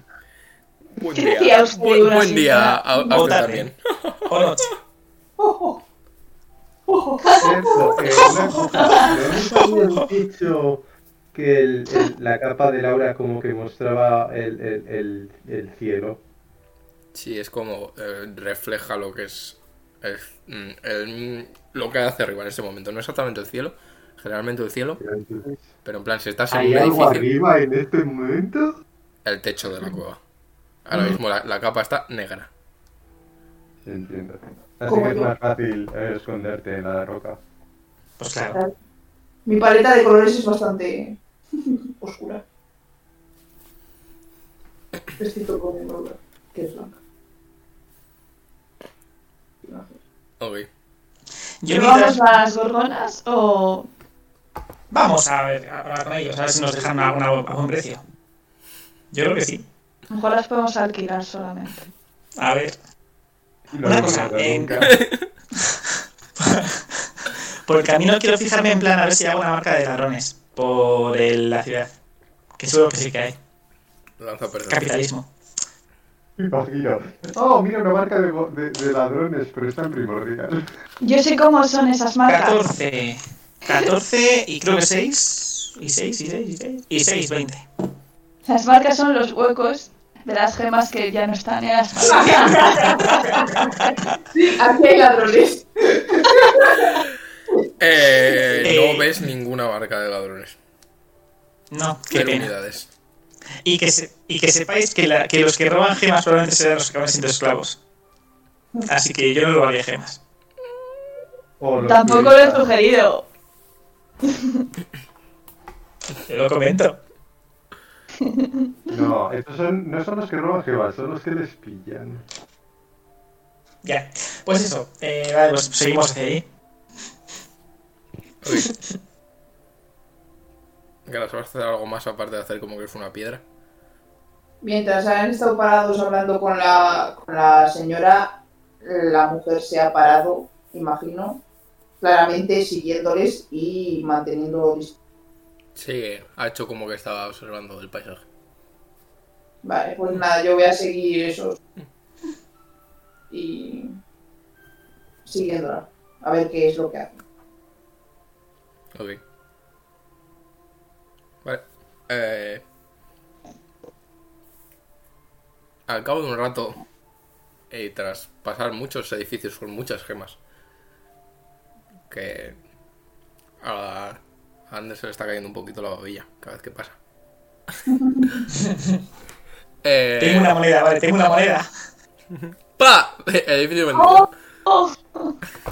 Buen
¿Qué
día.
decía usted,
Buen,
una
buen día
señora?
a, a
O
usted
tarde.
también.
O noche.
Cierto, eh, una cosa, ¿no nos habían dicho que el- el- la capa de Laura como que mostraba el, el- el- el cielo?
Sí, es como eh, refleja lo que es el- mm, el- lo que hace arriba en este momento. No exactamente el cielo, generalmente el cielo, pero en plan, si estás en
¿Hay
un
algo
edificio.
arriba en este momento?
el techo de la cueva. Ahora mismo la, la capa está negra.
Entiendo. Así
Como
que es
yo.
más fácil eh, esconderte en la roca.
Pues claro.
Claro. Mi paleta de colores es bastante oscura. Excepto con el roca, que es blanca.
Ok.
Yo
¿Llevamos
mientras-
las gorgonas o
Vamos a ver a hablar con ellos, a ver si nos dejan a, una- a buen precio. Yo creo que sí.
mejor las podemos alquilar solamente?
A ver.
No
Una
lo
cosa,
encuentras
en-
nunca.
Por el camino quiero fijarme en plan a ver si hago una marca de ladrones por el- la ciudad. Que seguro que sí que hay.
Lanza percepción.
Capitalismo.
Imagino. Oh, mira una marca de, bo- de- de ladrones, pero es tan primordial.
Yo sé cómo son esas marcas.
14. 14 y creo que 6. Y 6, y 6, y 6. Y 6, 20.
Las marcas son los huecos de las gemas que ya no están en las palmas.
Aquí hay ladrones.
Eh,
Eh.
no ves ninguna marca de ladrones.
No, qué
Cero
pena.
unidades.
Y que, se- y que sepáis que, la- que los que roban gemas probablemente serán los que acaban siendo esclavos. Así que yo no robaría gemas.
O los
Tampoco lo he
turistas.
sugerido.
Te lo comento.
No, estos son, no son los que roban gemas, son los que les pillan.
Ya. Pues eso. Eh, vale, pues seguimos hacia ahí.
Ok. Garas, ¿vas a hacer algo más aparte de hacer como que es una piedra?
Mientras han estado parados hablando con la, con la señora, la mujer se ha parado, imagino, claramente siguiéndoles y manteniendo... dis-
Sí, ha hecho como que estaba observando el paisaje.
Vale, pues nada, yo voy a seguir esos. Y... siguiéndola, a ver qué es lo que hace.
Ok. Vale. Eh, al cabo de un rato, y tras pasar muchos edificios con muchas gemas, que a a Anders se le está cayendo un poquito la babilla cada vez que pasa. Eh,
Tengo una moneda, vale, tengo una moneda.
¡Pa! Edificio vendido.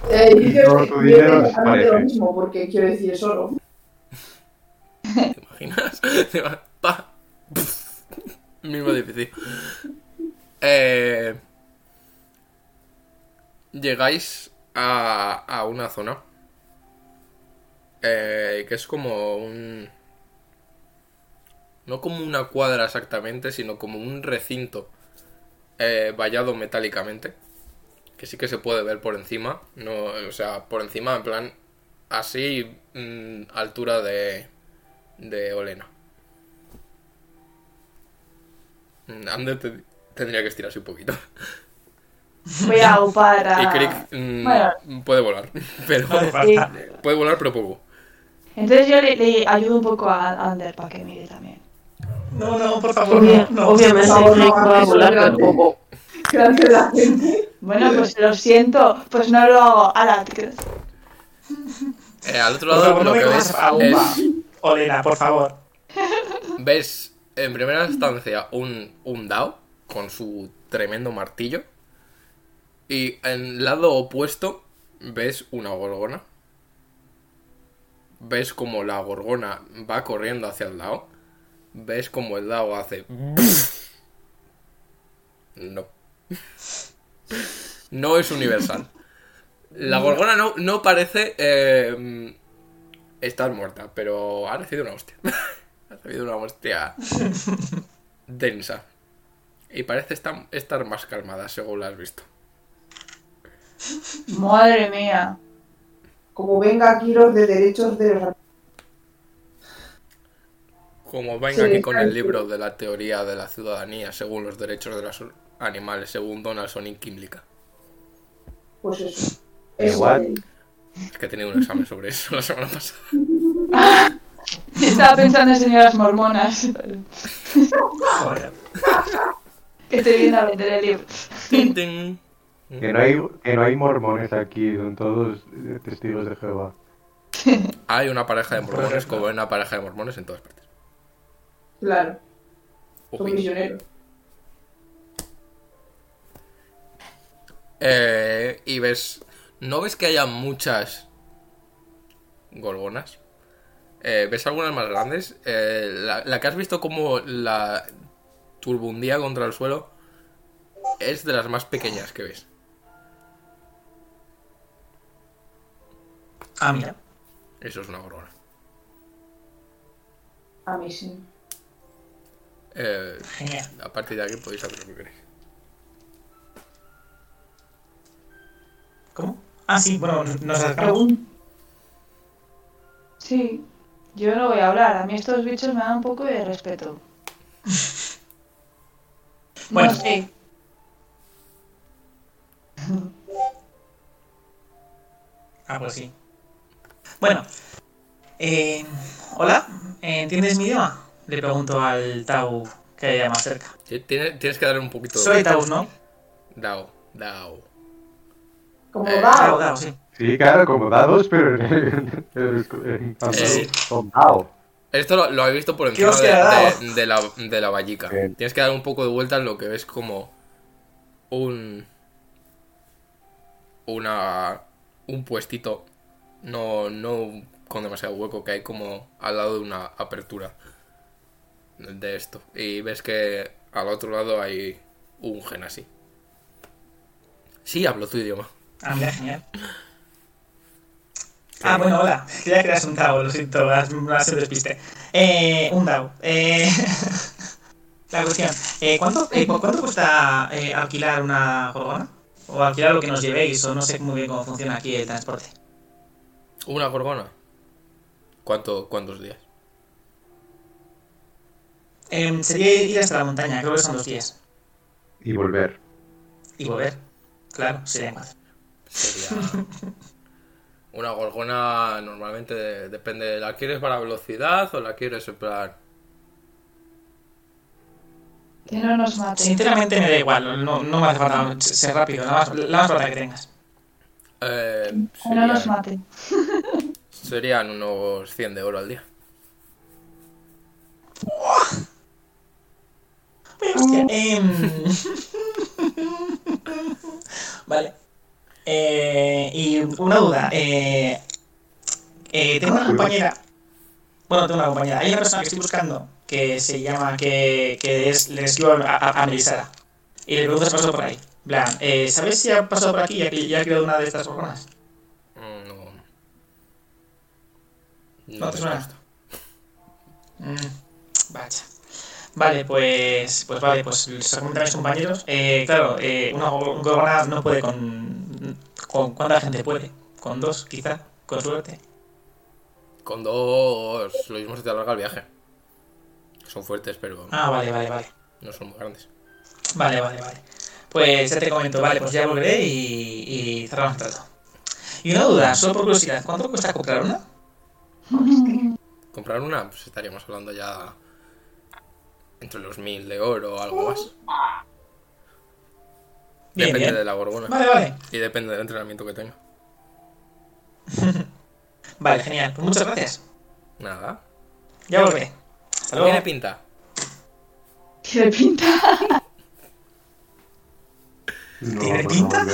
Eh,
Y
yo-
todo tu
yo
dinero
tengo
desaparece.
lo mismo, porque quiero decir solo.
¿Te imaginas? Te va- pa. Mismo edificio. Eh, llegáis a, a una zona eh, que es como un... No como una cuadra exactamente, sino como un recinto eh, vallado metálicamente. Que sí que se puede ver por encima. No, o sea, por encima, en plan, así, mm, altura de, de Olena. Mm, Ander te- tendría que estirarse un poquito.
Voy a upar
Y
a...
Crick mm,
Ah, bueno.
puede volar, pero
No hace falta.
puede volar pero poco.
Entonces yo le, le ayudo un poco a Ander para que mire también.
No, no, por favor,
Obvia-
no, no.
obviamente,
por favor,
Drake
no,
va a
eso
volar
es
pero
grande.
poco.
Gracias a la gente.
Bueno, pues lo siento, pues no lo hago. Ala, t-
Eh, al otro
Por
lado
favor,
lo
no me
que
cojas
ves
a Umba.
es,
Olena, por favor.
ves en primera instancia un, un Dao con su tremendo martillo y en el lado opuesto ves una gorgona. Ves como la gorgona va corriendo hacia el Dao. Ves como el Dao hace... No. No es universal. La gorgona no, no parece eh, estar muerta, pero ha recibido una hostia. ha recibido una hostia densa. Y parece estar, estar más calmada, según la has visto.
Madre mía.
Como venga aquí los de derechos de los
Como venga
Sí,
aquí con el
sí.
libro de la teoría de la ciudadanía, según los derechos de los animales, según Donaldson y Kimlicka.
Pues eso.
Eh,
Eso.
what?
Es que he tenido un examen sobre eso la semana pasada.
Estaba pensando en señoras mormonas
Joder.
que te vienen a vender el libro.
Tin, tin.
Que no hay, que no hay mormones aquí, son todos eh, testigos de Jehová.
Hay una pareja de mormones como hay una pareja de mormones en todas partes.
Claro. Son misioneros.
Eh, y ves, no ves que haya muchas gorgonas. Eh, ves algunas más grandes. Eh, la, la que has visto como la turbundía contra el suelo es de las más pequeñas que ves.
Ah, mira.
Eso es una gorgona.
A mí sí.
Eh,
Genial.
a partir de aquí podéis hacer lo que queréis.
¿Cómo? Ah, sí, bueno, nos acercamos.
Pregun-
Sí, yo no voy a hablar. A mí estos bichos me dan un poco de respeto.
Bueno.
No sé.
Ah, pues sí. Bueno. eh, Hola, eh, ¿entiendes mi idioma? Le pregunto al Tau que haya más cerca.
Ti- Tienes, tienes que darle un poquito
Soy
de...
Tau, ¿no?
Dao, dao.
Como
Eh,
Tau,
Dao.
Tau, sí.
Sí, claro, como dados, pero en, en, en- en-
Eh.
con dado.
Esto lo, lo habéis visto por
¿Qué
encima
os
de,
queda?
de- de la, de la vallica.
Bien.
Tienes que dar un poco de vuelta en lo que ves como un. Una. Un puestito. No, no con demasiado hueco que hay como al lado de una apertura de esto. Y ves que al otro lado hay un gen así. Sí, hablo tu idioma.
Ah, mira, genial. Ah, bueno, hola. Creía que eras un Tau, lo siento, has, has sido despiste. Eh, un Tau. Eh, la cuestión, eh, ¿cuánto, eh, ¿cu- ¿cuánto cuesta eh, alquilar una gorgona? O alquilar lo que nos llevéis, o no sé muy bien cómo funciona aquí el transporte.
Una gorgona. ¿Cuánto, ¿Cuántos días?
Em, sería ir hasta la montaña, creo que son dos días.
Y volver.
Y volver. Claro, sería cuatro.
Sería una gorgona normalmente de- depende, ¿la quieres para velocidad o la quieres en plan?
Que no nos maten.
Sinceramente me da igual, no, no me hace falta ser rápido, la más, la más barata que tengas.
Eh,
Que no nos
serían,
maten.
serían unos 100 de oro al día.
Uy,
Mm.
hostia, em. vale. Eh, y una duda. eh, eh, tengo una compañera. Bueno, tengo una compañera. Hay una persona que estoy buscando que se llama. que, que es, le escribo a, a, a Melisara. Y le pregunto si ha pasado por ahí. En Plan, eh, ¿sabes si ha pasado por aquí ya que ya ha creado una de estas hormonas?
Mm, No, no,
No te suena.
gusta.
Mm, vaya. Vale, pues, pues vale, pues según mis compañeros, eh, claro, eh, una go- gorgona no puede con, con cuánta gente puede, con dos quizá, con suerte.
Con dos, lo mismo se te alarga el viaje. Son fuertes, pero
Ah, vale, vale, vale,
no son muy grandes.
vale, vale, vale. Pues ya te comento, vale, pues ya volveré y, y cerramos el trato. Y una duda, solo por curiosidad, ¿cuánto cuesta comprar una?
Comprar una, pues estaríamos hablando ya entre los 1000 de oro o algo más.
Bien,
depende
bien.
de la gorgona
Vale, vale,
y depende del entrenamiento que tenga.
vale, genial, pues muchas gracias.
Nada.
Ya volveré. Hasta luego.
Tiene pinta.
Tiene pinta.
No,
¿Tiene
no,
pinta?
no,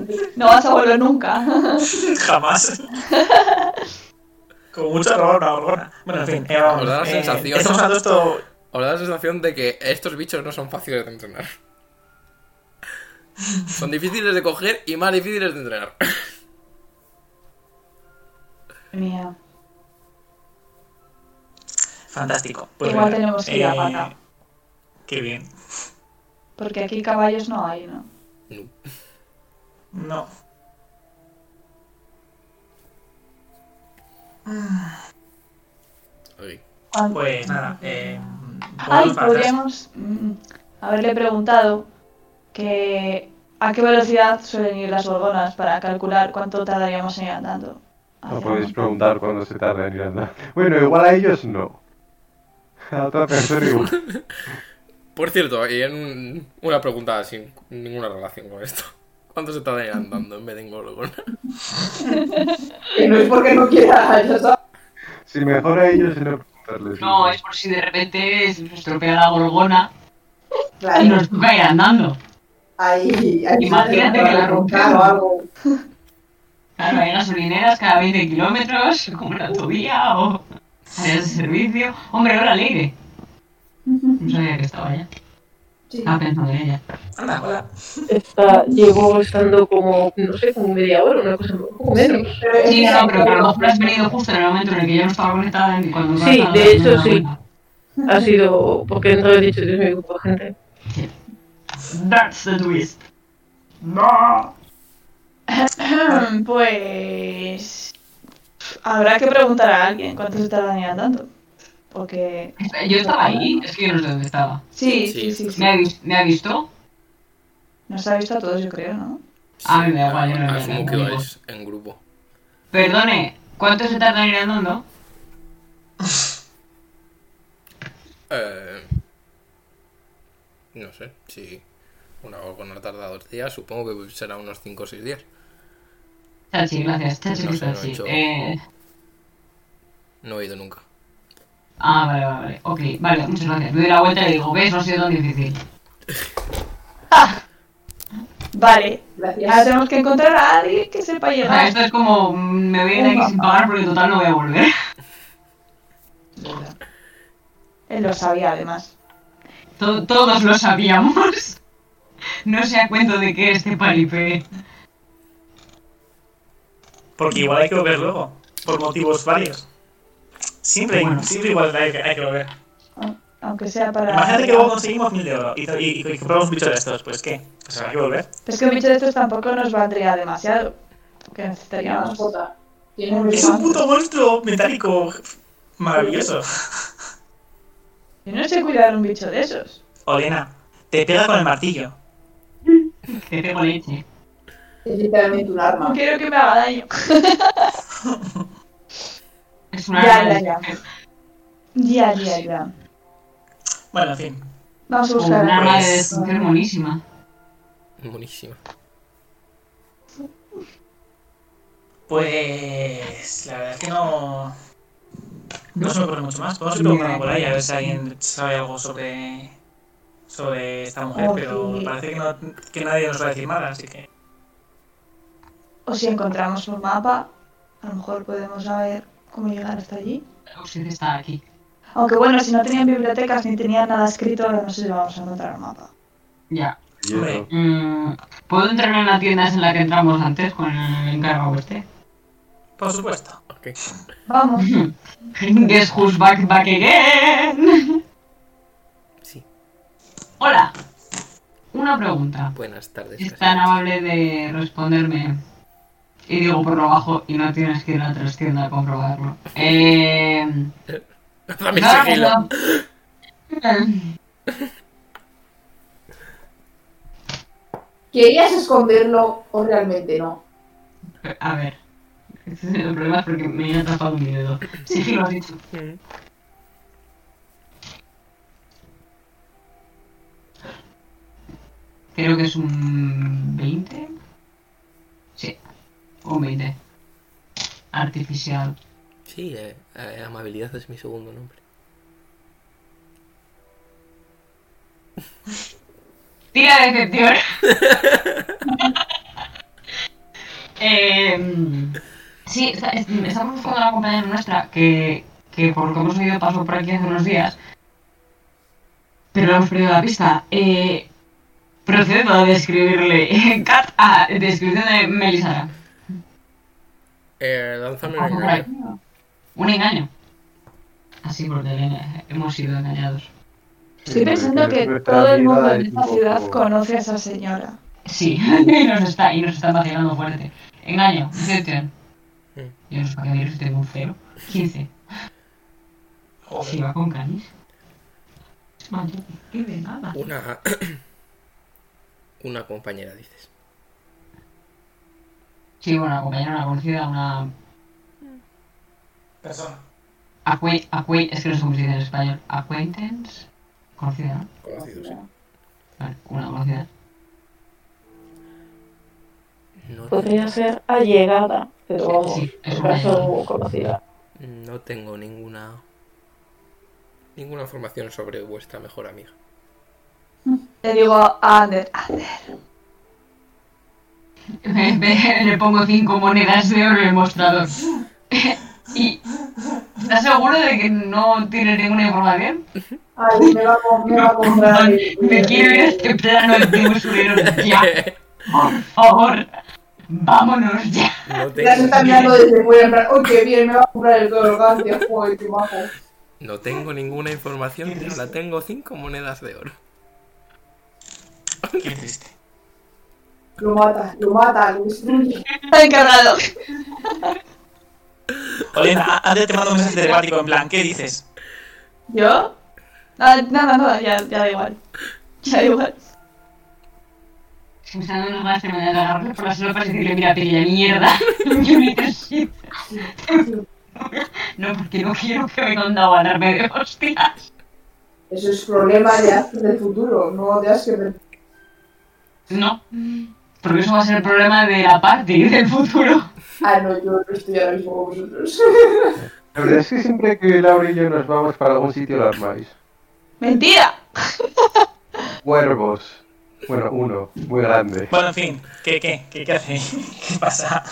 no.
No vas a volver nunca.
Jamás. Como mucho robar una gorgona. Bueno, en fin, eh, vamos.
Os da la
eh,
sensación.
Estamos hablando esto.
Os da la sensación de que estos bichos no son fáciles de entrenar. Son difíciles de coger y más difíciles de entrenar.
Mía.
Fantástico.
Igual
bueno,
tenemos que ir a pata.
Qué bien.
Porque aquí caballos no hay, ¿no?
No.
No.
Ok.
Juan-
Pues nada. Eh,
Ay,
volvemos para atrás.
podríamos mm, haberle preguntado que a qué velocidad suelen ir las gorgonas para calcular cuánto tardaríamos en ir andando.
No podéis preguntar cuándo se tarda en ir a andar. Bueno, igual a ellos no. A otra persona igual.
Por cierto, y en una pregunta sin ninguna relación con esto. ¿Cuánto se tarda en ir andando en vez de en gorgona?
Que no es porque no quiera, ya sabes.
Si mejor a ellos no hacerles
No,
un-
es por si de repente se nos estropea la gorgona
Claro.
y nos toca ir andando.
Ahí, ahí
Imagínate que la
ronca o algo.
Claro, hay gasolineras cada 20 kilómetros, como en la autovía o áreas de servicio. Hombre, ahora alegre. No sabía que estaba allá.
Sí.
Estaba pensando en ella.
Anda, hola.
Está, llevo estando como, no sé, como media hora, una cosa un poco menos.
Pero es
Sí,
que-
no, pero que a lo mejor has venido justo en el momento en el que yo no estaba conectada y cuando
Sí,
estaba
de
dando
hecho,
una
sí.
vuelta.
Ha sido, porque no he dicho que es mi grupo de gente.
That's the twist.
Mm, Pues. Habrá que preguntar a alguien cuánto se tardan en ir andando. Porque.
Yo estaba ahí, es que yo no sé dónde estaba.
Sí,
Sí,
sí, sí. sí.
¿Me ha, vis- me ha visto?
Nos ha visto a todos, yo creo, ¿no?
Ah, me da igual, yo no voy a
Asumo
hablar
que
conmigo.
vais en grupo.
Perdone, ¿cuánto se tarda en ir andando?
Eh, no sé, si una gorgona tarda dos días, supongo que será unos 5 o 6 días.
Chachi, gracias. Chachi,
No sé, no he
chachi.
hecho-
Eh,
No he ido nunca.
ah, vale, vale, vale. Ok, vale, muchas gracias. Me doy la vuelta y le digo, ¿ves? No ha sido tan difícil.
Vale. Ahora
Gracias.
tenemos que encontrar a alguien que sepa
O sea,
llegar.
esto es como, mm, me voy a ir de aquí sin pagar porque total no voy a volver.
Él lo sabía, además.
To- todos lo sabíamos. No se da cuenta de que este paripé.
Porque igual hay que volver luego, por motivos varios. Siempre, hay- siempre igual hay que, hay que volver.
Aunque sea para.
Imagínate que luego conseguimos mil de oro y, y, y compramos un bicho de estos, pues ¿qué? Pues habrá que volver.
Pero es que un bicho de estos tampoco nos valdría demasiado. Porque necesitaríamos.
Teníamos bota. Tiene un
Es un puto monstruo metálico maravilloso.
Yo no sé cuidar un bicho de esos.
Olena, te pega con el martillo.
Que tengo leche.
Es literalmente un
No
arma.
quiero que me haga daño.
Es una
Ya, ya, ya. Ya, ya, ya.
Bueno, en fin.
Vamos a
Como
buscar pues,
una
a
arma de
alguien.
destrucción monísima.
Buenísimo.
Pues la verdad es que no. No se me ocurre mucho más. Podemos ir preguntando por ahí a ver si alguien sabe algo sobre. sobre esta mujer,
Oh,
pero
sí.
parece que, no, que nadie nos va a decir nada, así que.
O si encontramos un mapa, a lo mejor podemos saber cómo llegar hasta allí.
Usted está aquí.
Aunque bueno, si no tenían bibliotecas ni tenían nada escrito, ahora no sé si vamos a encontrar un mapa.
Ya.
y eso.
Hombre.
Mm, ¿Puedo entrar en la tienda en la que entramos antes con el encargo este?
Por supuesto.
Ok.
Vamos.
Guess who's back, back again.
Sí.
Hola. Una pregunta.
Buenas tardes.
Es tan
Casimiro.
amable de responderme. Y digo por lo bajo y no tienes que ir a la trastienda a comprobarlo. Eh,
Dame
nada,
sigilo.
nada.
¿Querías esconderlo o realmente no?
A ver. El problema es porque me he atrapado mi dedo. Sí, sí, lo has dicho. Creo que es un 20. Sí. Un 20. Artificial.
Sí, eh, eh, amabilidad es mi segundo nombre.
Tira de este decepción. Em, sí, está- es- estamos buscando a una compañera nuestra que, que por lo que hemos oído pasó por aquí hace unos días. Pero hemos perdido la pista. Eh, procedo a describirle. Cat a descripción de Melisara.
Eh, lánzame
Ah,
un engaño.
Un engaño. Así porque eh, hemos sido engañados.
Estoy pensando que
Nuestra
todo el
vida
mundo
es
en esta
un
ciudad
poco-
conoce a esa señora.
Sí, y nos está, y nos está vacilando fuerte. Engaño, decepción. Yo no sé para qué decir si tengo un cero. 15. Si va con canis. Vaya, qué de nada.
Una. Una compañera, dices.
Sí, bueno, una compañera, una conocida, una.
Persona.
Acquaint, acquaint, es que no sé cómo se dice en español. Acquaintance. Conocida, ¿no?
Conocido, sí.
Vale, una conocida.
No,
Podría ser
Oh,
allegada, pero vamos,
Sí, es
en
una
caso
llamada.
conocida.
no tengo ninguna ninguna información sobre vuestra mejor amiga.
Le digo "Ah, a Ander, Ander,
Le pongo cinco monedas de oro en el mostrador. y. ¿Estás seguro de que no tiene ninguna información?
Ay, me va a, me va a comprar. el-
Me quiero ir a este plano de usurero ya. Por favor, vámonos ya.
No
Ya se
tengo,
está mirando desde muy en plan, ¡Uy, qué bien! Me va a comprar el toro, gracias, joder, qué majo.
no tengo ninguna información, pero la tengo cinco monedas de oro.
Qué triste.
Lo mata, lo mata, lo destruye.
está encargado.
Olena, antes te mando un mensaje telepático en plan, ¿qué dices?
¿Yo? Ah, nada, nada, ya, ya da igual. Ya da igual.
Si me están dando unas ganas de agarrarle por las sopas y decirle, mira, pequeña mierda, you need a shit. No, porque no quiero que me a ganarme de hostias.
Eso es problema de Asker del futuro, no de Asker del
No, porque eso va a ser el problema de la party del futuro.
Ah, no, yo no estoy ahora mismo con vosotros.
La verdad es que siempre que Laura y yo nos vamos para algún sitio lo armáis.
¡Mentira!
Cuervos. Bueno, uno, muy grande.
Bueno, en fin, ¿qué, qué, qué, qué hace? ¿Qué pasa?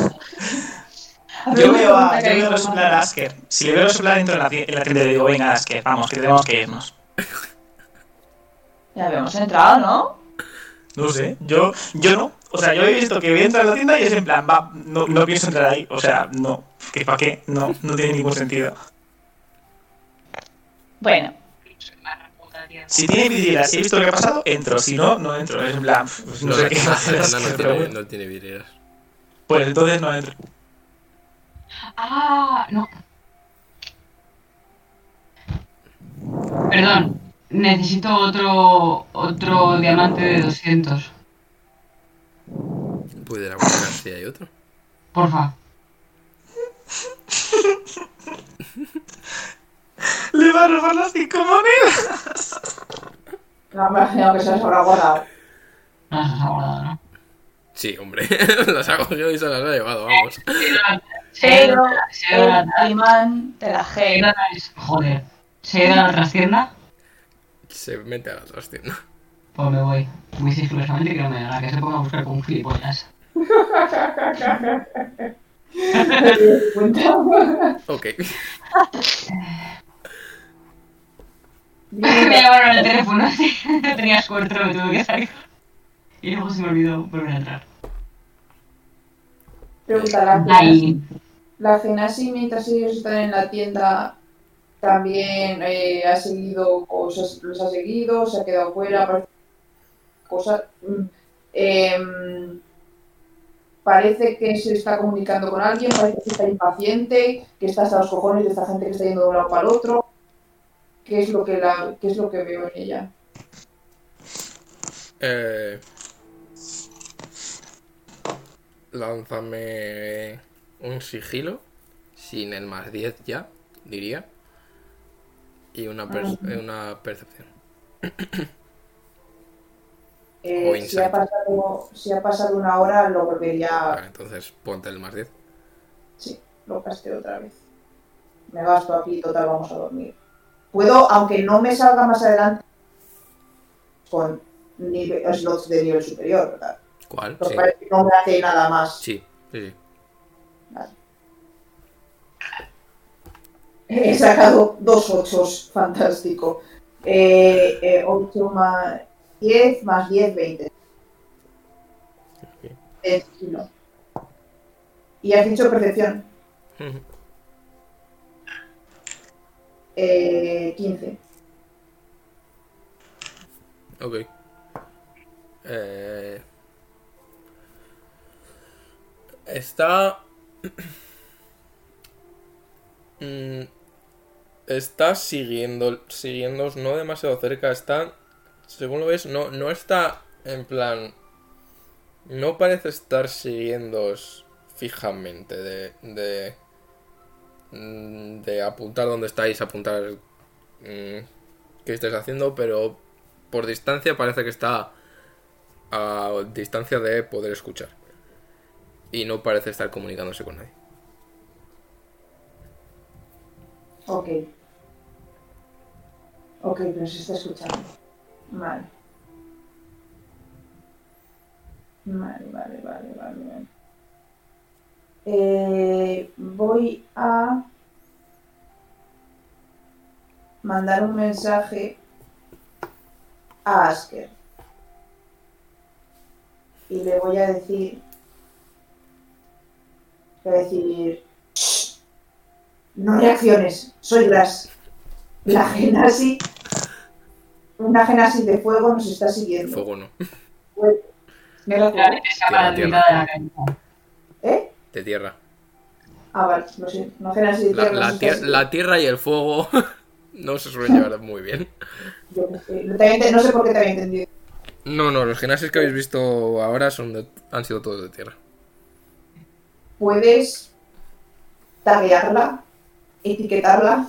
A ver,
Yo
me
veo a,
pregunta
yo
que-
veo resoplar a Asker. Si le veo resoplar dentro de la, ti- en la tienda, le digo, venga, Asker, vamos, que tenemos que irnos.
Ya habíamos entrado, ¿no?
No sé, yo, yo no. O sea, yo he visto que voy a entrar a la tienda y es en plan, va, no, no pienso entrar ahí. O sea, no, que para qué, no, no tiene ningún sentido.
Bueno,
Si tiene vidrieras, si he visto lo que ha pasado, entro. Si no, no entro. Es en plan, pf, no sé qué va a hacer
Fernanda
Asker,
no
pero
tiene,
bueno.
no tiene vidrieras.
Pues entonces no entro.
Ah, no. Perdón, necesito otro, otro diamante de 200.
Pudiera buscar si hay otro.
Porfa.
Le va a robar las cinco monedas.
No, me imagino que se las habrá guardado.
No se las ha guardado, ¿no?
Sí, hombre, las ha cogido y se las ha llevado, vamos.
pero
Eh, Se ha ido a
el
la-
imán de la
se ha ido a
G.
la- Joder. ¿Se ha ido a la trastienda?
Se mete a la trastienda.
Pues me voy. Muy sigilosamente que no me haga que se ponga a buscar como un gilipollas.
Ok.
me llamaron al teléfono, sí. Tenía suerte, me tuve que salir. Y luego se me olvidó volver a entrar.
Pregunta, ¿la Genasi,
Ahí.
la Genasi mientras ellos están en la tienda también eh, ha seguido cosas, los ha seguido, se ha quedado fuera, parece- cosas. mm, em, parece que se está comunicando con alguien, parece que está impaciente, que está hasta los cojones de esta gente que está yendo de un lado para el otro. ¿Qué es lo que la, qué es lo que veo en ella?
Eh, lánzame un sigilo sin el más 10 ya, diría. Y una, per- eh, una percepción.
Eh,
O
si, ha
insight.
pasado, si ha pasado una hora, lo volvería,
Vale, entonces ponte el más 10.
Sí, lo casteo otra vez. Me gasto aquí, total, vamos a dormir. Puedo, aunque no me salga más adelante, con nive- slots de nivel superior, ¿verdad?
¿Cuál?
Lo
Sí.
cual no me hace nada más.
Sí, sí, sí.
He sacado dos ochos, fantástico. Eh, eh, 8 más 10, más 10, 20.
Ok.
Eh, no. Y has dicho percepción, eh, 15.
Ok. Eh, Está... Mm, Está siguiendo, siguiéndoos no demasiado cerca. Está, según lo ves, no, no está en plan... No parece estar siguiéndoos fijamente de... de mm, de apuntar donde estáis, apuntar mm, qué estáis haciendo, pero por distancia parece que está a distancia de poder escuchar. Y no parece estar comunicándose con nadie.
Ok. Ok, pero se está escuchando. Vale. Vale, vale, vale, vale. vale. Eh, voy a mandar un mensaje a Asker. Y le voy a decir. Le voy a decir. "Shh, No reacciones, soy las. La genasi. Una genasi de fuego nos está siguiendo.
Fuego no.
Me lo
Claro, que se llama la
Tierra,
mitad de la calle.
¿Eh?
De tierra.
Ah, vale, no sé. No genasi de
La,
fuego.
la
nos está
tier- la tierra y el fuego no se suelen llevar muy bien.
Yo qué sé, no te había ente- no sé por qué te había entendido.
No, no, los gimnasios que habéis visto ahora son de- han sido todos de tierra.
Puedes taguearla, etiquetarla.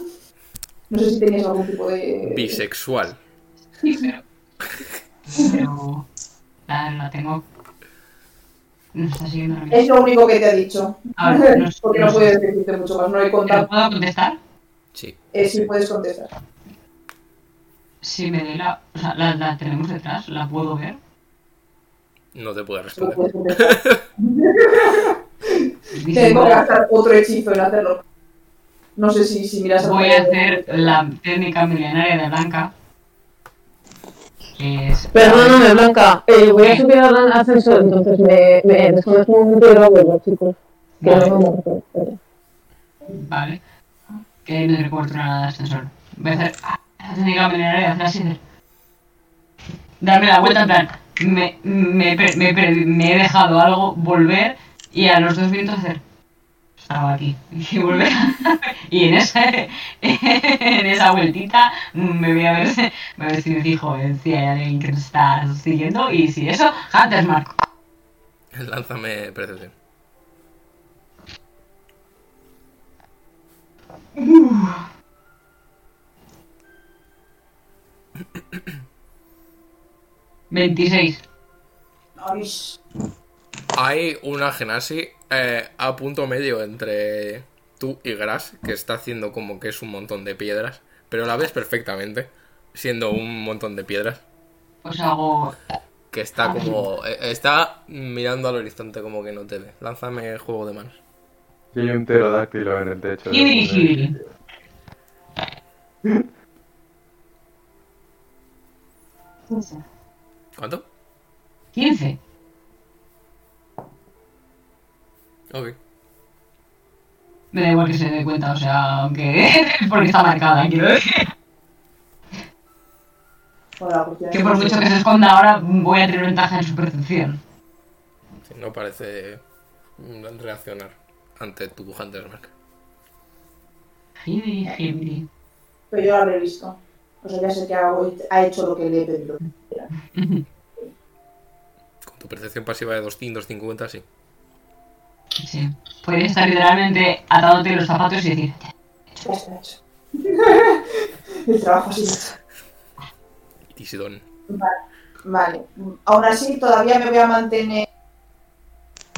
No sé si tenéis algún tipo de.
Bisexual.
Sí, pero. Pero. Claro, la tengo. No está siguiendo la misma.
Es lo único que te ha dicho.
A ver, Ah, no sé,
Porque
no
no
sé.
puedes decirte mucho más, no he
¿Pero
contado.
puedo contestar?
Sí.
Eh, sí, puedes contestar.
Si me doy la. O sea, la, la tenemos detrás, la puedo ver.
No te puedo
Solo
responder.
puedes contestar.
Y si
Tengo
no,
que gastar otro hechizo en hacerlo. No sé si, si miras
voy a
algo de-
hacer la técnica milenaria de Blanca. Que es.
Perdóname, Blanca. Eh, voy a subir al ascensor, entonces me, me este desconozco un momento y lo vuelvo, chicos. Que nos vamos.
Vale. Que no recuerdo nada del ascensor. Voy a hacer. ah, La técnica milenaria de hacer así. hacer- Darme la vuelta, en plan. Me, me, he per- me, he per- me he dejado algo, volver y a los dos minutos hacer. Estaba aquí. Y volver. y en esa, en esa vueltita me voy a ver, me voy a decir, dijo, eh, si hay alguien que nos está siguiendo y si eso, Hunter's Mark.
Lánzame percepción.
Uf. 26.
Ay, sh-
Hay una genasi eh, a punto medio entre tú y Gras, que está haciendo como que es un montón de piedras, pero la ves perfectamente, siendo un montón de piedras,
Pues hago
que está como... eh, está mirando al horizonte como que no te ve. Lánzame el juego de manos.
Y hay un pterodáctilo en el techo. de
Hibiri,
un-
hibiri.
¿Cuánto?
15.
Ok.
Me da igual que se dé cuenta, o sea, aunque. porque está marcada, quiero decir.
bueno, la cuestión es
Que por mucho que se esconda ahora, voy a tener ventaja en su percepción.
Sí, no parece mm, reaccionar ante tu Hunter's Mark.
Hibiri, hibiri.
Pero yo la habré visto. O sea, ya sé que hago- ha hecho lo que le he pedido.
Con tu percepción pasiva de 250, sí.
Sí. Puedes estar literalmente atándote los zapatos y decir.
Ya está hecho. El trabajo así
Tisidón.
Vale. Aún así, todavía me voy a mantener.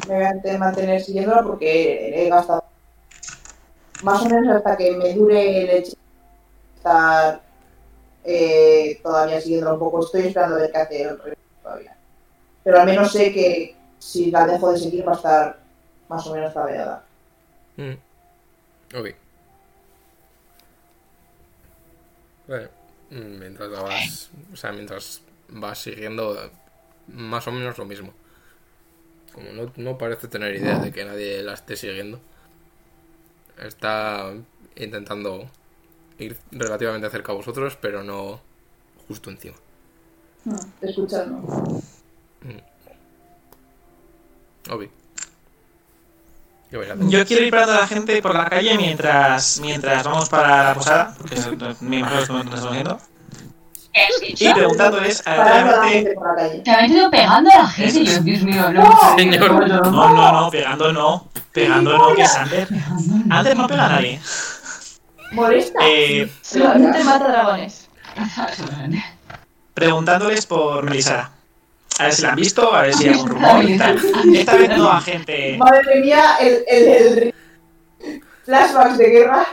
Me voy a ante- mantener siguiéndola porque he gastado. Más o menos hasta que me dure el hechizo. Estar eh, todavía siguiéndola un poco. Estoy esperando a ver qué hace el resto todavía. Pero al menos sé que si la dejo de seguir va a estar más o menos tabeada.
Mm. Ok. Vale. Mm, Mientras la vas. O sea, mientras vas siguiendo eh, más o menos lo mismo. Como no, no parece tener idea de que nadie la esté siguiendo. Está intentando ir relativamente cerca a vosotros, pero no justo encima.
Hmm. Escuchando.
Ok. ¿Qué vais a hacer?
Yo quiero ir parando a la gente por la calle mientras, mientras vamos para la posada, porque es- me imagino que nos estamos viendo, y preguntándoles
Parando a la
aleatoriamente.
gente por la calle.
Se habéis ido pegando a la gente. Yo, Dios mío, no.
Señor.
No, no, no, pegando no, pegando no, que es Ander. Ander no pega a nadie.
Molesta.
Eh,
Solamente mata dragones.
preguntándoles por Melisara. A ver si la han visto, a ver si hay algún rumor y tal. Esta vez no a gente.
Madre mía, el, el, el flashbacks de guerra.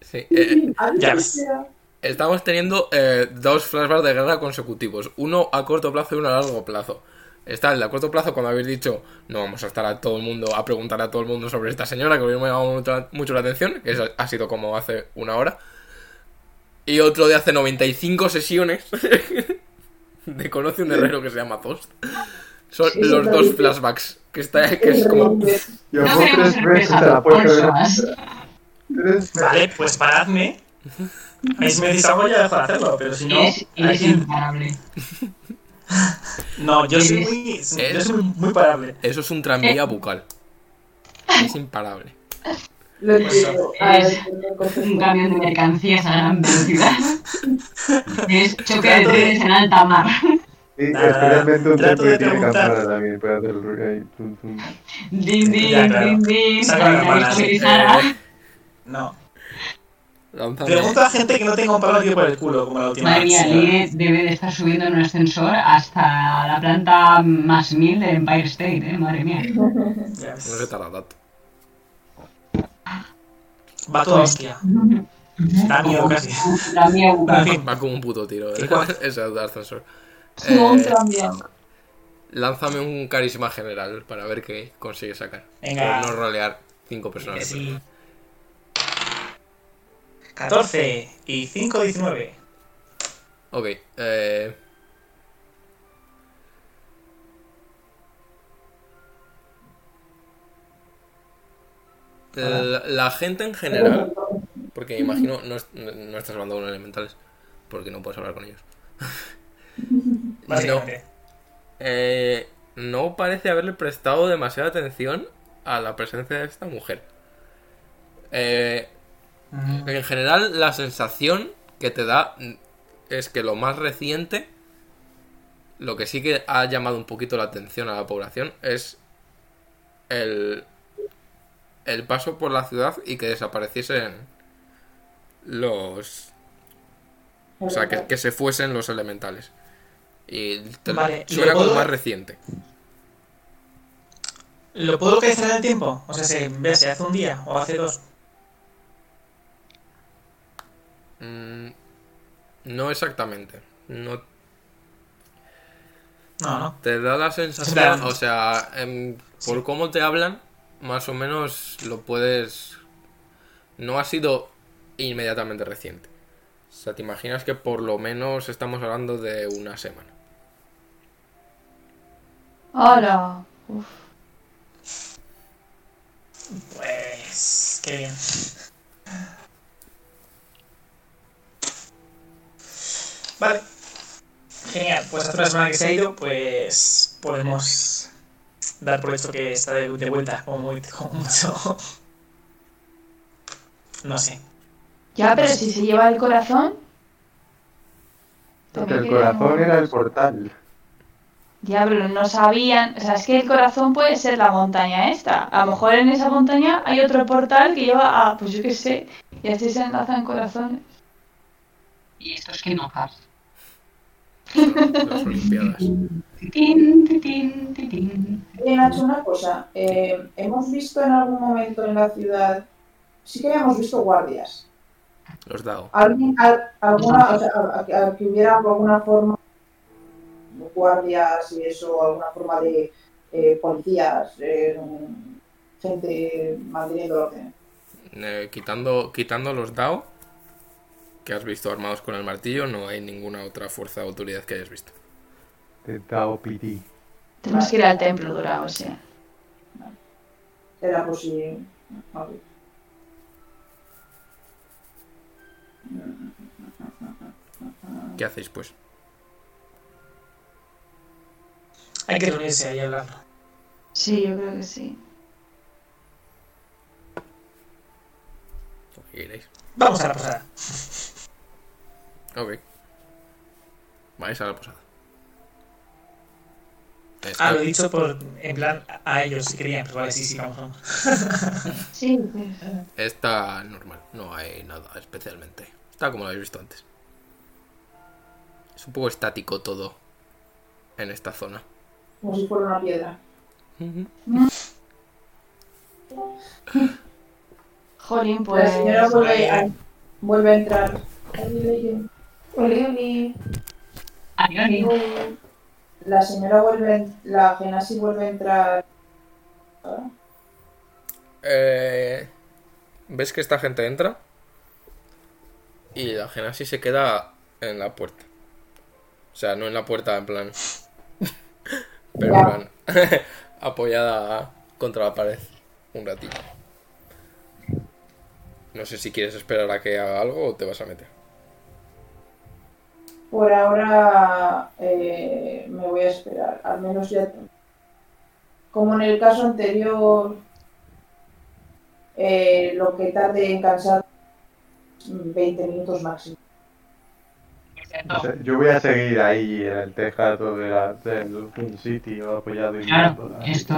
Sí, eh,
A mí
Ya
me
ves.
queda-
Estamos teniendo eh, dos flashbacks de guerra consecutivos, uno a corto plazo y uno a largo plazo. Está el de a corto plazo cuando habéis dicho, no vamos a estar a todo el mundo, a preguntar a todo el mundo sobre esta señora, que a mí me ha llamado mucho, mucho la atención, que es- ha sido como hace una hora. Y otro de hace 95 sesiones, de conoce un herrero que se llama Zost. Son
Sí,
los
sí,
dos
sí.
flashbacks, que, está, que es como...
Yo
No
por
queremos
tres
ser
veces te la
pesados,
puedo ver.
bolsas.
Tres
Vale, pues paradme. Ahí si me decís algo ya dejo de hacerlo, pero si no.
Es,
ahí
es
sí.
imparable.
No, yo soy
es-
muy. Yo
es-
soy muy parable.
Eso es un tranvía bucal. Es imparable.
Lo entiendo.
es-
A ver, no coges
Un
nada.
camión de mercancías a gran velocidad. es choque de
Trato de-
trenes en alta mar.
Sí,
Nada,
especialmente un
trato
templo que
de
tiene
preguntar.
campana también. Puede hacer el ruido ahí. tum, tum.
Din,
Ya,
din,
claro.
din, din.
Saca
con
la
la
mano así,
historizada.
No.
Lánzame.
Pregunto a gente que no tenga un palo tío por el culo, como la última
Madre mía,
vez.
Lee debe de estar subiendo en un ascensor hasta la planta más mil del Empire State, ¿eh? Madre mía.
Ya.
No se tarda tanto.
Va toda hostia. Da miedo casi.
La mía,
En fin,
Va como un puto tiro.
Qué
¿eh?
guay.
Ese ascensor.
No,
Eh,
un tranvía.
Lánzame un carisma general para ver qué consigues sacar.
Venga.
Por no rolear cinco
Que
personas.
sí. 14 y 5, 19.
Ok, eh. La, la gente en general, porque me imagino no, es- no- no estás hablando con elementales, porque no puedes hablar con ellos. No,
Básicamente.
eh, no parece haberle prestado demasiada atención a la presencia de esta mujer. Eh,
Mm.
en general, la sensación que te da mm, es que lo más reciente, lo que sí que ha llamado un poquito la atención a la población, es el, el paso por la ciudad y que desapareciesen los... O sea, que, que se fuesen los elementales. Y te lo-
Vale,
suena
¿le
como
puedo-
más reciente.
¿Lo puedo localizar en el tiempo? O sea, se, vea, se hace un día o hace dos.
Mm, no exactamente. No
No, no.
Te da la
En
sensación,
plan-
o sea, em, por cómo te hablan, más o menos lo puedes... No ha sido inmediatamente reciente. O sea, te imaginas que por lo menos estamos hablando de una semana.
Ahora. Uf.
Pues. Qué bien. Vale. Genial. Pues hace una semana que se ha ido, pues. Podemos dar por hecho que está de, de vuelta, como, muy, como mucho. No sé.
Ya, pero si se lleva el corazón.
Que El corazón era el portal.
Ya, pero no sabían. O sea, es que el corazón puede ser la montaña esta. A lo mejor en esa montaña hay otro portal que lleva a. Pues yo qué sé. Y así se enlazan corazones.
Y esto es que no pasa.
Las Olimpiadas.
Tin, ti, tin, ti, tin.
Oye, Nacho, una cosa. eh, hemos visto en algún momento en la ciudad. Sí que habíamos visto guardias.
Los DAO.
¿Alguien, al- alguna, o sea, a- a- a- que hubiera alguna forma. Guardias y eso, alguna forma de eh, policías, eh, gente manteniendo el orden.
Eh, quitando, quitando los DAO, que has visto armados con el martillo, no hay ninguna otra fuerza o autoridad que hayas visto.
Te da piti.
Tenemos que ir al templo dorado, o sea.
Era por si. ok. Mm,
¿Qué hacéis pues?
Hay que reunirse ahí y hablarlo.
Sí, yo creo que sí.
Lo que queréis.
Vamos a la posada.
Ok. Vais a la posada.
Ah,
Está-
lo he dicho por, en plan, a ellos si querían, pero vale, sí, sí, vamos, vamos.
Sí, pues.
Está normal, no hay nada especialmente. Está como lo habéis visto antes. Es un poco estático todo en esta zona.
Como si fuera una piedra.
Jolín, pues.
La
pues,
señora vuelve a, vuelve a entrar Oli,
Oli, oli.
oli. La señora vuelve, en- la Genasi vuelve a entrar. ¿Ah?
Eh, ¿Ves que esta gente entra? Y la Genasi se queda en la puerta. O sea, no en la puerta, en plan. Pero en plan. apoyada contra la pared. Un ratito. No sé si quieres esperar a que haga algo o te vas a meter.
Por ahora eh, me voy a esperar, al menos ya. Como en el caso anterior, eh, lo que tarde en cansar 20 minutos máximo.
O sea, yo voy a seguir ahí en el tejado de la, del Fun City apoyado y
Claro,
mirando la-
esto.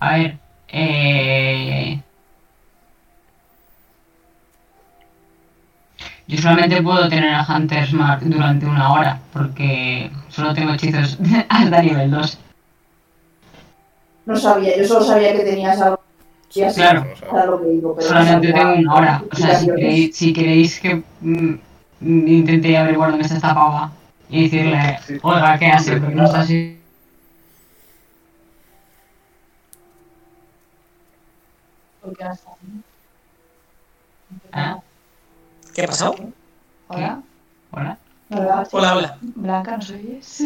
A ver, eh. Yo solamente puedo tener a Hunter's Mark durante una hora, porque solo tengo hechizos hasta nivel 2.
No sabía, yo solo sabía que tenías algo. Ya sé
Claro.
hasta lo que digo, pero no
Solamente
sabía
tengo una hora. O sea, si
explicaciones.
queréis, si queréis que mm, mm, intente averiguar dónde está esta pava y decirle, oiga, ¿qué hace? Porque no está así.
Porque no está aquí.
Ah,
¿Qué pasó?
Hola.
Hola.
Hola.
Hola, hola.
Blanca, ¿nos oyes?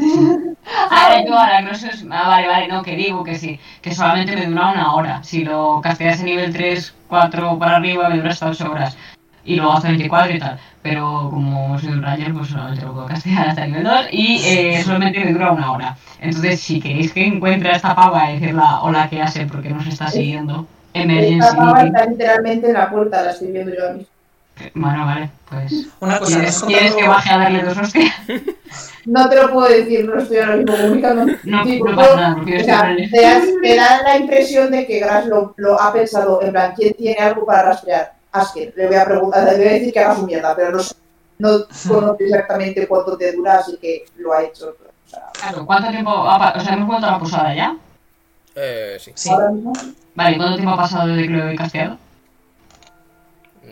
Ahora yo, ahora no sé. si- Ah, vale, vale, no, que digo que sí. Que solamente me dura una hora. Si lo casteas en nivel 3, 4 para arriba, me dura hasta 8 horas. Y luego hasta 24 y tal. Pero como soy un Ranger, pues solamente lo puedo castear hasta nivel 2 y eh, solamente me dura una hora. Entonces, si queréis que encuentre a esta pava y decirla hola, ¿qué hace? Porque nos está siguiendo.
Esta
Emergency
pava
meeting.
está literalmente en la puerta, la estoy viendo yo ahora mismo.
Eh, Bueno, vale, pues.
Una cosa,
¿Quieres,
nosotros-
quieres que baje a darle dos hostias?
No te lo puedo decir, no estoy ahora mismo comunicando.
No,
Sí,
no
pero-
pasa nada, porque yo
o sea,
estoy en
te, das- te da la impresión de que Gras lo, lo ha pensado, en plan, ¿quién tiene algo para rastrear? Asker, le voy a preguntar, le voy a decir que haga su mierda, pero no, sé- no conozco exactamente cuánto te dura, así que lo ha hecho. O sea,
Claro, ¿cuánto tiempo ha pasado? O sea, hemos vuelto a la posada ya.
Eh, sí.
Sí.
ahora mismo,
Vale, ¿cuánto tiempo ha pasado desde que lo he casteado?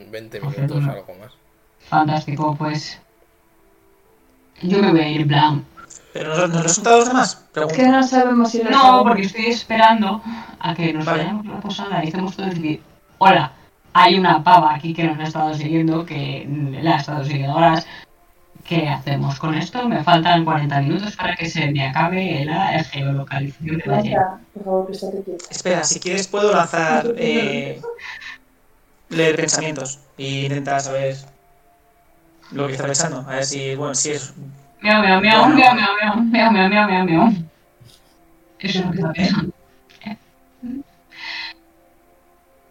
20
Por cierto,
minutos,
no.
algo más.
Fantástico, pues. Yo me voy a ir en plan.
¿Pero no- nos resulta los demás?
Es
Pregunta.
que no sabemos si lo
No, porque estoy esperando a que nos vayamos a la posada y estemos todos aquí. Hola, hay una pava aquí que nos ha estado siguiendo, que la ha estado siguiendo horas. ¿Qué hacemos con esto? Me faltan 40 minutos para que se me acabe la geolocalización de la llave.
Blanca, por favor, que estate quieta.
Espera, si quieres puedo lanzar eh, leer pensamientos e intentar saber lo que está pensando. A ver si, bueno, si es...
Miau, miau, miau, miau, miau, miau, miau, miau, miau, miau, miau. Eso es lo que está pensando.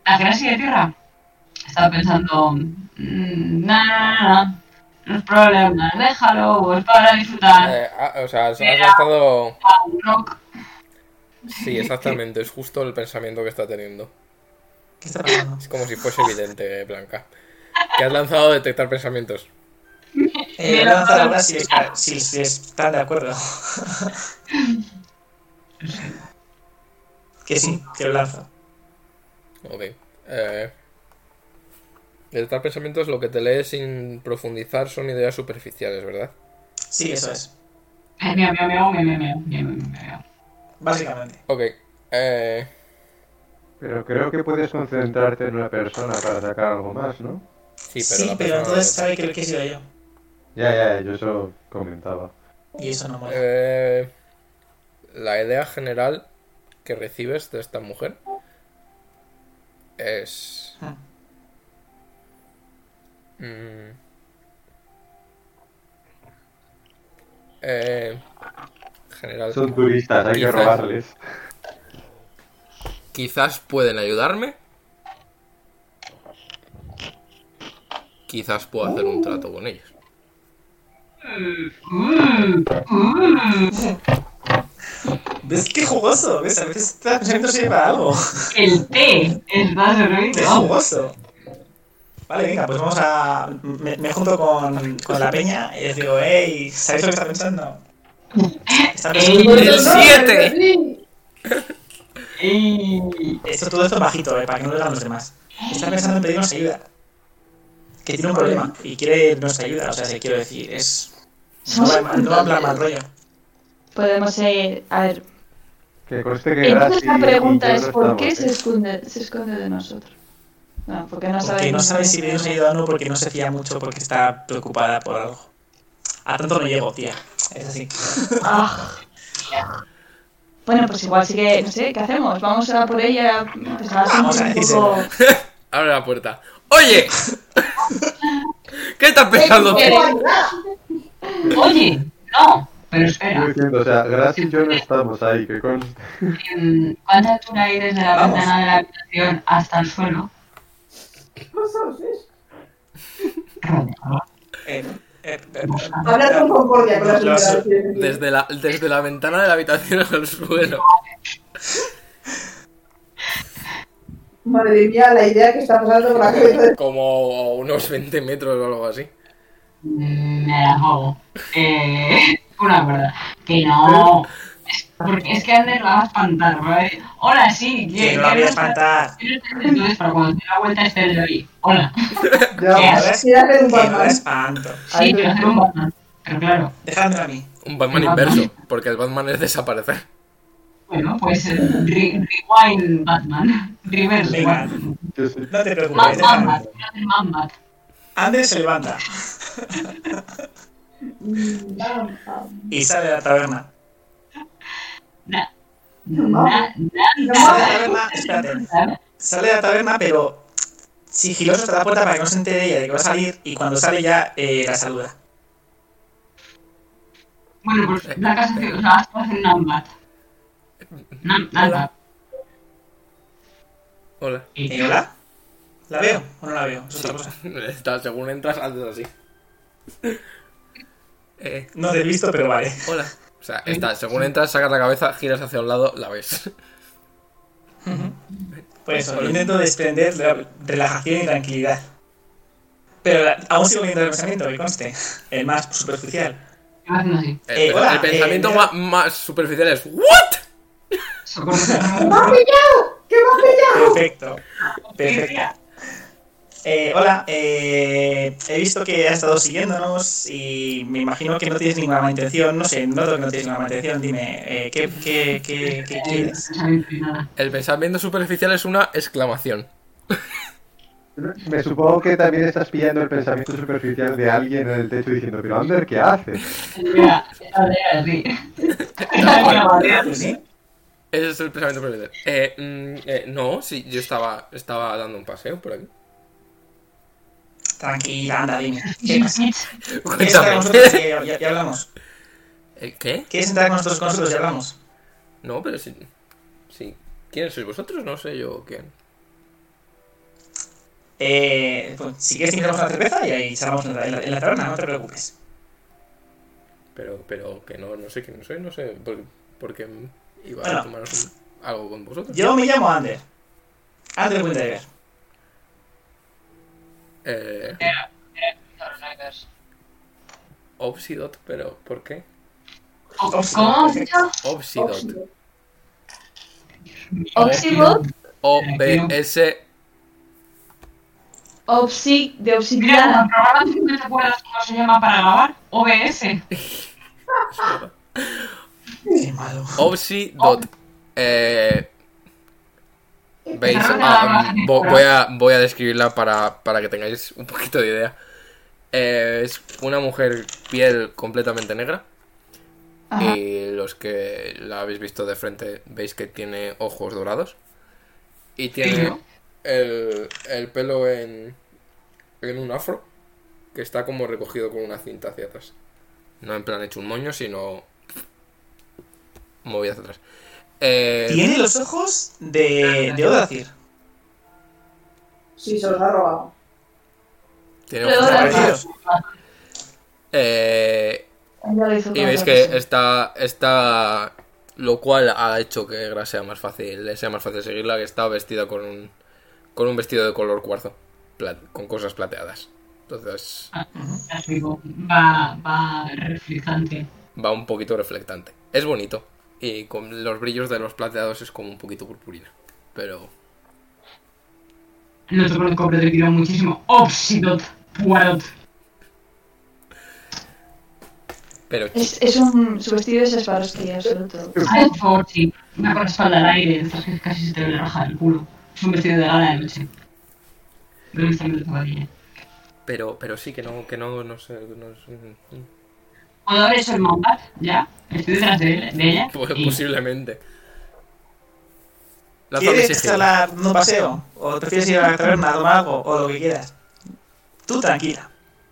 La gracia de tierra. Estaba pensando. mm, Nah, nah, nah, nah. Los problemas, déjalo, pues para disfrutar.
Eh, ah, o sea, has has
Mira.
lanzado.
al rock.
Sí, exactamente. Es justo el pensamiento que está teniendo.
¿Qué está pasando?
Es como si fuese evidente, eh, Blanca. Que has lanzado detectar pensamientos.
Eh, voy a lanzar ahora si, está- si, si están de acuerdo. que sí, que lo lanzo.
Ok. Eh, detectar pensamientos, lo que te lees sin profundizar son ideas superficiales, ¿verdad?
Sí, eso es.
Eh, Miau, miau, miau, miau, miau, miau, miau, miau, miau.
Básicamente.
Ok. Eh,
Pero creo que puedes concentrarte en una persona para sacar algo más, ¿no?
sí, pero
sí, pero
la persona no
entonces
lo-
sabe que lo que he sido yo.
Ya, ya, yo eso comentaba.
Y eso no mola.
Eh, la idea general que recibes de esta mujer es...
Ah.
Mm. Eh, general,
Son turistas, hay que
Quizás.
robarles.
quizás pueden ayudarme. Quizás puedo hacer un trato con ellos.
Uh,
¿Ves qué jugoso? ¿Ves? A veces este pensamiento sirve para algo.
El té está
¡Qué
servido.
jugoso! Ah, Vale, venga, pues vamos a. Me, me junto con, con la peña y les digo, ¡Ey! ¿Sabéis lo que está pensando? Está pensando.
Ey.
¡El 7!
Sí,
Y-
Esto, todo esto bajito, eh, para que no lo vean los demás. Está pensando en pedirnos ayuda. que tiene un problema y quiere nuestra ayuda. O sea, se quiero decir, es. No, va- no habla mal rollo.
Podemos ir. A ver.
Que conste que
Entonces
Graci
la
y
pregunta
yo
es:
no
¿por
estamos,
qué
¿eh?
se esconde, se esconde de nosotros? No, porque no sabe.
Porque no sabe si pedimos ayuda o no, porque no se fía mucho, porque está preocupada por algo. A tanto no llego, tía. Es así.
Ah. Bueno, pues igual sí que. No sé, ¿qué hacemos? Vamos a por ella. Pues a
Vamos a
un
decírselo.
poco.
Abre la puerta. ¡Oye! ¿Qué estás pensando tú?
Oye, no. Pero
Yo
espera.
entiendo, o sea, Graci y yo no estamos ahí, que conste.
Mm, ¿Cuánta altura hay desde la
Vamos.
ventana de la habitación hasta el suelo?
Eh, eh, eh,
Ah.
Hablar con concordia con las
Los-
declaraciones.
Desde la, desde la ventana de la habitación al suelo.
Madre mía, la idea que está pasando por la cabeza de
Como unos 20 metros o algo así.
Mm, Me la juego. Eh, una verdad. Que no. Es- Porque es que Ander la va a espantar, ¿vale? Hola, sí.
Que no la voy a espantar.
Entonces, para cuando te la vuelta esté yo ahí. Hola.
Que
¿Qué
no
haces?
la-
Tirarle un
que no la
Batman.
espanto.
Sí, quiero hacer un Batman. Pero claro,
Dejadme a mí.
Un Batman
Batman.
inverso, porque el Batman es desaparecer.
bueno, pues eh, re- rewind Batman. Reverse
Venga.
Batman.
Yo soy-
No te preocupes,
Man- Man
déjame.
Bat. Quiero hacer Man Bat.
Andrés se levanta
Mm,
y sale de la taberna.
Na- na-
Sale de la
na-
taberna, espérate.
nada.
Sale de la taberna, pero sigiloso hasta la puerta para que no se entere ella de que va a salir. Y cuando sale ya eh, la saluda.
Bueno, pues la casa que. O sea, vas a hacer un Ambat. Nada.
Hola.
¿Y ¿Eh, hola? ¿La veo o no la veo? Es otra cosa.
Está- según entras, haces así. Eh,
No te he visto, pero vale.
hola. O sea, está, según entras, sacas la cabeza, giras hacia un lado, la ves.
Por Pues eso, yo intento desprender la relajación y tranquilidad. Pero la- aún sigo viendo el pensamiento, que conste. El más superficial.
Iba haciendo así.
Eh,
Eh, pero
hola,
el pensamiento
eh,
ma- más superficial es ¿What?
Socorro.
Perfecto. Perfecto. Eh, hola, eh, he visto que has estado siguiéndonos y me imagino que no tienes ninguna mala intención. No sé, noto que no tienes ninguna mala intención. Dime, eh, ¿qué, qué, qué, qué
Eh,
quieres?
pensamiento y nada.
El pensamiento superficial es una exclamación.
Me supongo que también estás pillando el pensamiento superficial de alguien en el techo diciendo, pero Ander, ¿qué haces?
Mira, esta de así.
¿Sí?
Ese es el pensamiento superficial. Eh, mm, eh, no, sí, yo estaba, estaba dando un paseo por aquí.
Tranquila, anda, dime. ¿Qué pasa? ¿Quieres entrar con
Cuéntame.
nosotros? Sí, ya, ya- ya hablamos.
Eh, ¿Qué?
¿Quieres entrar con nosotros? Con nosotros ya hablamos.
No, pero sí. sí. ¿Quiénes sois vosotros? No sé yo quién.
Eh, pues, si quieres, te invitamos a una cerveza y ahí charlamos en la, en la- en la taberna, no te preocupes.
Pero, pero que no, no sé quién soy, no sé por, por qué iba a
Bueno.
tomaros un- algo con vosotros.
Yo me llamo Ander. Ander Winterberg.
Eh, Obsidot, pero ¿por qué?
¿Cómo has dicho?
Obsidot.
Oxybot,
eh, E. O-B-S-I-D-O-T.
Opsi,
Mira, como el
de obsidiana.
programa de 50 te acuerdas cómo se llama para grabar, E OBS.
Qué malo.
Eh, veis,
Cerrad la
ah,
barra.
vo- voy, a, voy a describirla para, para que tengáis un poquito de idea. Eh, es una mujer piel completamente negra.
Ajá.
Y los que la habéis visto de frente veis que tiene ojos dorados. Y tiene
Claro.
el, el pelo en, en un afro que está como recogido con una cinta hacia atrás. No en plan hecho un moño, sino movido hacia atrás. Eh,
Tiene los ojos de, de Odacir.
Sí, se los ha robado.
tiene
Pero
ojos
ahora-
parecidos. Eh,
Ya lo hizo
y
con
veis
la
que
persona.
está, está... Lo cual ha hecho que Gra sea más fácil, le sea más fácil seguirla, que está vestida con un, con un vestido de color cuarzo, pla- con cosas plateadas. Entonces
Ya os digo, Va, va reflectante.
va un poquito reflectante. Es bonito. Y con los brillos de los plateados es como un poquito purpurina. Pero
No te conozco, pero te pido muchísimo. Obsidot. Poirot.
Pero
Es, es un, su vestido es Swarovski, absoluto.
Hay Forty. Una con la espalda al aire, estas que casi se te relaja el culo. Es un vestido de gala de noche. Pero está en la zapatilla.
Pero, pero sí, que no, que no, no sé. No sé.
Cuando habré hecho el Mombat, ya, estoy detrás de, él- de ella.
Pues
y-
posiblemente. Lánzame
¿Quieres
sigilo.
escalar un paseo? ¿O prefieres ir a la taberna a tomar algo? O lo que quieras. Tú tranquila.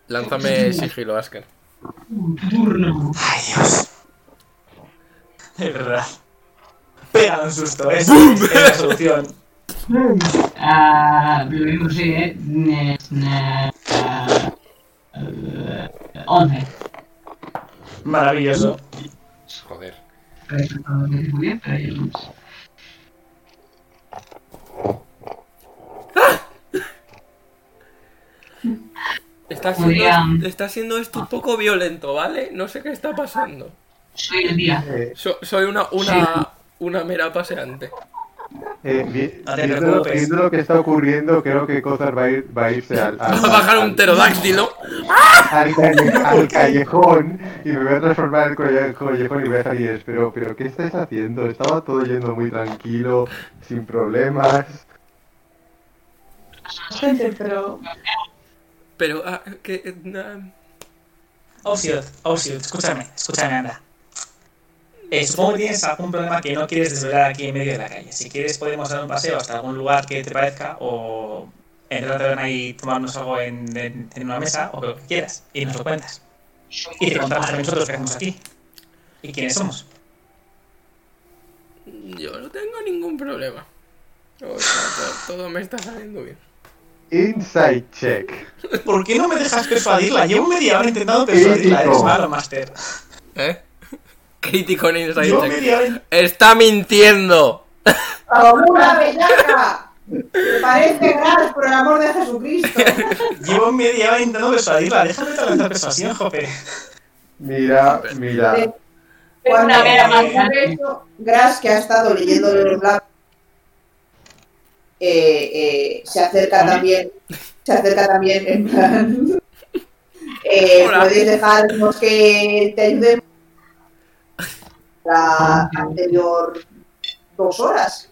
Lánzame sigilo, Asker.
Turno.
Ay, Dios. Es verdad. Pégale un susto, ¿eh? es la solución.
Ah, lo mismo sí, eh. Ne- ne- ah, eh, Once.
Maravilloso.
Joder.
Perfecto, Muy bien, pero ya no sé.
Está
Podría-
siendo, está siendo esto un poco violento, ¿vale? No sé qué está pasando.
Soy el día.
Eh,
So- soy una,
Sí.
una, una mera paseante.
eh, vi-
No te
viendo, lo-
preocupes.
viendo lo que está ocurriendo, creo que Cozar va a, ir- va a irse al,
Va
al-
a bajar
al-
un pterodáctilo.
al, calle- al callejón y me voy a transformar en el colle- callejón y voy a salir. Es, Pero, pero, ¿qué estáis haciendo? Estaba todo yendo muy tranquilo, sin problemas.
Gente, pero
Pero, ah, que. eh, na-
Osiot, Osiot, escúchame, escúchame, anda. Eh, supongo que tienes algún problema que no quieres desvelar aquí en medio de la calle. Si quieres podemos dar un paseo hasta algún lugar que te parezca o entrar a la taberna y tomarnos algo en, en- en una mesa o lo que quieras y nos lo cuentas. Y te contamos también nosotros qué hacemos aquí y quiénes somos.
yo no tengo ningún problema. O sea, to- todo, me está saliendo bien.
Inside check.
¿Por qué no me dejas persuadirla? Llevo media hora intentando
persuadirla, eres malo,
Master.
¿Eh? Crítico en Inside
Llevo
Check.
media hora...
¡Está mintiendo!
¡Como una bellaca! ¡Me parece grave, por el amor de Jesucristo!
Llevo media hora intentando persuadirla. Déjame la persuasión, jope.
Mira, mira.
Sí. Cuando
Una vera más
me
grande.
eso, Gras, que ha estado leyendo los labios, eh, eh, se acerca también, se acerca también en plan... Eh,
Hola.
¿Podéis dejarnos que te ayudemos? La anterior dos horas.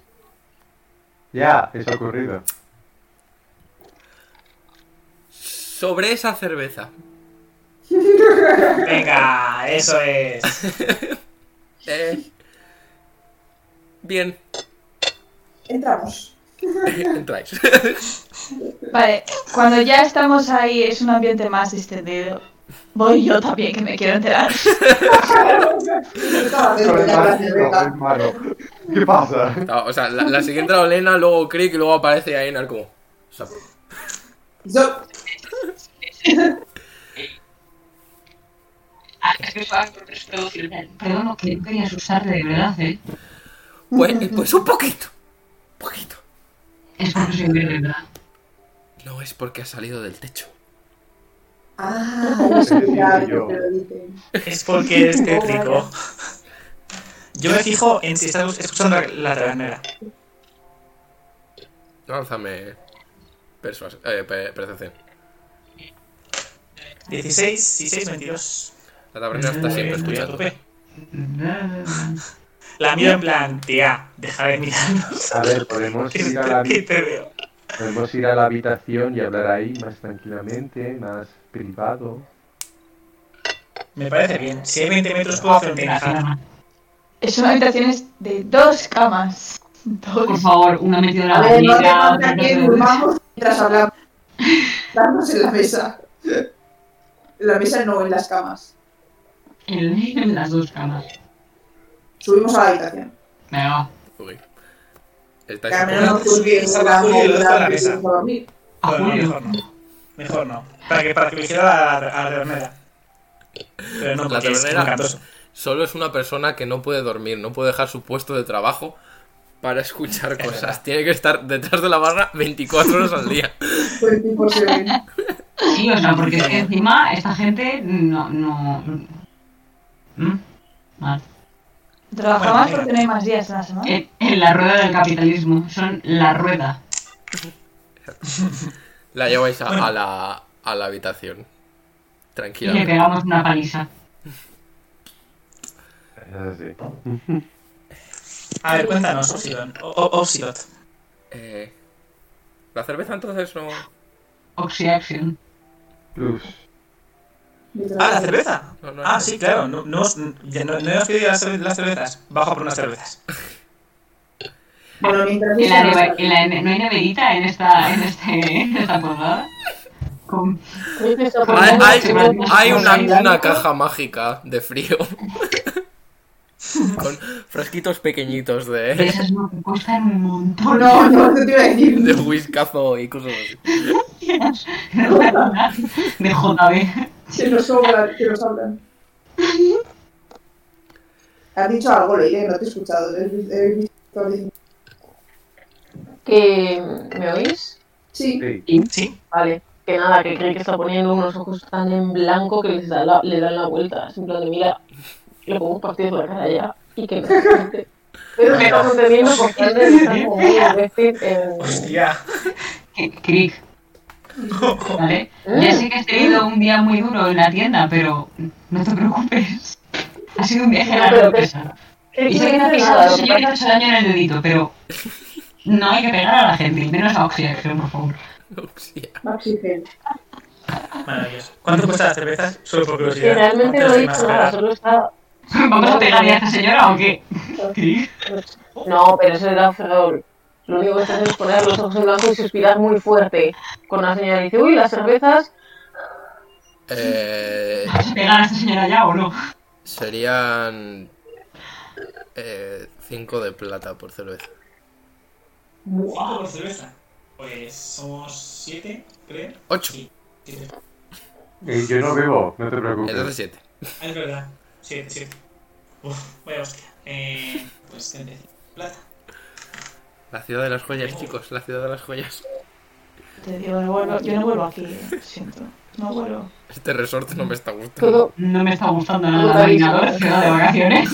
Ya, eso ha ocurrido.
Sobre esa cerveza.
Venga, eso es.
Eh, Bien,
Entramos.
entráis.
Vale, cuando ya estamos ahí es un ambiente más distendido. Voy yo también, que me quiero enterar.
Estaba
Con
dentro
el
de la clase,
martillo,
venga.
hermano. ¿Qué pasa?
No, o sea, la, la siguiente era Olena, luego Crick y luego aparece Einar como. o sea,
Yo-
Ah, es que estaba con respeto firme. Perdón, que no quería asustarte de verdad, eh.
pues, pues un poquito. Un poquito.
Es porque soy verde, ¿verdad?
No es porque ha salido del techo.
Ah,
Eso
es
digo
grave,
yo.
pero dicen.
Es porque eres tétrico. Yo me fijo en si estás escuchando la- la tabernera.
Lánzame. Persuas. Eh, pe- percepción.
16, 16, 22.
La taberna está siempre
Estoy a
escuchando.
tope.
Pues
La miro en plan, tía, deja de mirarnos.
A ver, podemos
Que
ir a la,
te- te veo.
podemos ir a la habitación y hablar ahí más tranquilamente, más privado.
Me parece bien. Si hay 20 metros puedo hacer un tinajar.
Es una habitación es de dos camas.
Por
Dos.
favor, una metida en la
A ver, no
barriga,
hace
otra
falta que
en el-
durmamos mientras hablamos. Darnos en la mesa. En la mesa no, en las camas.
en en las dos camas.
Subimos a la habitación.
Venga,
Uy.
Que
Estáis
al menos no
escuchando.
turbien
Saca
la
Julio y lo deja en la
moda que
mesa.
se va a dormir.
a
Bueno, no,
Julio.
mejor no. Mejor no. Para que, para que vigile a la, a la tabernera. Pero no,
La
porque es
tabernera-
muy cantoso.
Solo es una persona que no puede dormir, no puede dejar su puesto de trabajo para escuchar cosas.
verdad.
Tiene que estar detrás de la barra 24 horas al día.
Fue el tipo se ve.
Sí, o sea, porque es que encima esta gente no. no... ¿Mm? Mal.
Trabajamos
Bueno, mira.
porque no hay más días en la semana.
En, en Eh, la rueda del capitalismo, son la rueda.
La lleváis a,
Bueno.
a la, a a la
Y
habitación.
le
Tranquilamente.
pegamos una paliza.
A ver, cuéntanos, Oxidon. O- o- Oxidot.
Eh, la cerveza entonces no.
Oxyacción.
Ah, la cerveza.
No, no,
ah,
no.
sí, claro. No, no, os- ya no, no os pedido las, las cervezas. Bajo por unas cervezas.
Bueno, mientras
¿Y la
eso-
neve- y la ne- ¿No hay neverita en esta, en este, en esta posada? Con-
Hay, hay- hay una,
Con-
una caja mágica de frío. Con frasquitos pequeñitos
De
de,
esas no que cuestan un montón.
No, no, te iba a decir.
de whiskazo y cosas así.
De JB.
Se nos sobran, se nos sobran. Has dicho algo, Leire, no te he escuchado. He visto-
¿Que me oís?
Sí,
Sí.
Vale. Que nada, que cree que está poniendo unos ojos tan en blanco que les da la, le dan la vuelta. Es en plan de, mira, le pongo un partido de la cara ya y que no se siente. Pero me está conteniendo porque antes está como muy imbécil en...
Hostia.
Que- Crick. ¿Vale?
¿Eh?
Ya sé que has tenido un día muy duro en la tienda, pero no te preocupes. Ha sido un viaje largo y pesado. Y sé que te ha pisado el señor y te ha hecho daño en el dedito, pero no hay que pegar a la gente, y menos a Oxyacción, por favor.
Hostia.
Maxigel.
Maravilloso. ¿Cuánto cuestan las cervezas? Solo por
Sí,
curiosidad.
realmente
Antes
no
de
he dicho
mascarar.
nada, solo está...
¿Vamos a pegarle a esta señora o qué?
No, pero eso era Oxidol. Lo único que está haciendo es poner los ojos en blanco y suspirar muy fuerte. Con una señal dice, uy, las cervezas...
Eh,
¿Vamos a pegar a esta señora ya o no?
serían. 5 de plata por cerveza.
¿Cinco por cerveza? Pues somos siete, creo.
8.
Sí. Siete.
Y Eh, yo no bebo, no te
Entonces
preocupes.
7.
Ah, es verdad. Siete, siete. Uf, vaya hostia. Eh, pues gente, plata.
La ciudad de las joyas, chicos, la ciudad de las joyas.
Te digo, no vuelvo- yo no vuelvo aquí, eh, siento. No vuelvo.
Este resort no me está gustando.
Todo...
No me está gustando nada el bañador, ciudad de vacaciones.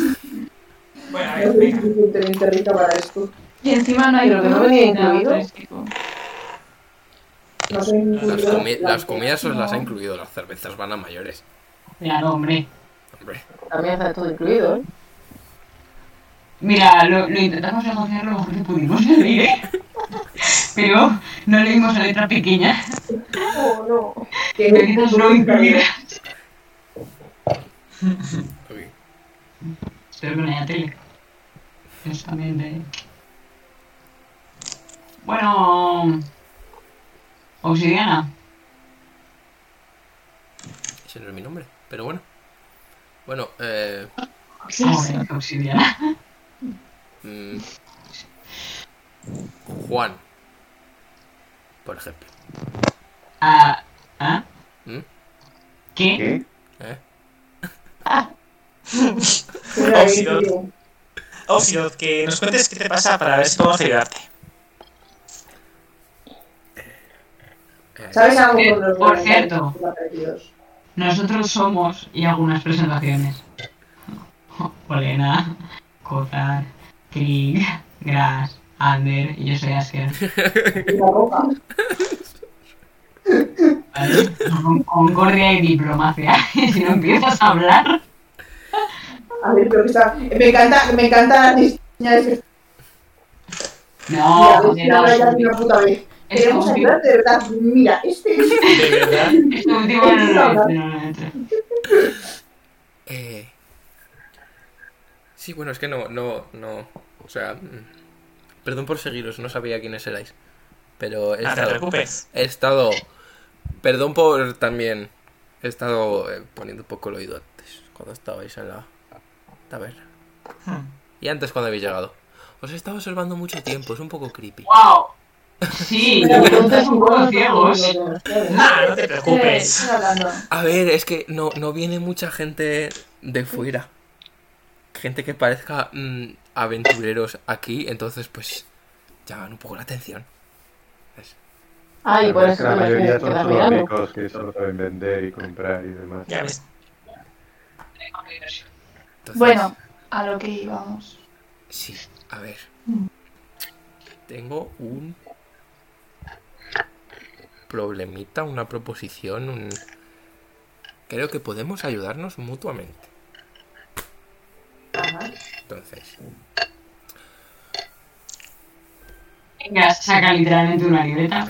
Bueno, a
No
ver,
soy
venga.
suficientemente rica para esto.
Y encima no hay
Pero que no
luz
venía
ni nada
incluido.
turístico.
No soy
Las,
incluido.
comi- las comidas os las ha incluido, las cervezas van a mayores.
Claro, hombre.
Hombre,
También está todo incluido, ¿eh?
Mira, lo, lo intentamos negociar lo mejor que pudimos, ¿eh? pero no leímos la letra pequeña.
No, no.
Que-
Bebidas no incluidas.
ok.
Espero que no haya tele. Es también de... Bueno... Obsidiana.
Ese no es mi nombre, pero bueno. Bueno, eh.
Ahora, Obsidiana.
mm, Juan. Por ejemplo.
Ah, ¿ah?
¿Mm?
¿Qué?
¿Qué?
¿eh?
Oh,
Mira, ahí,
Óxido.
tío.
Oxidot, que nos cuentes qué te pasa para ver si podemos ayudarte.
Eh,
¿Sabes algo
Por
con los
cierto.
guardaespaldas desaparecidos?
Nosotros somos y algunas presentaciones. Olena, Kozar, Krieg, Gras, Ander y yo soy Asker.
Y la roca.
¿vale? Con concordia y diplomacia. Y si no empiezas a hablar,
A ver, pero que está. Me encanta, me encantan las señales que
no,
Mira,
joder,
mira,
no,
ahora
Oh, es
ya de una puta vez.
este
Queremos
último,
ayudar de verdad. Mira, este es
De verdad.
este último no lo he hecho, no lo he hecho.
Eh, Sí, bueno, es que no, no, no. O sea, mm, perdón por seguiros, no sabía quiénes erais. Pero he
Ah, No te
estado.
preocupes.
He estado. Perdón por también. He estado eh, poniendo un poco el oído antes, cuando estabais en la taberna.
Hmm.
Y antes cuando habéis llegado. Os he estado observando mucho tiempo, es un poco creepy.
¡Wow! Sí,
Pero
entonces
entonces
un poco ciegos.
Ah, no te
Eh,
preocupes.
estoy hablando.
A ver, es que no, no viene mucha gente de fuera. Gente que parezca mm, aventureros aquí, entonces pues llaman un poco la atención.
Ay,
La
por
verdad es
eso
que
no
la
me
mayoría
tienes
son
que dar
solo
mirando.
ricos que solo saben vender y comprar y demás.
Ya ves.
Entonces,
Bueno, a lo que íbamos.
Sí, a ver. Tengo un problemita, una proposición, un... Creo que podemos ayudarnos mutuamente. Entonces,
Venga, saca literalmente una libreta.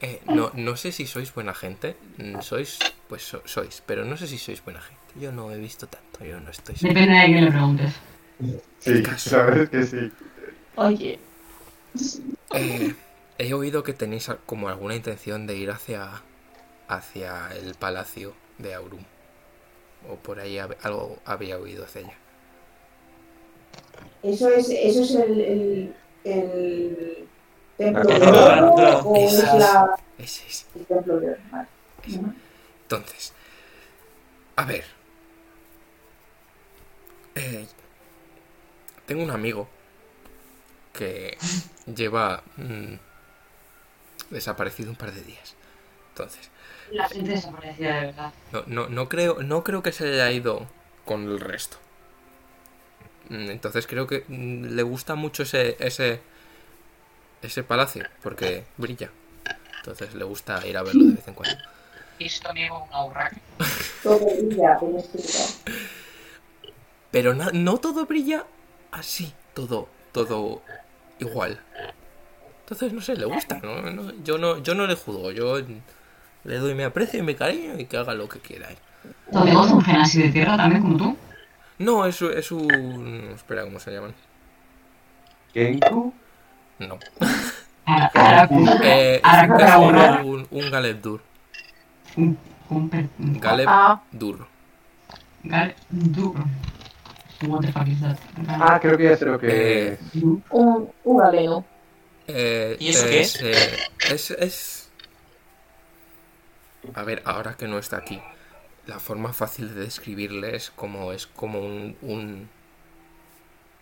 eh, no, no sé si sois buena gente. Mm, Sois, pues so- sois, pero no sé si sois buena gente. Yo no he visto tanto, yo no estoy seguro.
Depende de quién le preguntes.
Sí, sabes que sí.
Oye,
Eh, he oído que tenéis a- como alguna intención de ir hacia, hacia el palacio de Aurum. O por ahí hab- algo había oído hacia allá.
Eso es, eso es el, el, el templo
La
de
catedral,
oro
claro.
o es
Esas.
la,
Ese es.
el templo de oro. Vale.
Entonces, a ver. Eh, tengo un amigo que lleva mm, desaparecido un par de días. Entonces,
La gente desaparecida de verdad.
no, no, no creo, no creo que se haya ido con el resto. Mm, Entonces creo que mm, le gusta mucho ese, ese, ese palacio, porque brilla. Entonces le gusta ir a verlo de vez en cuando.
Esto me lleva una burraca.
Todo brilla en este lugar.
Pero na- no todo brilla así, todo, todo igual. Entonces, no sé, le gusta, ¿no? No- yo, no, yo no le juzgo, yo le doy mi aprecio y mi cariño y que haga lo que quiera. él.
¿Tenemos un gen así de tierra también como tú?
No, es, u- es un... Espera, ¿cómo se llaman?
¿Kenku?
No.
Ara- Araku.
Eh,
Araku
es un,
Araku.
un, un Galeb Dur.
Un- un per- un-
Eh.
Galeb
Ah.
Dur.
Gal- Dur. What the fuck is that? Gal-
Ah, creo que ya sé lo que
Eh,
es.
Dur.
Un, un galeno.
Eh,
¿Y eso qué
es, eh, es, es- A ver, ahora que no está aquí, la forma fácil de describirle es como, es como un, un-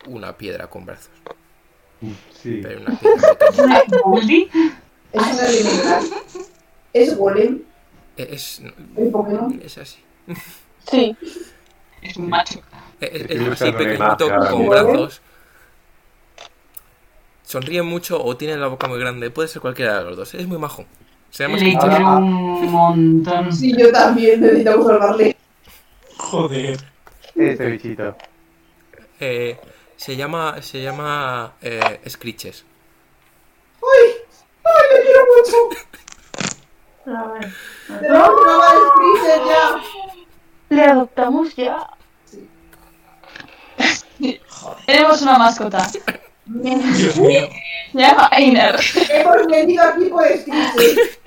Una piedra con brazos.
mm, Sí.
Pero una piedra pequeña.
¿Una Goldie?
Es una divinidad. Es golem,
Eh, Es,
el Pokémon.
es así.
Sí,
Es un macho.
Eh, eh,
Estoy
Es, así
buscando una
pequeñito
imagen ahora
con
mismo.
brazos. Sonríe mucho o tiene la boca muy grande. Puede ser cualquiera de los dos. Es muy majo. Se llama
Le
Squinch.
quiero un montón.
Sí, yo también necesitamos salvarle.
Joder.
Ese bichito.
Eh, se llama, se llama eh, Screeches.
¡Ay, le quiero mucho! ¡Tenemos que grabar el freezer ya!
le adoptamos ya.
tenemos una mascota.
Dios mío.
Se llama Einer.
Hemos venido aquí por el freezer.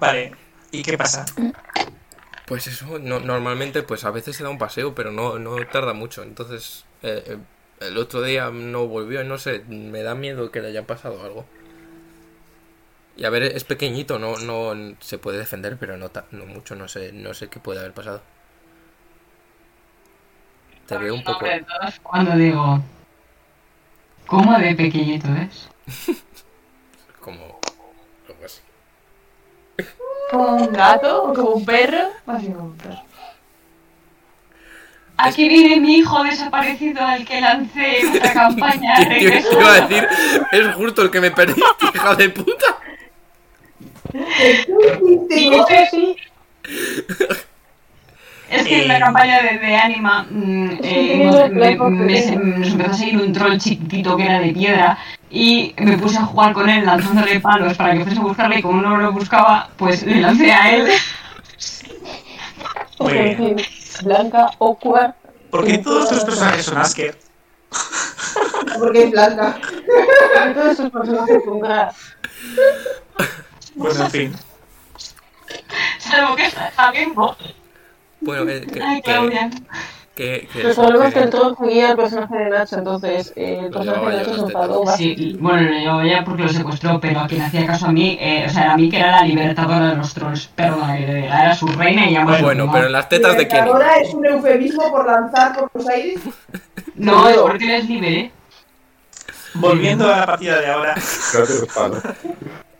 Vale. ¿Y qué pasa?
Pues eso, no- normalmente pues a veces se da un paseo, pero no, no tarda mucho. Entonces, eh, eh, el otro día no volvió, no sé, me da miedo que le haya pasado algo. Y a ver, es pequeñito, no, no se puede defender, pero no, ta- no mucho, no sé, no sé qué puede haber pasado. Te veo un poco.
Sobre todo es cuando digo. ¿Cómo de pequeñito es?
como algo así.
Como un gato o como un perro. Más bien como un perro.
Aquí viene mi hijo desaparecido al que lancé una campaña.
Tío, tío,
regresó.
iba a decir, es justo el que me perdí, hija de puta.
Sí,
Digo, "Sí,
Sí,
Es que en la
Eh.
campaña de, de Anima mm, eh,
Sí,
nos,
los blancos
me-
que-
me- se- nos empezó a seguir un troll chiquitito que era de piedra y me puse a jugar con él lanzándole palos para que fuese a buscarle y como no lo buscaba, pues le lancé a él.
Muy bien.
Blanca, Ocuar.
¿Por qué todos tus personajes son Asker?
porque es blanca.
Todos sus personajes son gas.
Bueno, en fin.
Salvo que está bien, bo-
Bueno, eh, que,
Ay,
que-
Claudia.
que- que-
El problema es que
que-
el troll seguía al personaje de Nacho, entonces eh,
Pues
el
Lo
personaje
llevaba
de
yo
Nacho
en
es
las
un
tetas.
padova.
Sí, bueno, lo llevaba ya porque lo secuestró, pero a quien hacía caso a mí, eh, o sea, era a mí que era la libertadora de los trolls, perdona, que de verdad era su reina y ya bueno,
Bueno, pero en las tetas de quién.
Ahora es un eufemismo por lanzar por los aires.
No, es porque ¿eh? les liberé.
Volviendo a la partida de ahora.
No te los palos.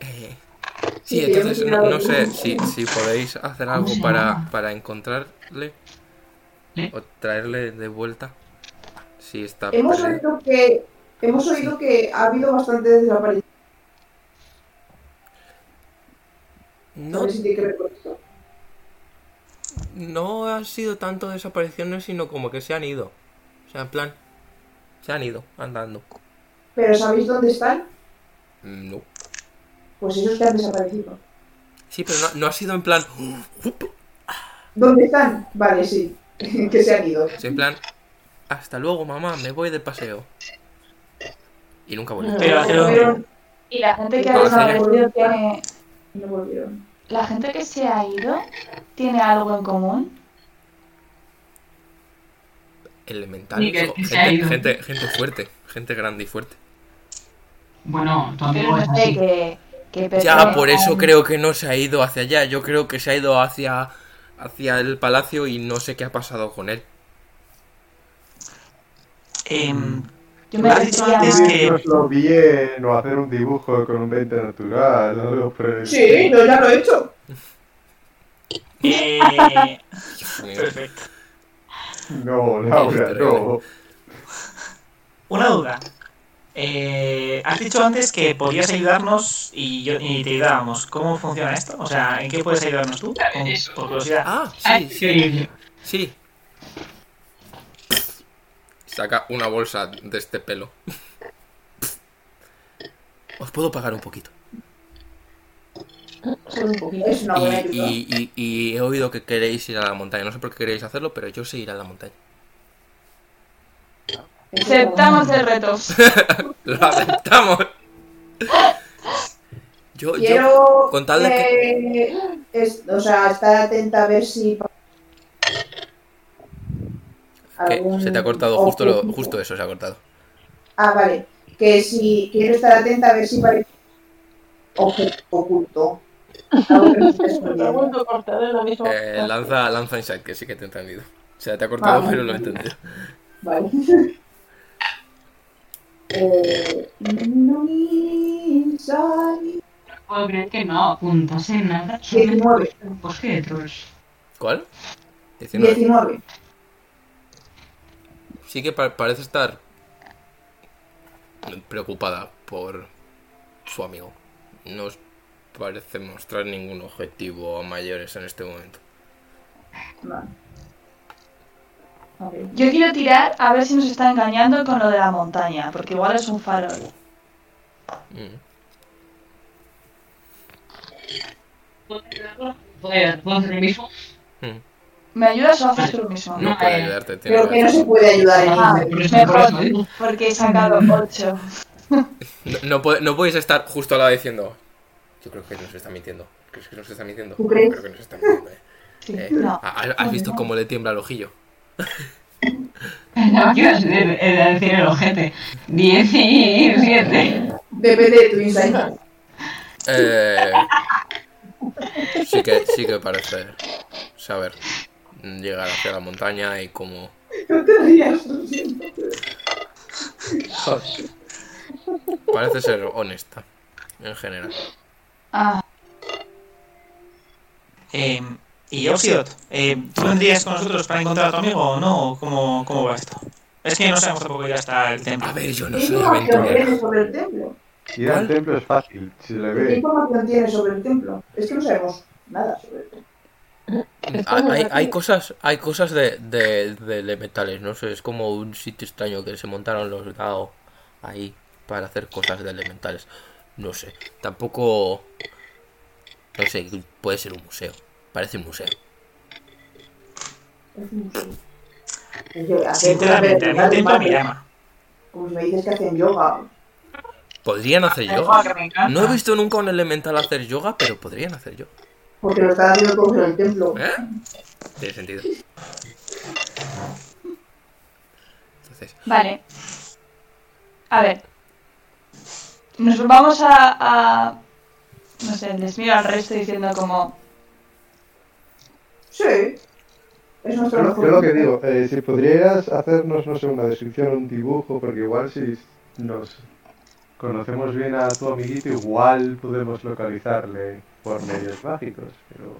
Eh,
Sí,
Sí,
que
entonces
hemos
no,
llegado
no
al
sé
mismo
si, si podéis hacer
¿Cómo
algo
se
para,
llama?
para encontrarle
¿Le? ¿Eh?
o traerle de vuelta. Si está
Hemos
perdido.
oído que Hemos oído que ha habido bastantes desapariciones.
No,
A ver si tiene que ver con esto.
no han sido tanto desapariciones, sino como que se han ido. O sea, en plan, se han ido andando.
Pero ¿sabéis dónde están?
Mm, No.
Pues esos que han desaparecido.
Sí, pero no, no ha sido en plan. "Uf, up".
¿Dónde están? Vale, sí. que se han ido.
Sí, en plan, hasta luego, mamá, me voy de paseo. Y nunca volví.
Pero hacer un-
Y la gente que
Ah,
ha desaparecido
señor.
tiene.
No volvieron.
La gente que se ha ido tiene algo en común.
Elemental.
Miguel,
hijo.
que se ha
gente,
ido.
gente, gente fuerte. Gente grande y fuerte.
Bueno, tu
Pero
amigo es
no sé
así.
que. que
Ya,
pertenezcan-
por eso creo que no se ha ido hacia allá. Yo creo que se ha ido hacia, hacia el palacio y no sé qué ha pasado con él. mm.
em,
Yo me
Has dicho
refería
antes
más-
que-
Escribirnoslo bien o hacer un dibujo con un 20 natural. No lo pre-
Sí, yo ya lo he hecho.
eh,
Dios mío.
perfecto.
No, Laura, no.
Una duda. Eh, has dicho antes que podías ayudarnos y, yo, y te ayudábamos. ¿Cómo funciona esto? O sea, ¿en qué puedes ayudarnos tú? Con- por curiosidad.
Ah,
Ah,
sí, sí,
increíble.
sí. Saca una bolsa de este pelo. Os puedo pagar un poquito.
Solo un poquito.
Es una
Y,
buena ayuda.
y- y- y he oído que queréis ir a la montaña. No sé por qué queréis hacerlo, pero yo sé ir a la montaña.
Aceptamos el reto.
Lo aceptamos. Yo, yo-
Quiero.
con tal de
que... es- o sea, estar atenta a ver si.
que
algún
eh, se te ha cortado justo, lo-
objetivo.
justo eso, se ha cortado.
Ah, vale. Que si quiero estar atenta a ver si parece objeto oculto. Algo que no esté
Me he
escondiendo.
vuelto a cortar en la misma.
Eh, lanza, lanza Insight, que sí que te he entendido. O sea, te ha cortado,
Vale.
pero lo he entendido.
Vale. Eh, no inside.
No puedo creer que no apuntase nada sobre
Diecinueve.
el bosque de trolls.
¿Cuál? 19.
19.
Sí que pa- parece estar preocupada por su amigo. No os parece mostrar ningún objetivo a mayores en este momento.
Vale. Ok.
Yo quiero tirar a ver si nos está engañando con lo de la montaña, porque igual es un farol.
Mm.
¿Puedo ayudar? ¿Puedo hacer lo mismo?
Mm.
¿Me ayudas o haces tú mismo?
No
No,
puede
eh,
ayudarte, tiene
Creo que no se
razón.
puede ayudar en
Ah,
inglés.
Por eso, por eso, ¿eh?
mejor, porque he sacado 8.
No, no puede- no podéis estar justo al lado diciendo. Yo creo que nos está mintiendo. ¿Crees que nos está mintiendo?
¿Tú crees?
Creo que nos está mintiendo, eh.
Sí,
Eh,
no.
¿ha- ¿Has visto cómo le tiembla el ojillo?
No quiero decir- eh, decir el ojete. 17.
Depende de tu insight.
Eh, sí que sí que parece saber llegar hacia la montaña y cómo
No te rías, lo siento.
parece ser honesta en general.
Ah,
Eh, y Oxidot, eh, ¿tú vendrías con nosotros para encontrar a tu amigo o no? ¿O ¿Cómo, cómo va esto? Es que no sabemos tampoco ir hasta el templo.
A ver, yo no
¿Qué
soy
información
aventurera.
tienes sobre el templo?
Ir al
¿Cuál?
templo es fácil, se le
¿Qué
ve.
información tienes sobre el templo? Es que no sabemos nada sobre el templo.
Hay, hay- hay cosas hay cosas de, de, de elementales, no sé, es como un sitio extraño que se montaron los Dao ahí para hacer cosas de elementales. No sé, tampoco no sé, puede ser un museo. Parece un museo.
Es un museo. Oye, hacer
Sinceramente, a mí el
cosas de
templo
verdad,
me llama.
Como si me dices que hacen yoga.
Podrían hacer yoga.
Ah, que me encanta.
No he visto nunca un elemental hacer yoga, pero podrían hacer yoga.
Porque lo está haciendo como en el templo.
¿Eh? Tiene sentido. Entonces,
vale. A ver. Nos vamos a, a- No sé, les miro al resto diciendo como...
Sí. Es nuestro
Yo,
mejor
yo lo que
amigo.
digo, eh, si podrías hacernos, no sé, una descripción, un dibujo, porque igual si nos conocemos bien a tu amiguito, igual podemos localizarle por medios mágicos, pero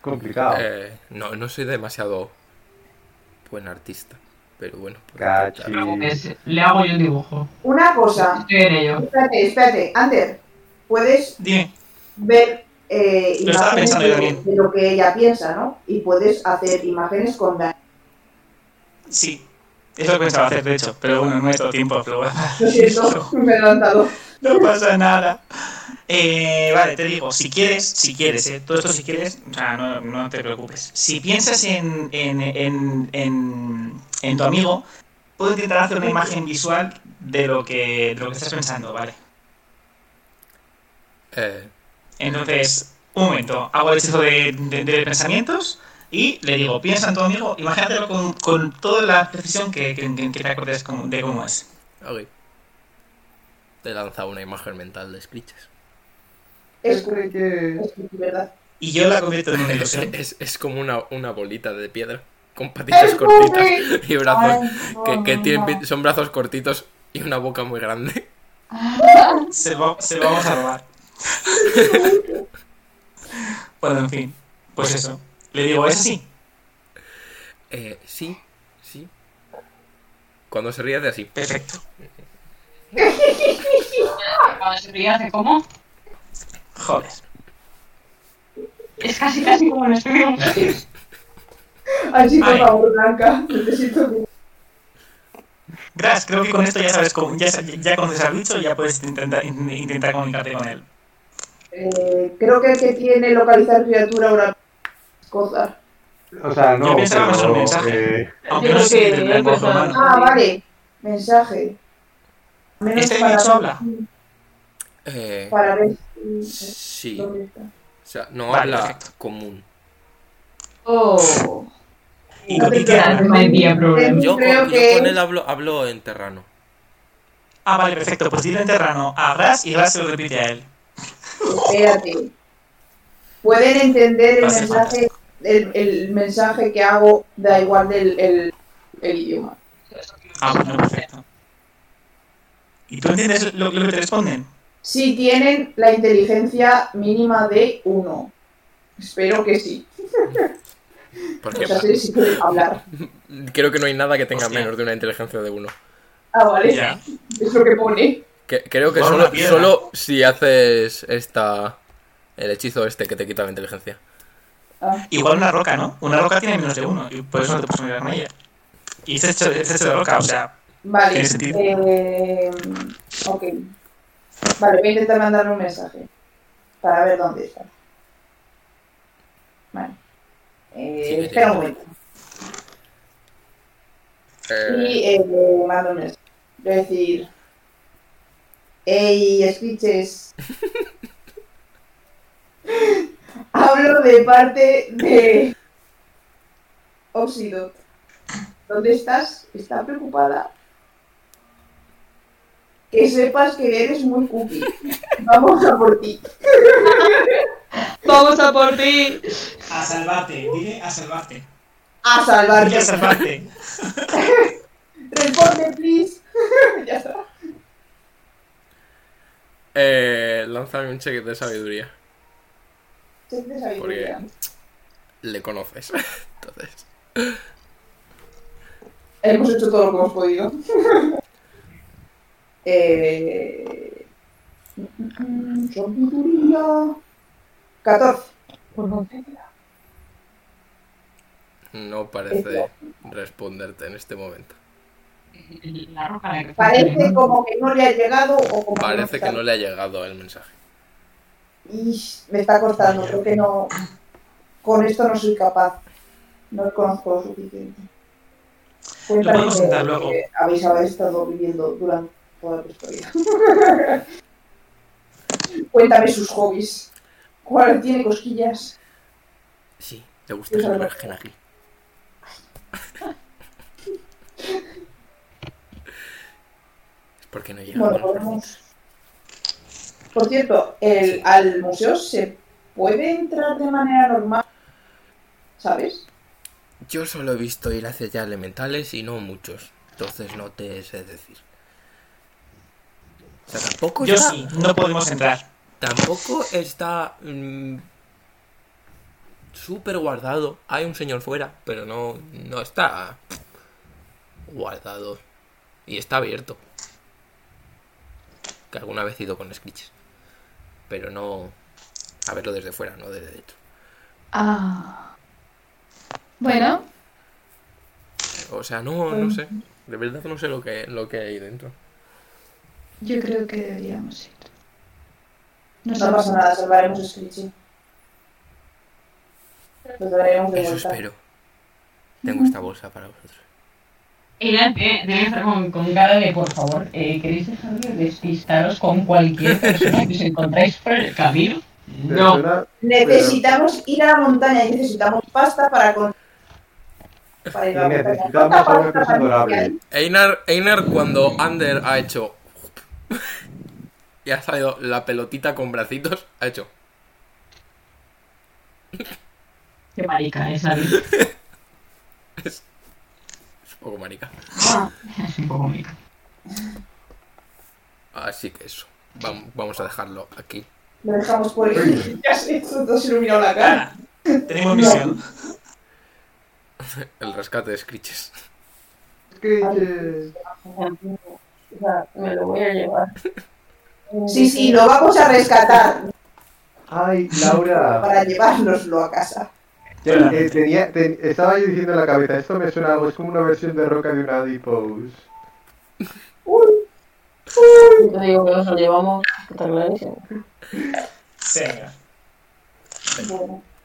complicado.
eh, no, no soy demasiado buen artista.
Pero bueno.
No te preocupes, le hago yo el dibujo.
Una cosa.
Estoy en ello.
Espérate, espérate. Ander, ¿puedes
Dime.
ver eh,
Lo estaba
imágenes
pensando yo también.
de, de lo que ella piensa, ¿no? Y puedes hacer imágenes con la...
Sí. Es lo que pensaba hacer, de hecho. Pero bueno, no he dado tiempo a probar.
Lo siento, me he levantado.
No pasa nada. Eh, vale, te digo, si quieres, si quieres, eh, todo esto si quieres, o sea, no, no te preocupes. Si piensas en, en, en, en, en tu amigo, puedo intentar hacer una imagen visual de lo que, de lo que estás pensando, ¿vale?
Eh,
Entonces, un momento, hago el hechizo de, de- de pensamientos y le digo, piensa en tu amigo, imagínatelo con, con toda la precisión que, que, que te acordes como- de cómo es.
ok. Te lanza una imagen mental de Screeches.
Es es verdad.
Y yo la convierto en una
Es,
ilusión.
es- es como una, una bolita de piedra con patitas
¡Es
cortitas
Bobby!
y brazos.
Ay,
que que
no,
tienen
no.
pi- son brazos cortitos y una boca muy grande.
Se lo, se lo vamos a robar. bueno, en fin. Pues eso. Le digo, es así.
Eh, sí, sí. Cuando se ríe hace así.
Perfecto.
Cuando se ríe hace como...
Joder.
Es casi casi como en el estudio.
Así, por
Ay.
favor, Blanca, necesito que...
Gras, creo que con esto ya sabes cómo, ya, sa- ya conoces al bicho y ya puedes intentar, in- intentar comunicarte con él.
Eh, creo que el que tiene localizar criatura una cosa.
O sea, no,
Yo pensaba más un
pero,
mensaje.
eh,
Aunque
Yo
no
creo
sé
que
del
él
lenguaje
pensaba-
humano.
Ah, vale. Mensaje. Menos
¿Este
para-
bicho habla?
Eh,
Para ver si... eh,
sí. O
¿Dónde está?
sea, no
Vale,
habla
perfecto.
común.
Oh.
Y, y qué hará?
No había problema.
Yo,
Creo
con, yo
que-
con él hablo, hablo en terrano.
Ah, vale, perfecto. Pues dile en terrano a Gras y Gras se lo repite a él.
Espérate. Pueden entender el
Va a ser
mensaje, el, el mensaje que hago, da igual del el, el idioma.
Ah, bueno, perfecto. ¿Y tú entiendes lo, lo que te responden?
Si tienen la inteligencia mínima de uno. Espero que sí.
Porque
O sea, Pues sí, sí pueden hablar.
creo que no hay nada que tenga
Hostia.
menos de una inteligencia de uno.
Ah, vale.
Ya.
Es lo que pone.
Que- creo que
Por
solo,
una piedra.
solo si haces esta el hechizo este que te quita la inteligencia.
Igual una roca, ¿no? Una roca tiene menos de uno y por eso no te puedes mirar con ella. Y es hecho, es hecho de roca, o sea,
Vale.
Tiene sentido.
eh, ok. Vale, voy a intentar mandarle un mensaje. Para ver dónde está. Vale. Eh,
Sí, me
espera un
llega.
momento.
Eh,
Y eh, le mando un mensaje. Voy a decir. Ey, escuches. Hablo de parte de. Óxido. ¿Dónde estás? Está preocupada. Que sepas que eres muy cookie. Vamos a por ti.
Vamos a por ti.
A salvarte, dile a salvarte.
A
Dile
salvarte.
a salvarte.
Responde, please. ya está.
eh, lánzame un cheque de sabiduría.
Check de sabiduría.
Le conoces. Entonces,
Hemos hecho todo lo que hemos podido. eh... mm, Sabiduría. 14.
no parece responderte en este momento.
La roca la que
Parece como que no le ha llegado o como
Parece que
está.
no le ha llegado el mensaje.
Ish, me está cortando, creo que no. Con esto no soy capaz. No conozco lo suficiente. Cuéntame
podemos
de-
sentar luego.
que habéis habéis estado viviendo durante toda vuestra vida. Cuéntame sus hobbies. ¿Cuál tiene cosquillas?
Sí, le gusta el jenagil. Es porque no llega.
Bueno, podemos. Por cierto, el, al museo se puede entrar de manera normal, ¿sabes?
Yo solo he visto ir hacia allá elementales y no muchos. Entonces no te sé decir. O sea, tampoco
Yo
está,
sí, no podemos entrar.
tampoco está mm, súper guardado. Hay un señor fuera, pero no, no está guardador. Y está abierto. Que alguna vez he ido con sketches. Pero no. A verlo desde fuera, no desde dentro.
Ah. Bueno,
O sea, no, no sé. De verdad no sé lo que, lo que hay dentro.
yo creo que deberíamos ir.
No,
sé.
pasa nada, salvaremos a Screechy. Lo traeremos de
Eso
vuelta.
espero. Tengo esta bolsa para vosotros.
Ella te- debe estar con, con cara de, por favor, eh, ¿queréis dejar de despistaros con cualquier persona que os encontráis por el camino? No.
Necesitamos ir a la montaña y necesitamos pasta para con... para ir a la montaña.
eh, Necesitamos a una persona adorable.
Einar, Einar cuando Ander ha hecho. Y ha salido la pelotita con bracitos, ha hecho.
Qué marica ¿eh, es, ¿sabes?
Es un poco marica.
Es un poco marica.
Así que eso. Vam- Vamos a dejarlo aquí.
Lo dejamos por ahí. Ya sé, esto se iluminó la cara.
Tenemos misión.
El rescate de Screeches.
eh,
O sea, me lo voy a llevar.
Sí, sí, lo vamos a rescatar
Ay, Laura.
para llevárnoslo a casa.
Ya, eh, tenía- ten- estaba yo diciendo en la cabeza, esto me suena a algo, es como una versión de Roca de una Adipose.
Yo te digo que nos lo llevamos, está clarísimo.
Venga.
Bueno,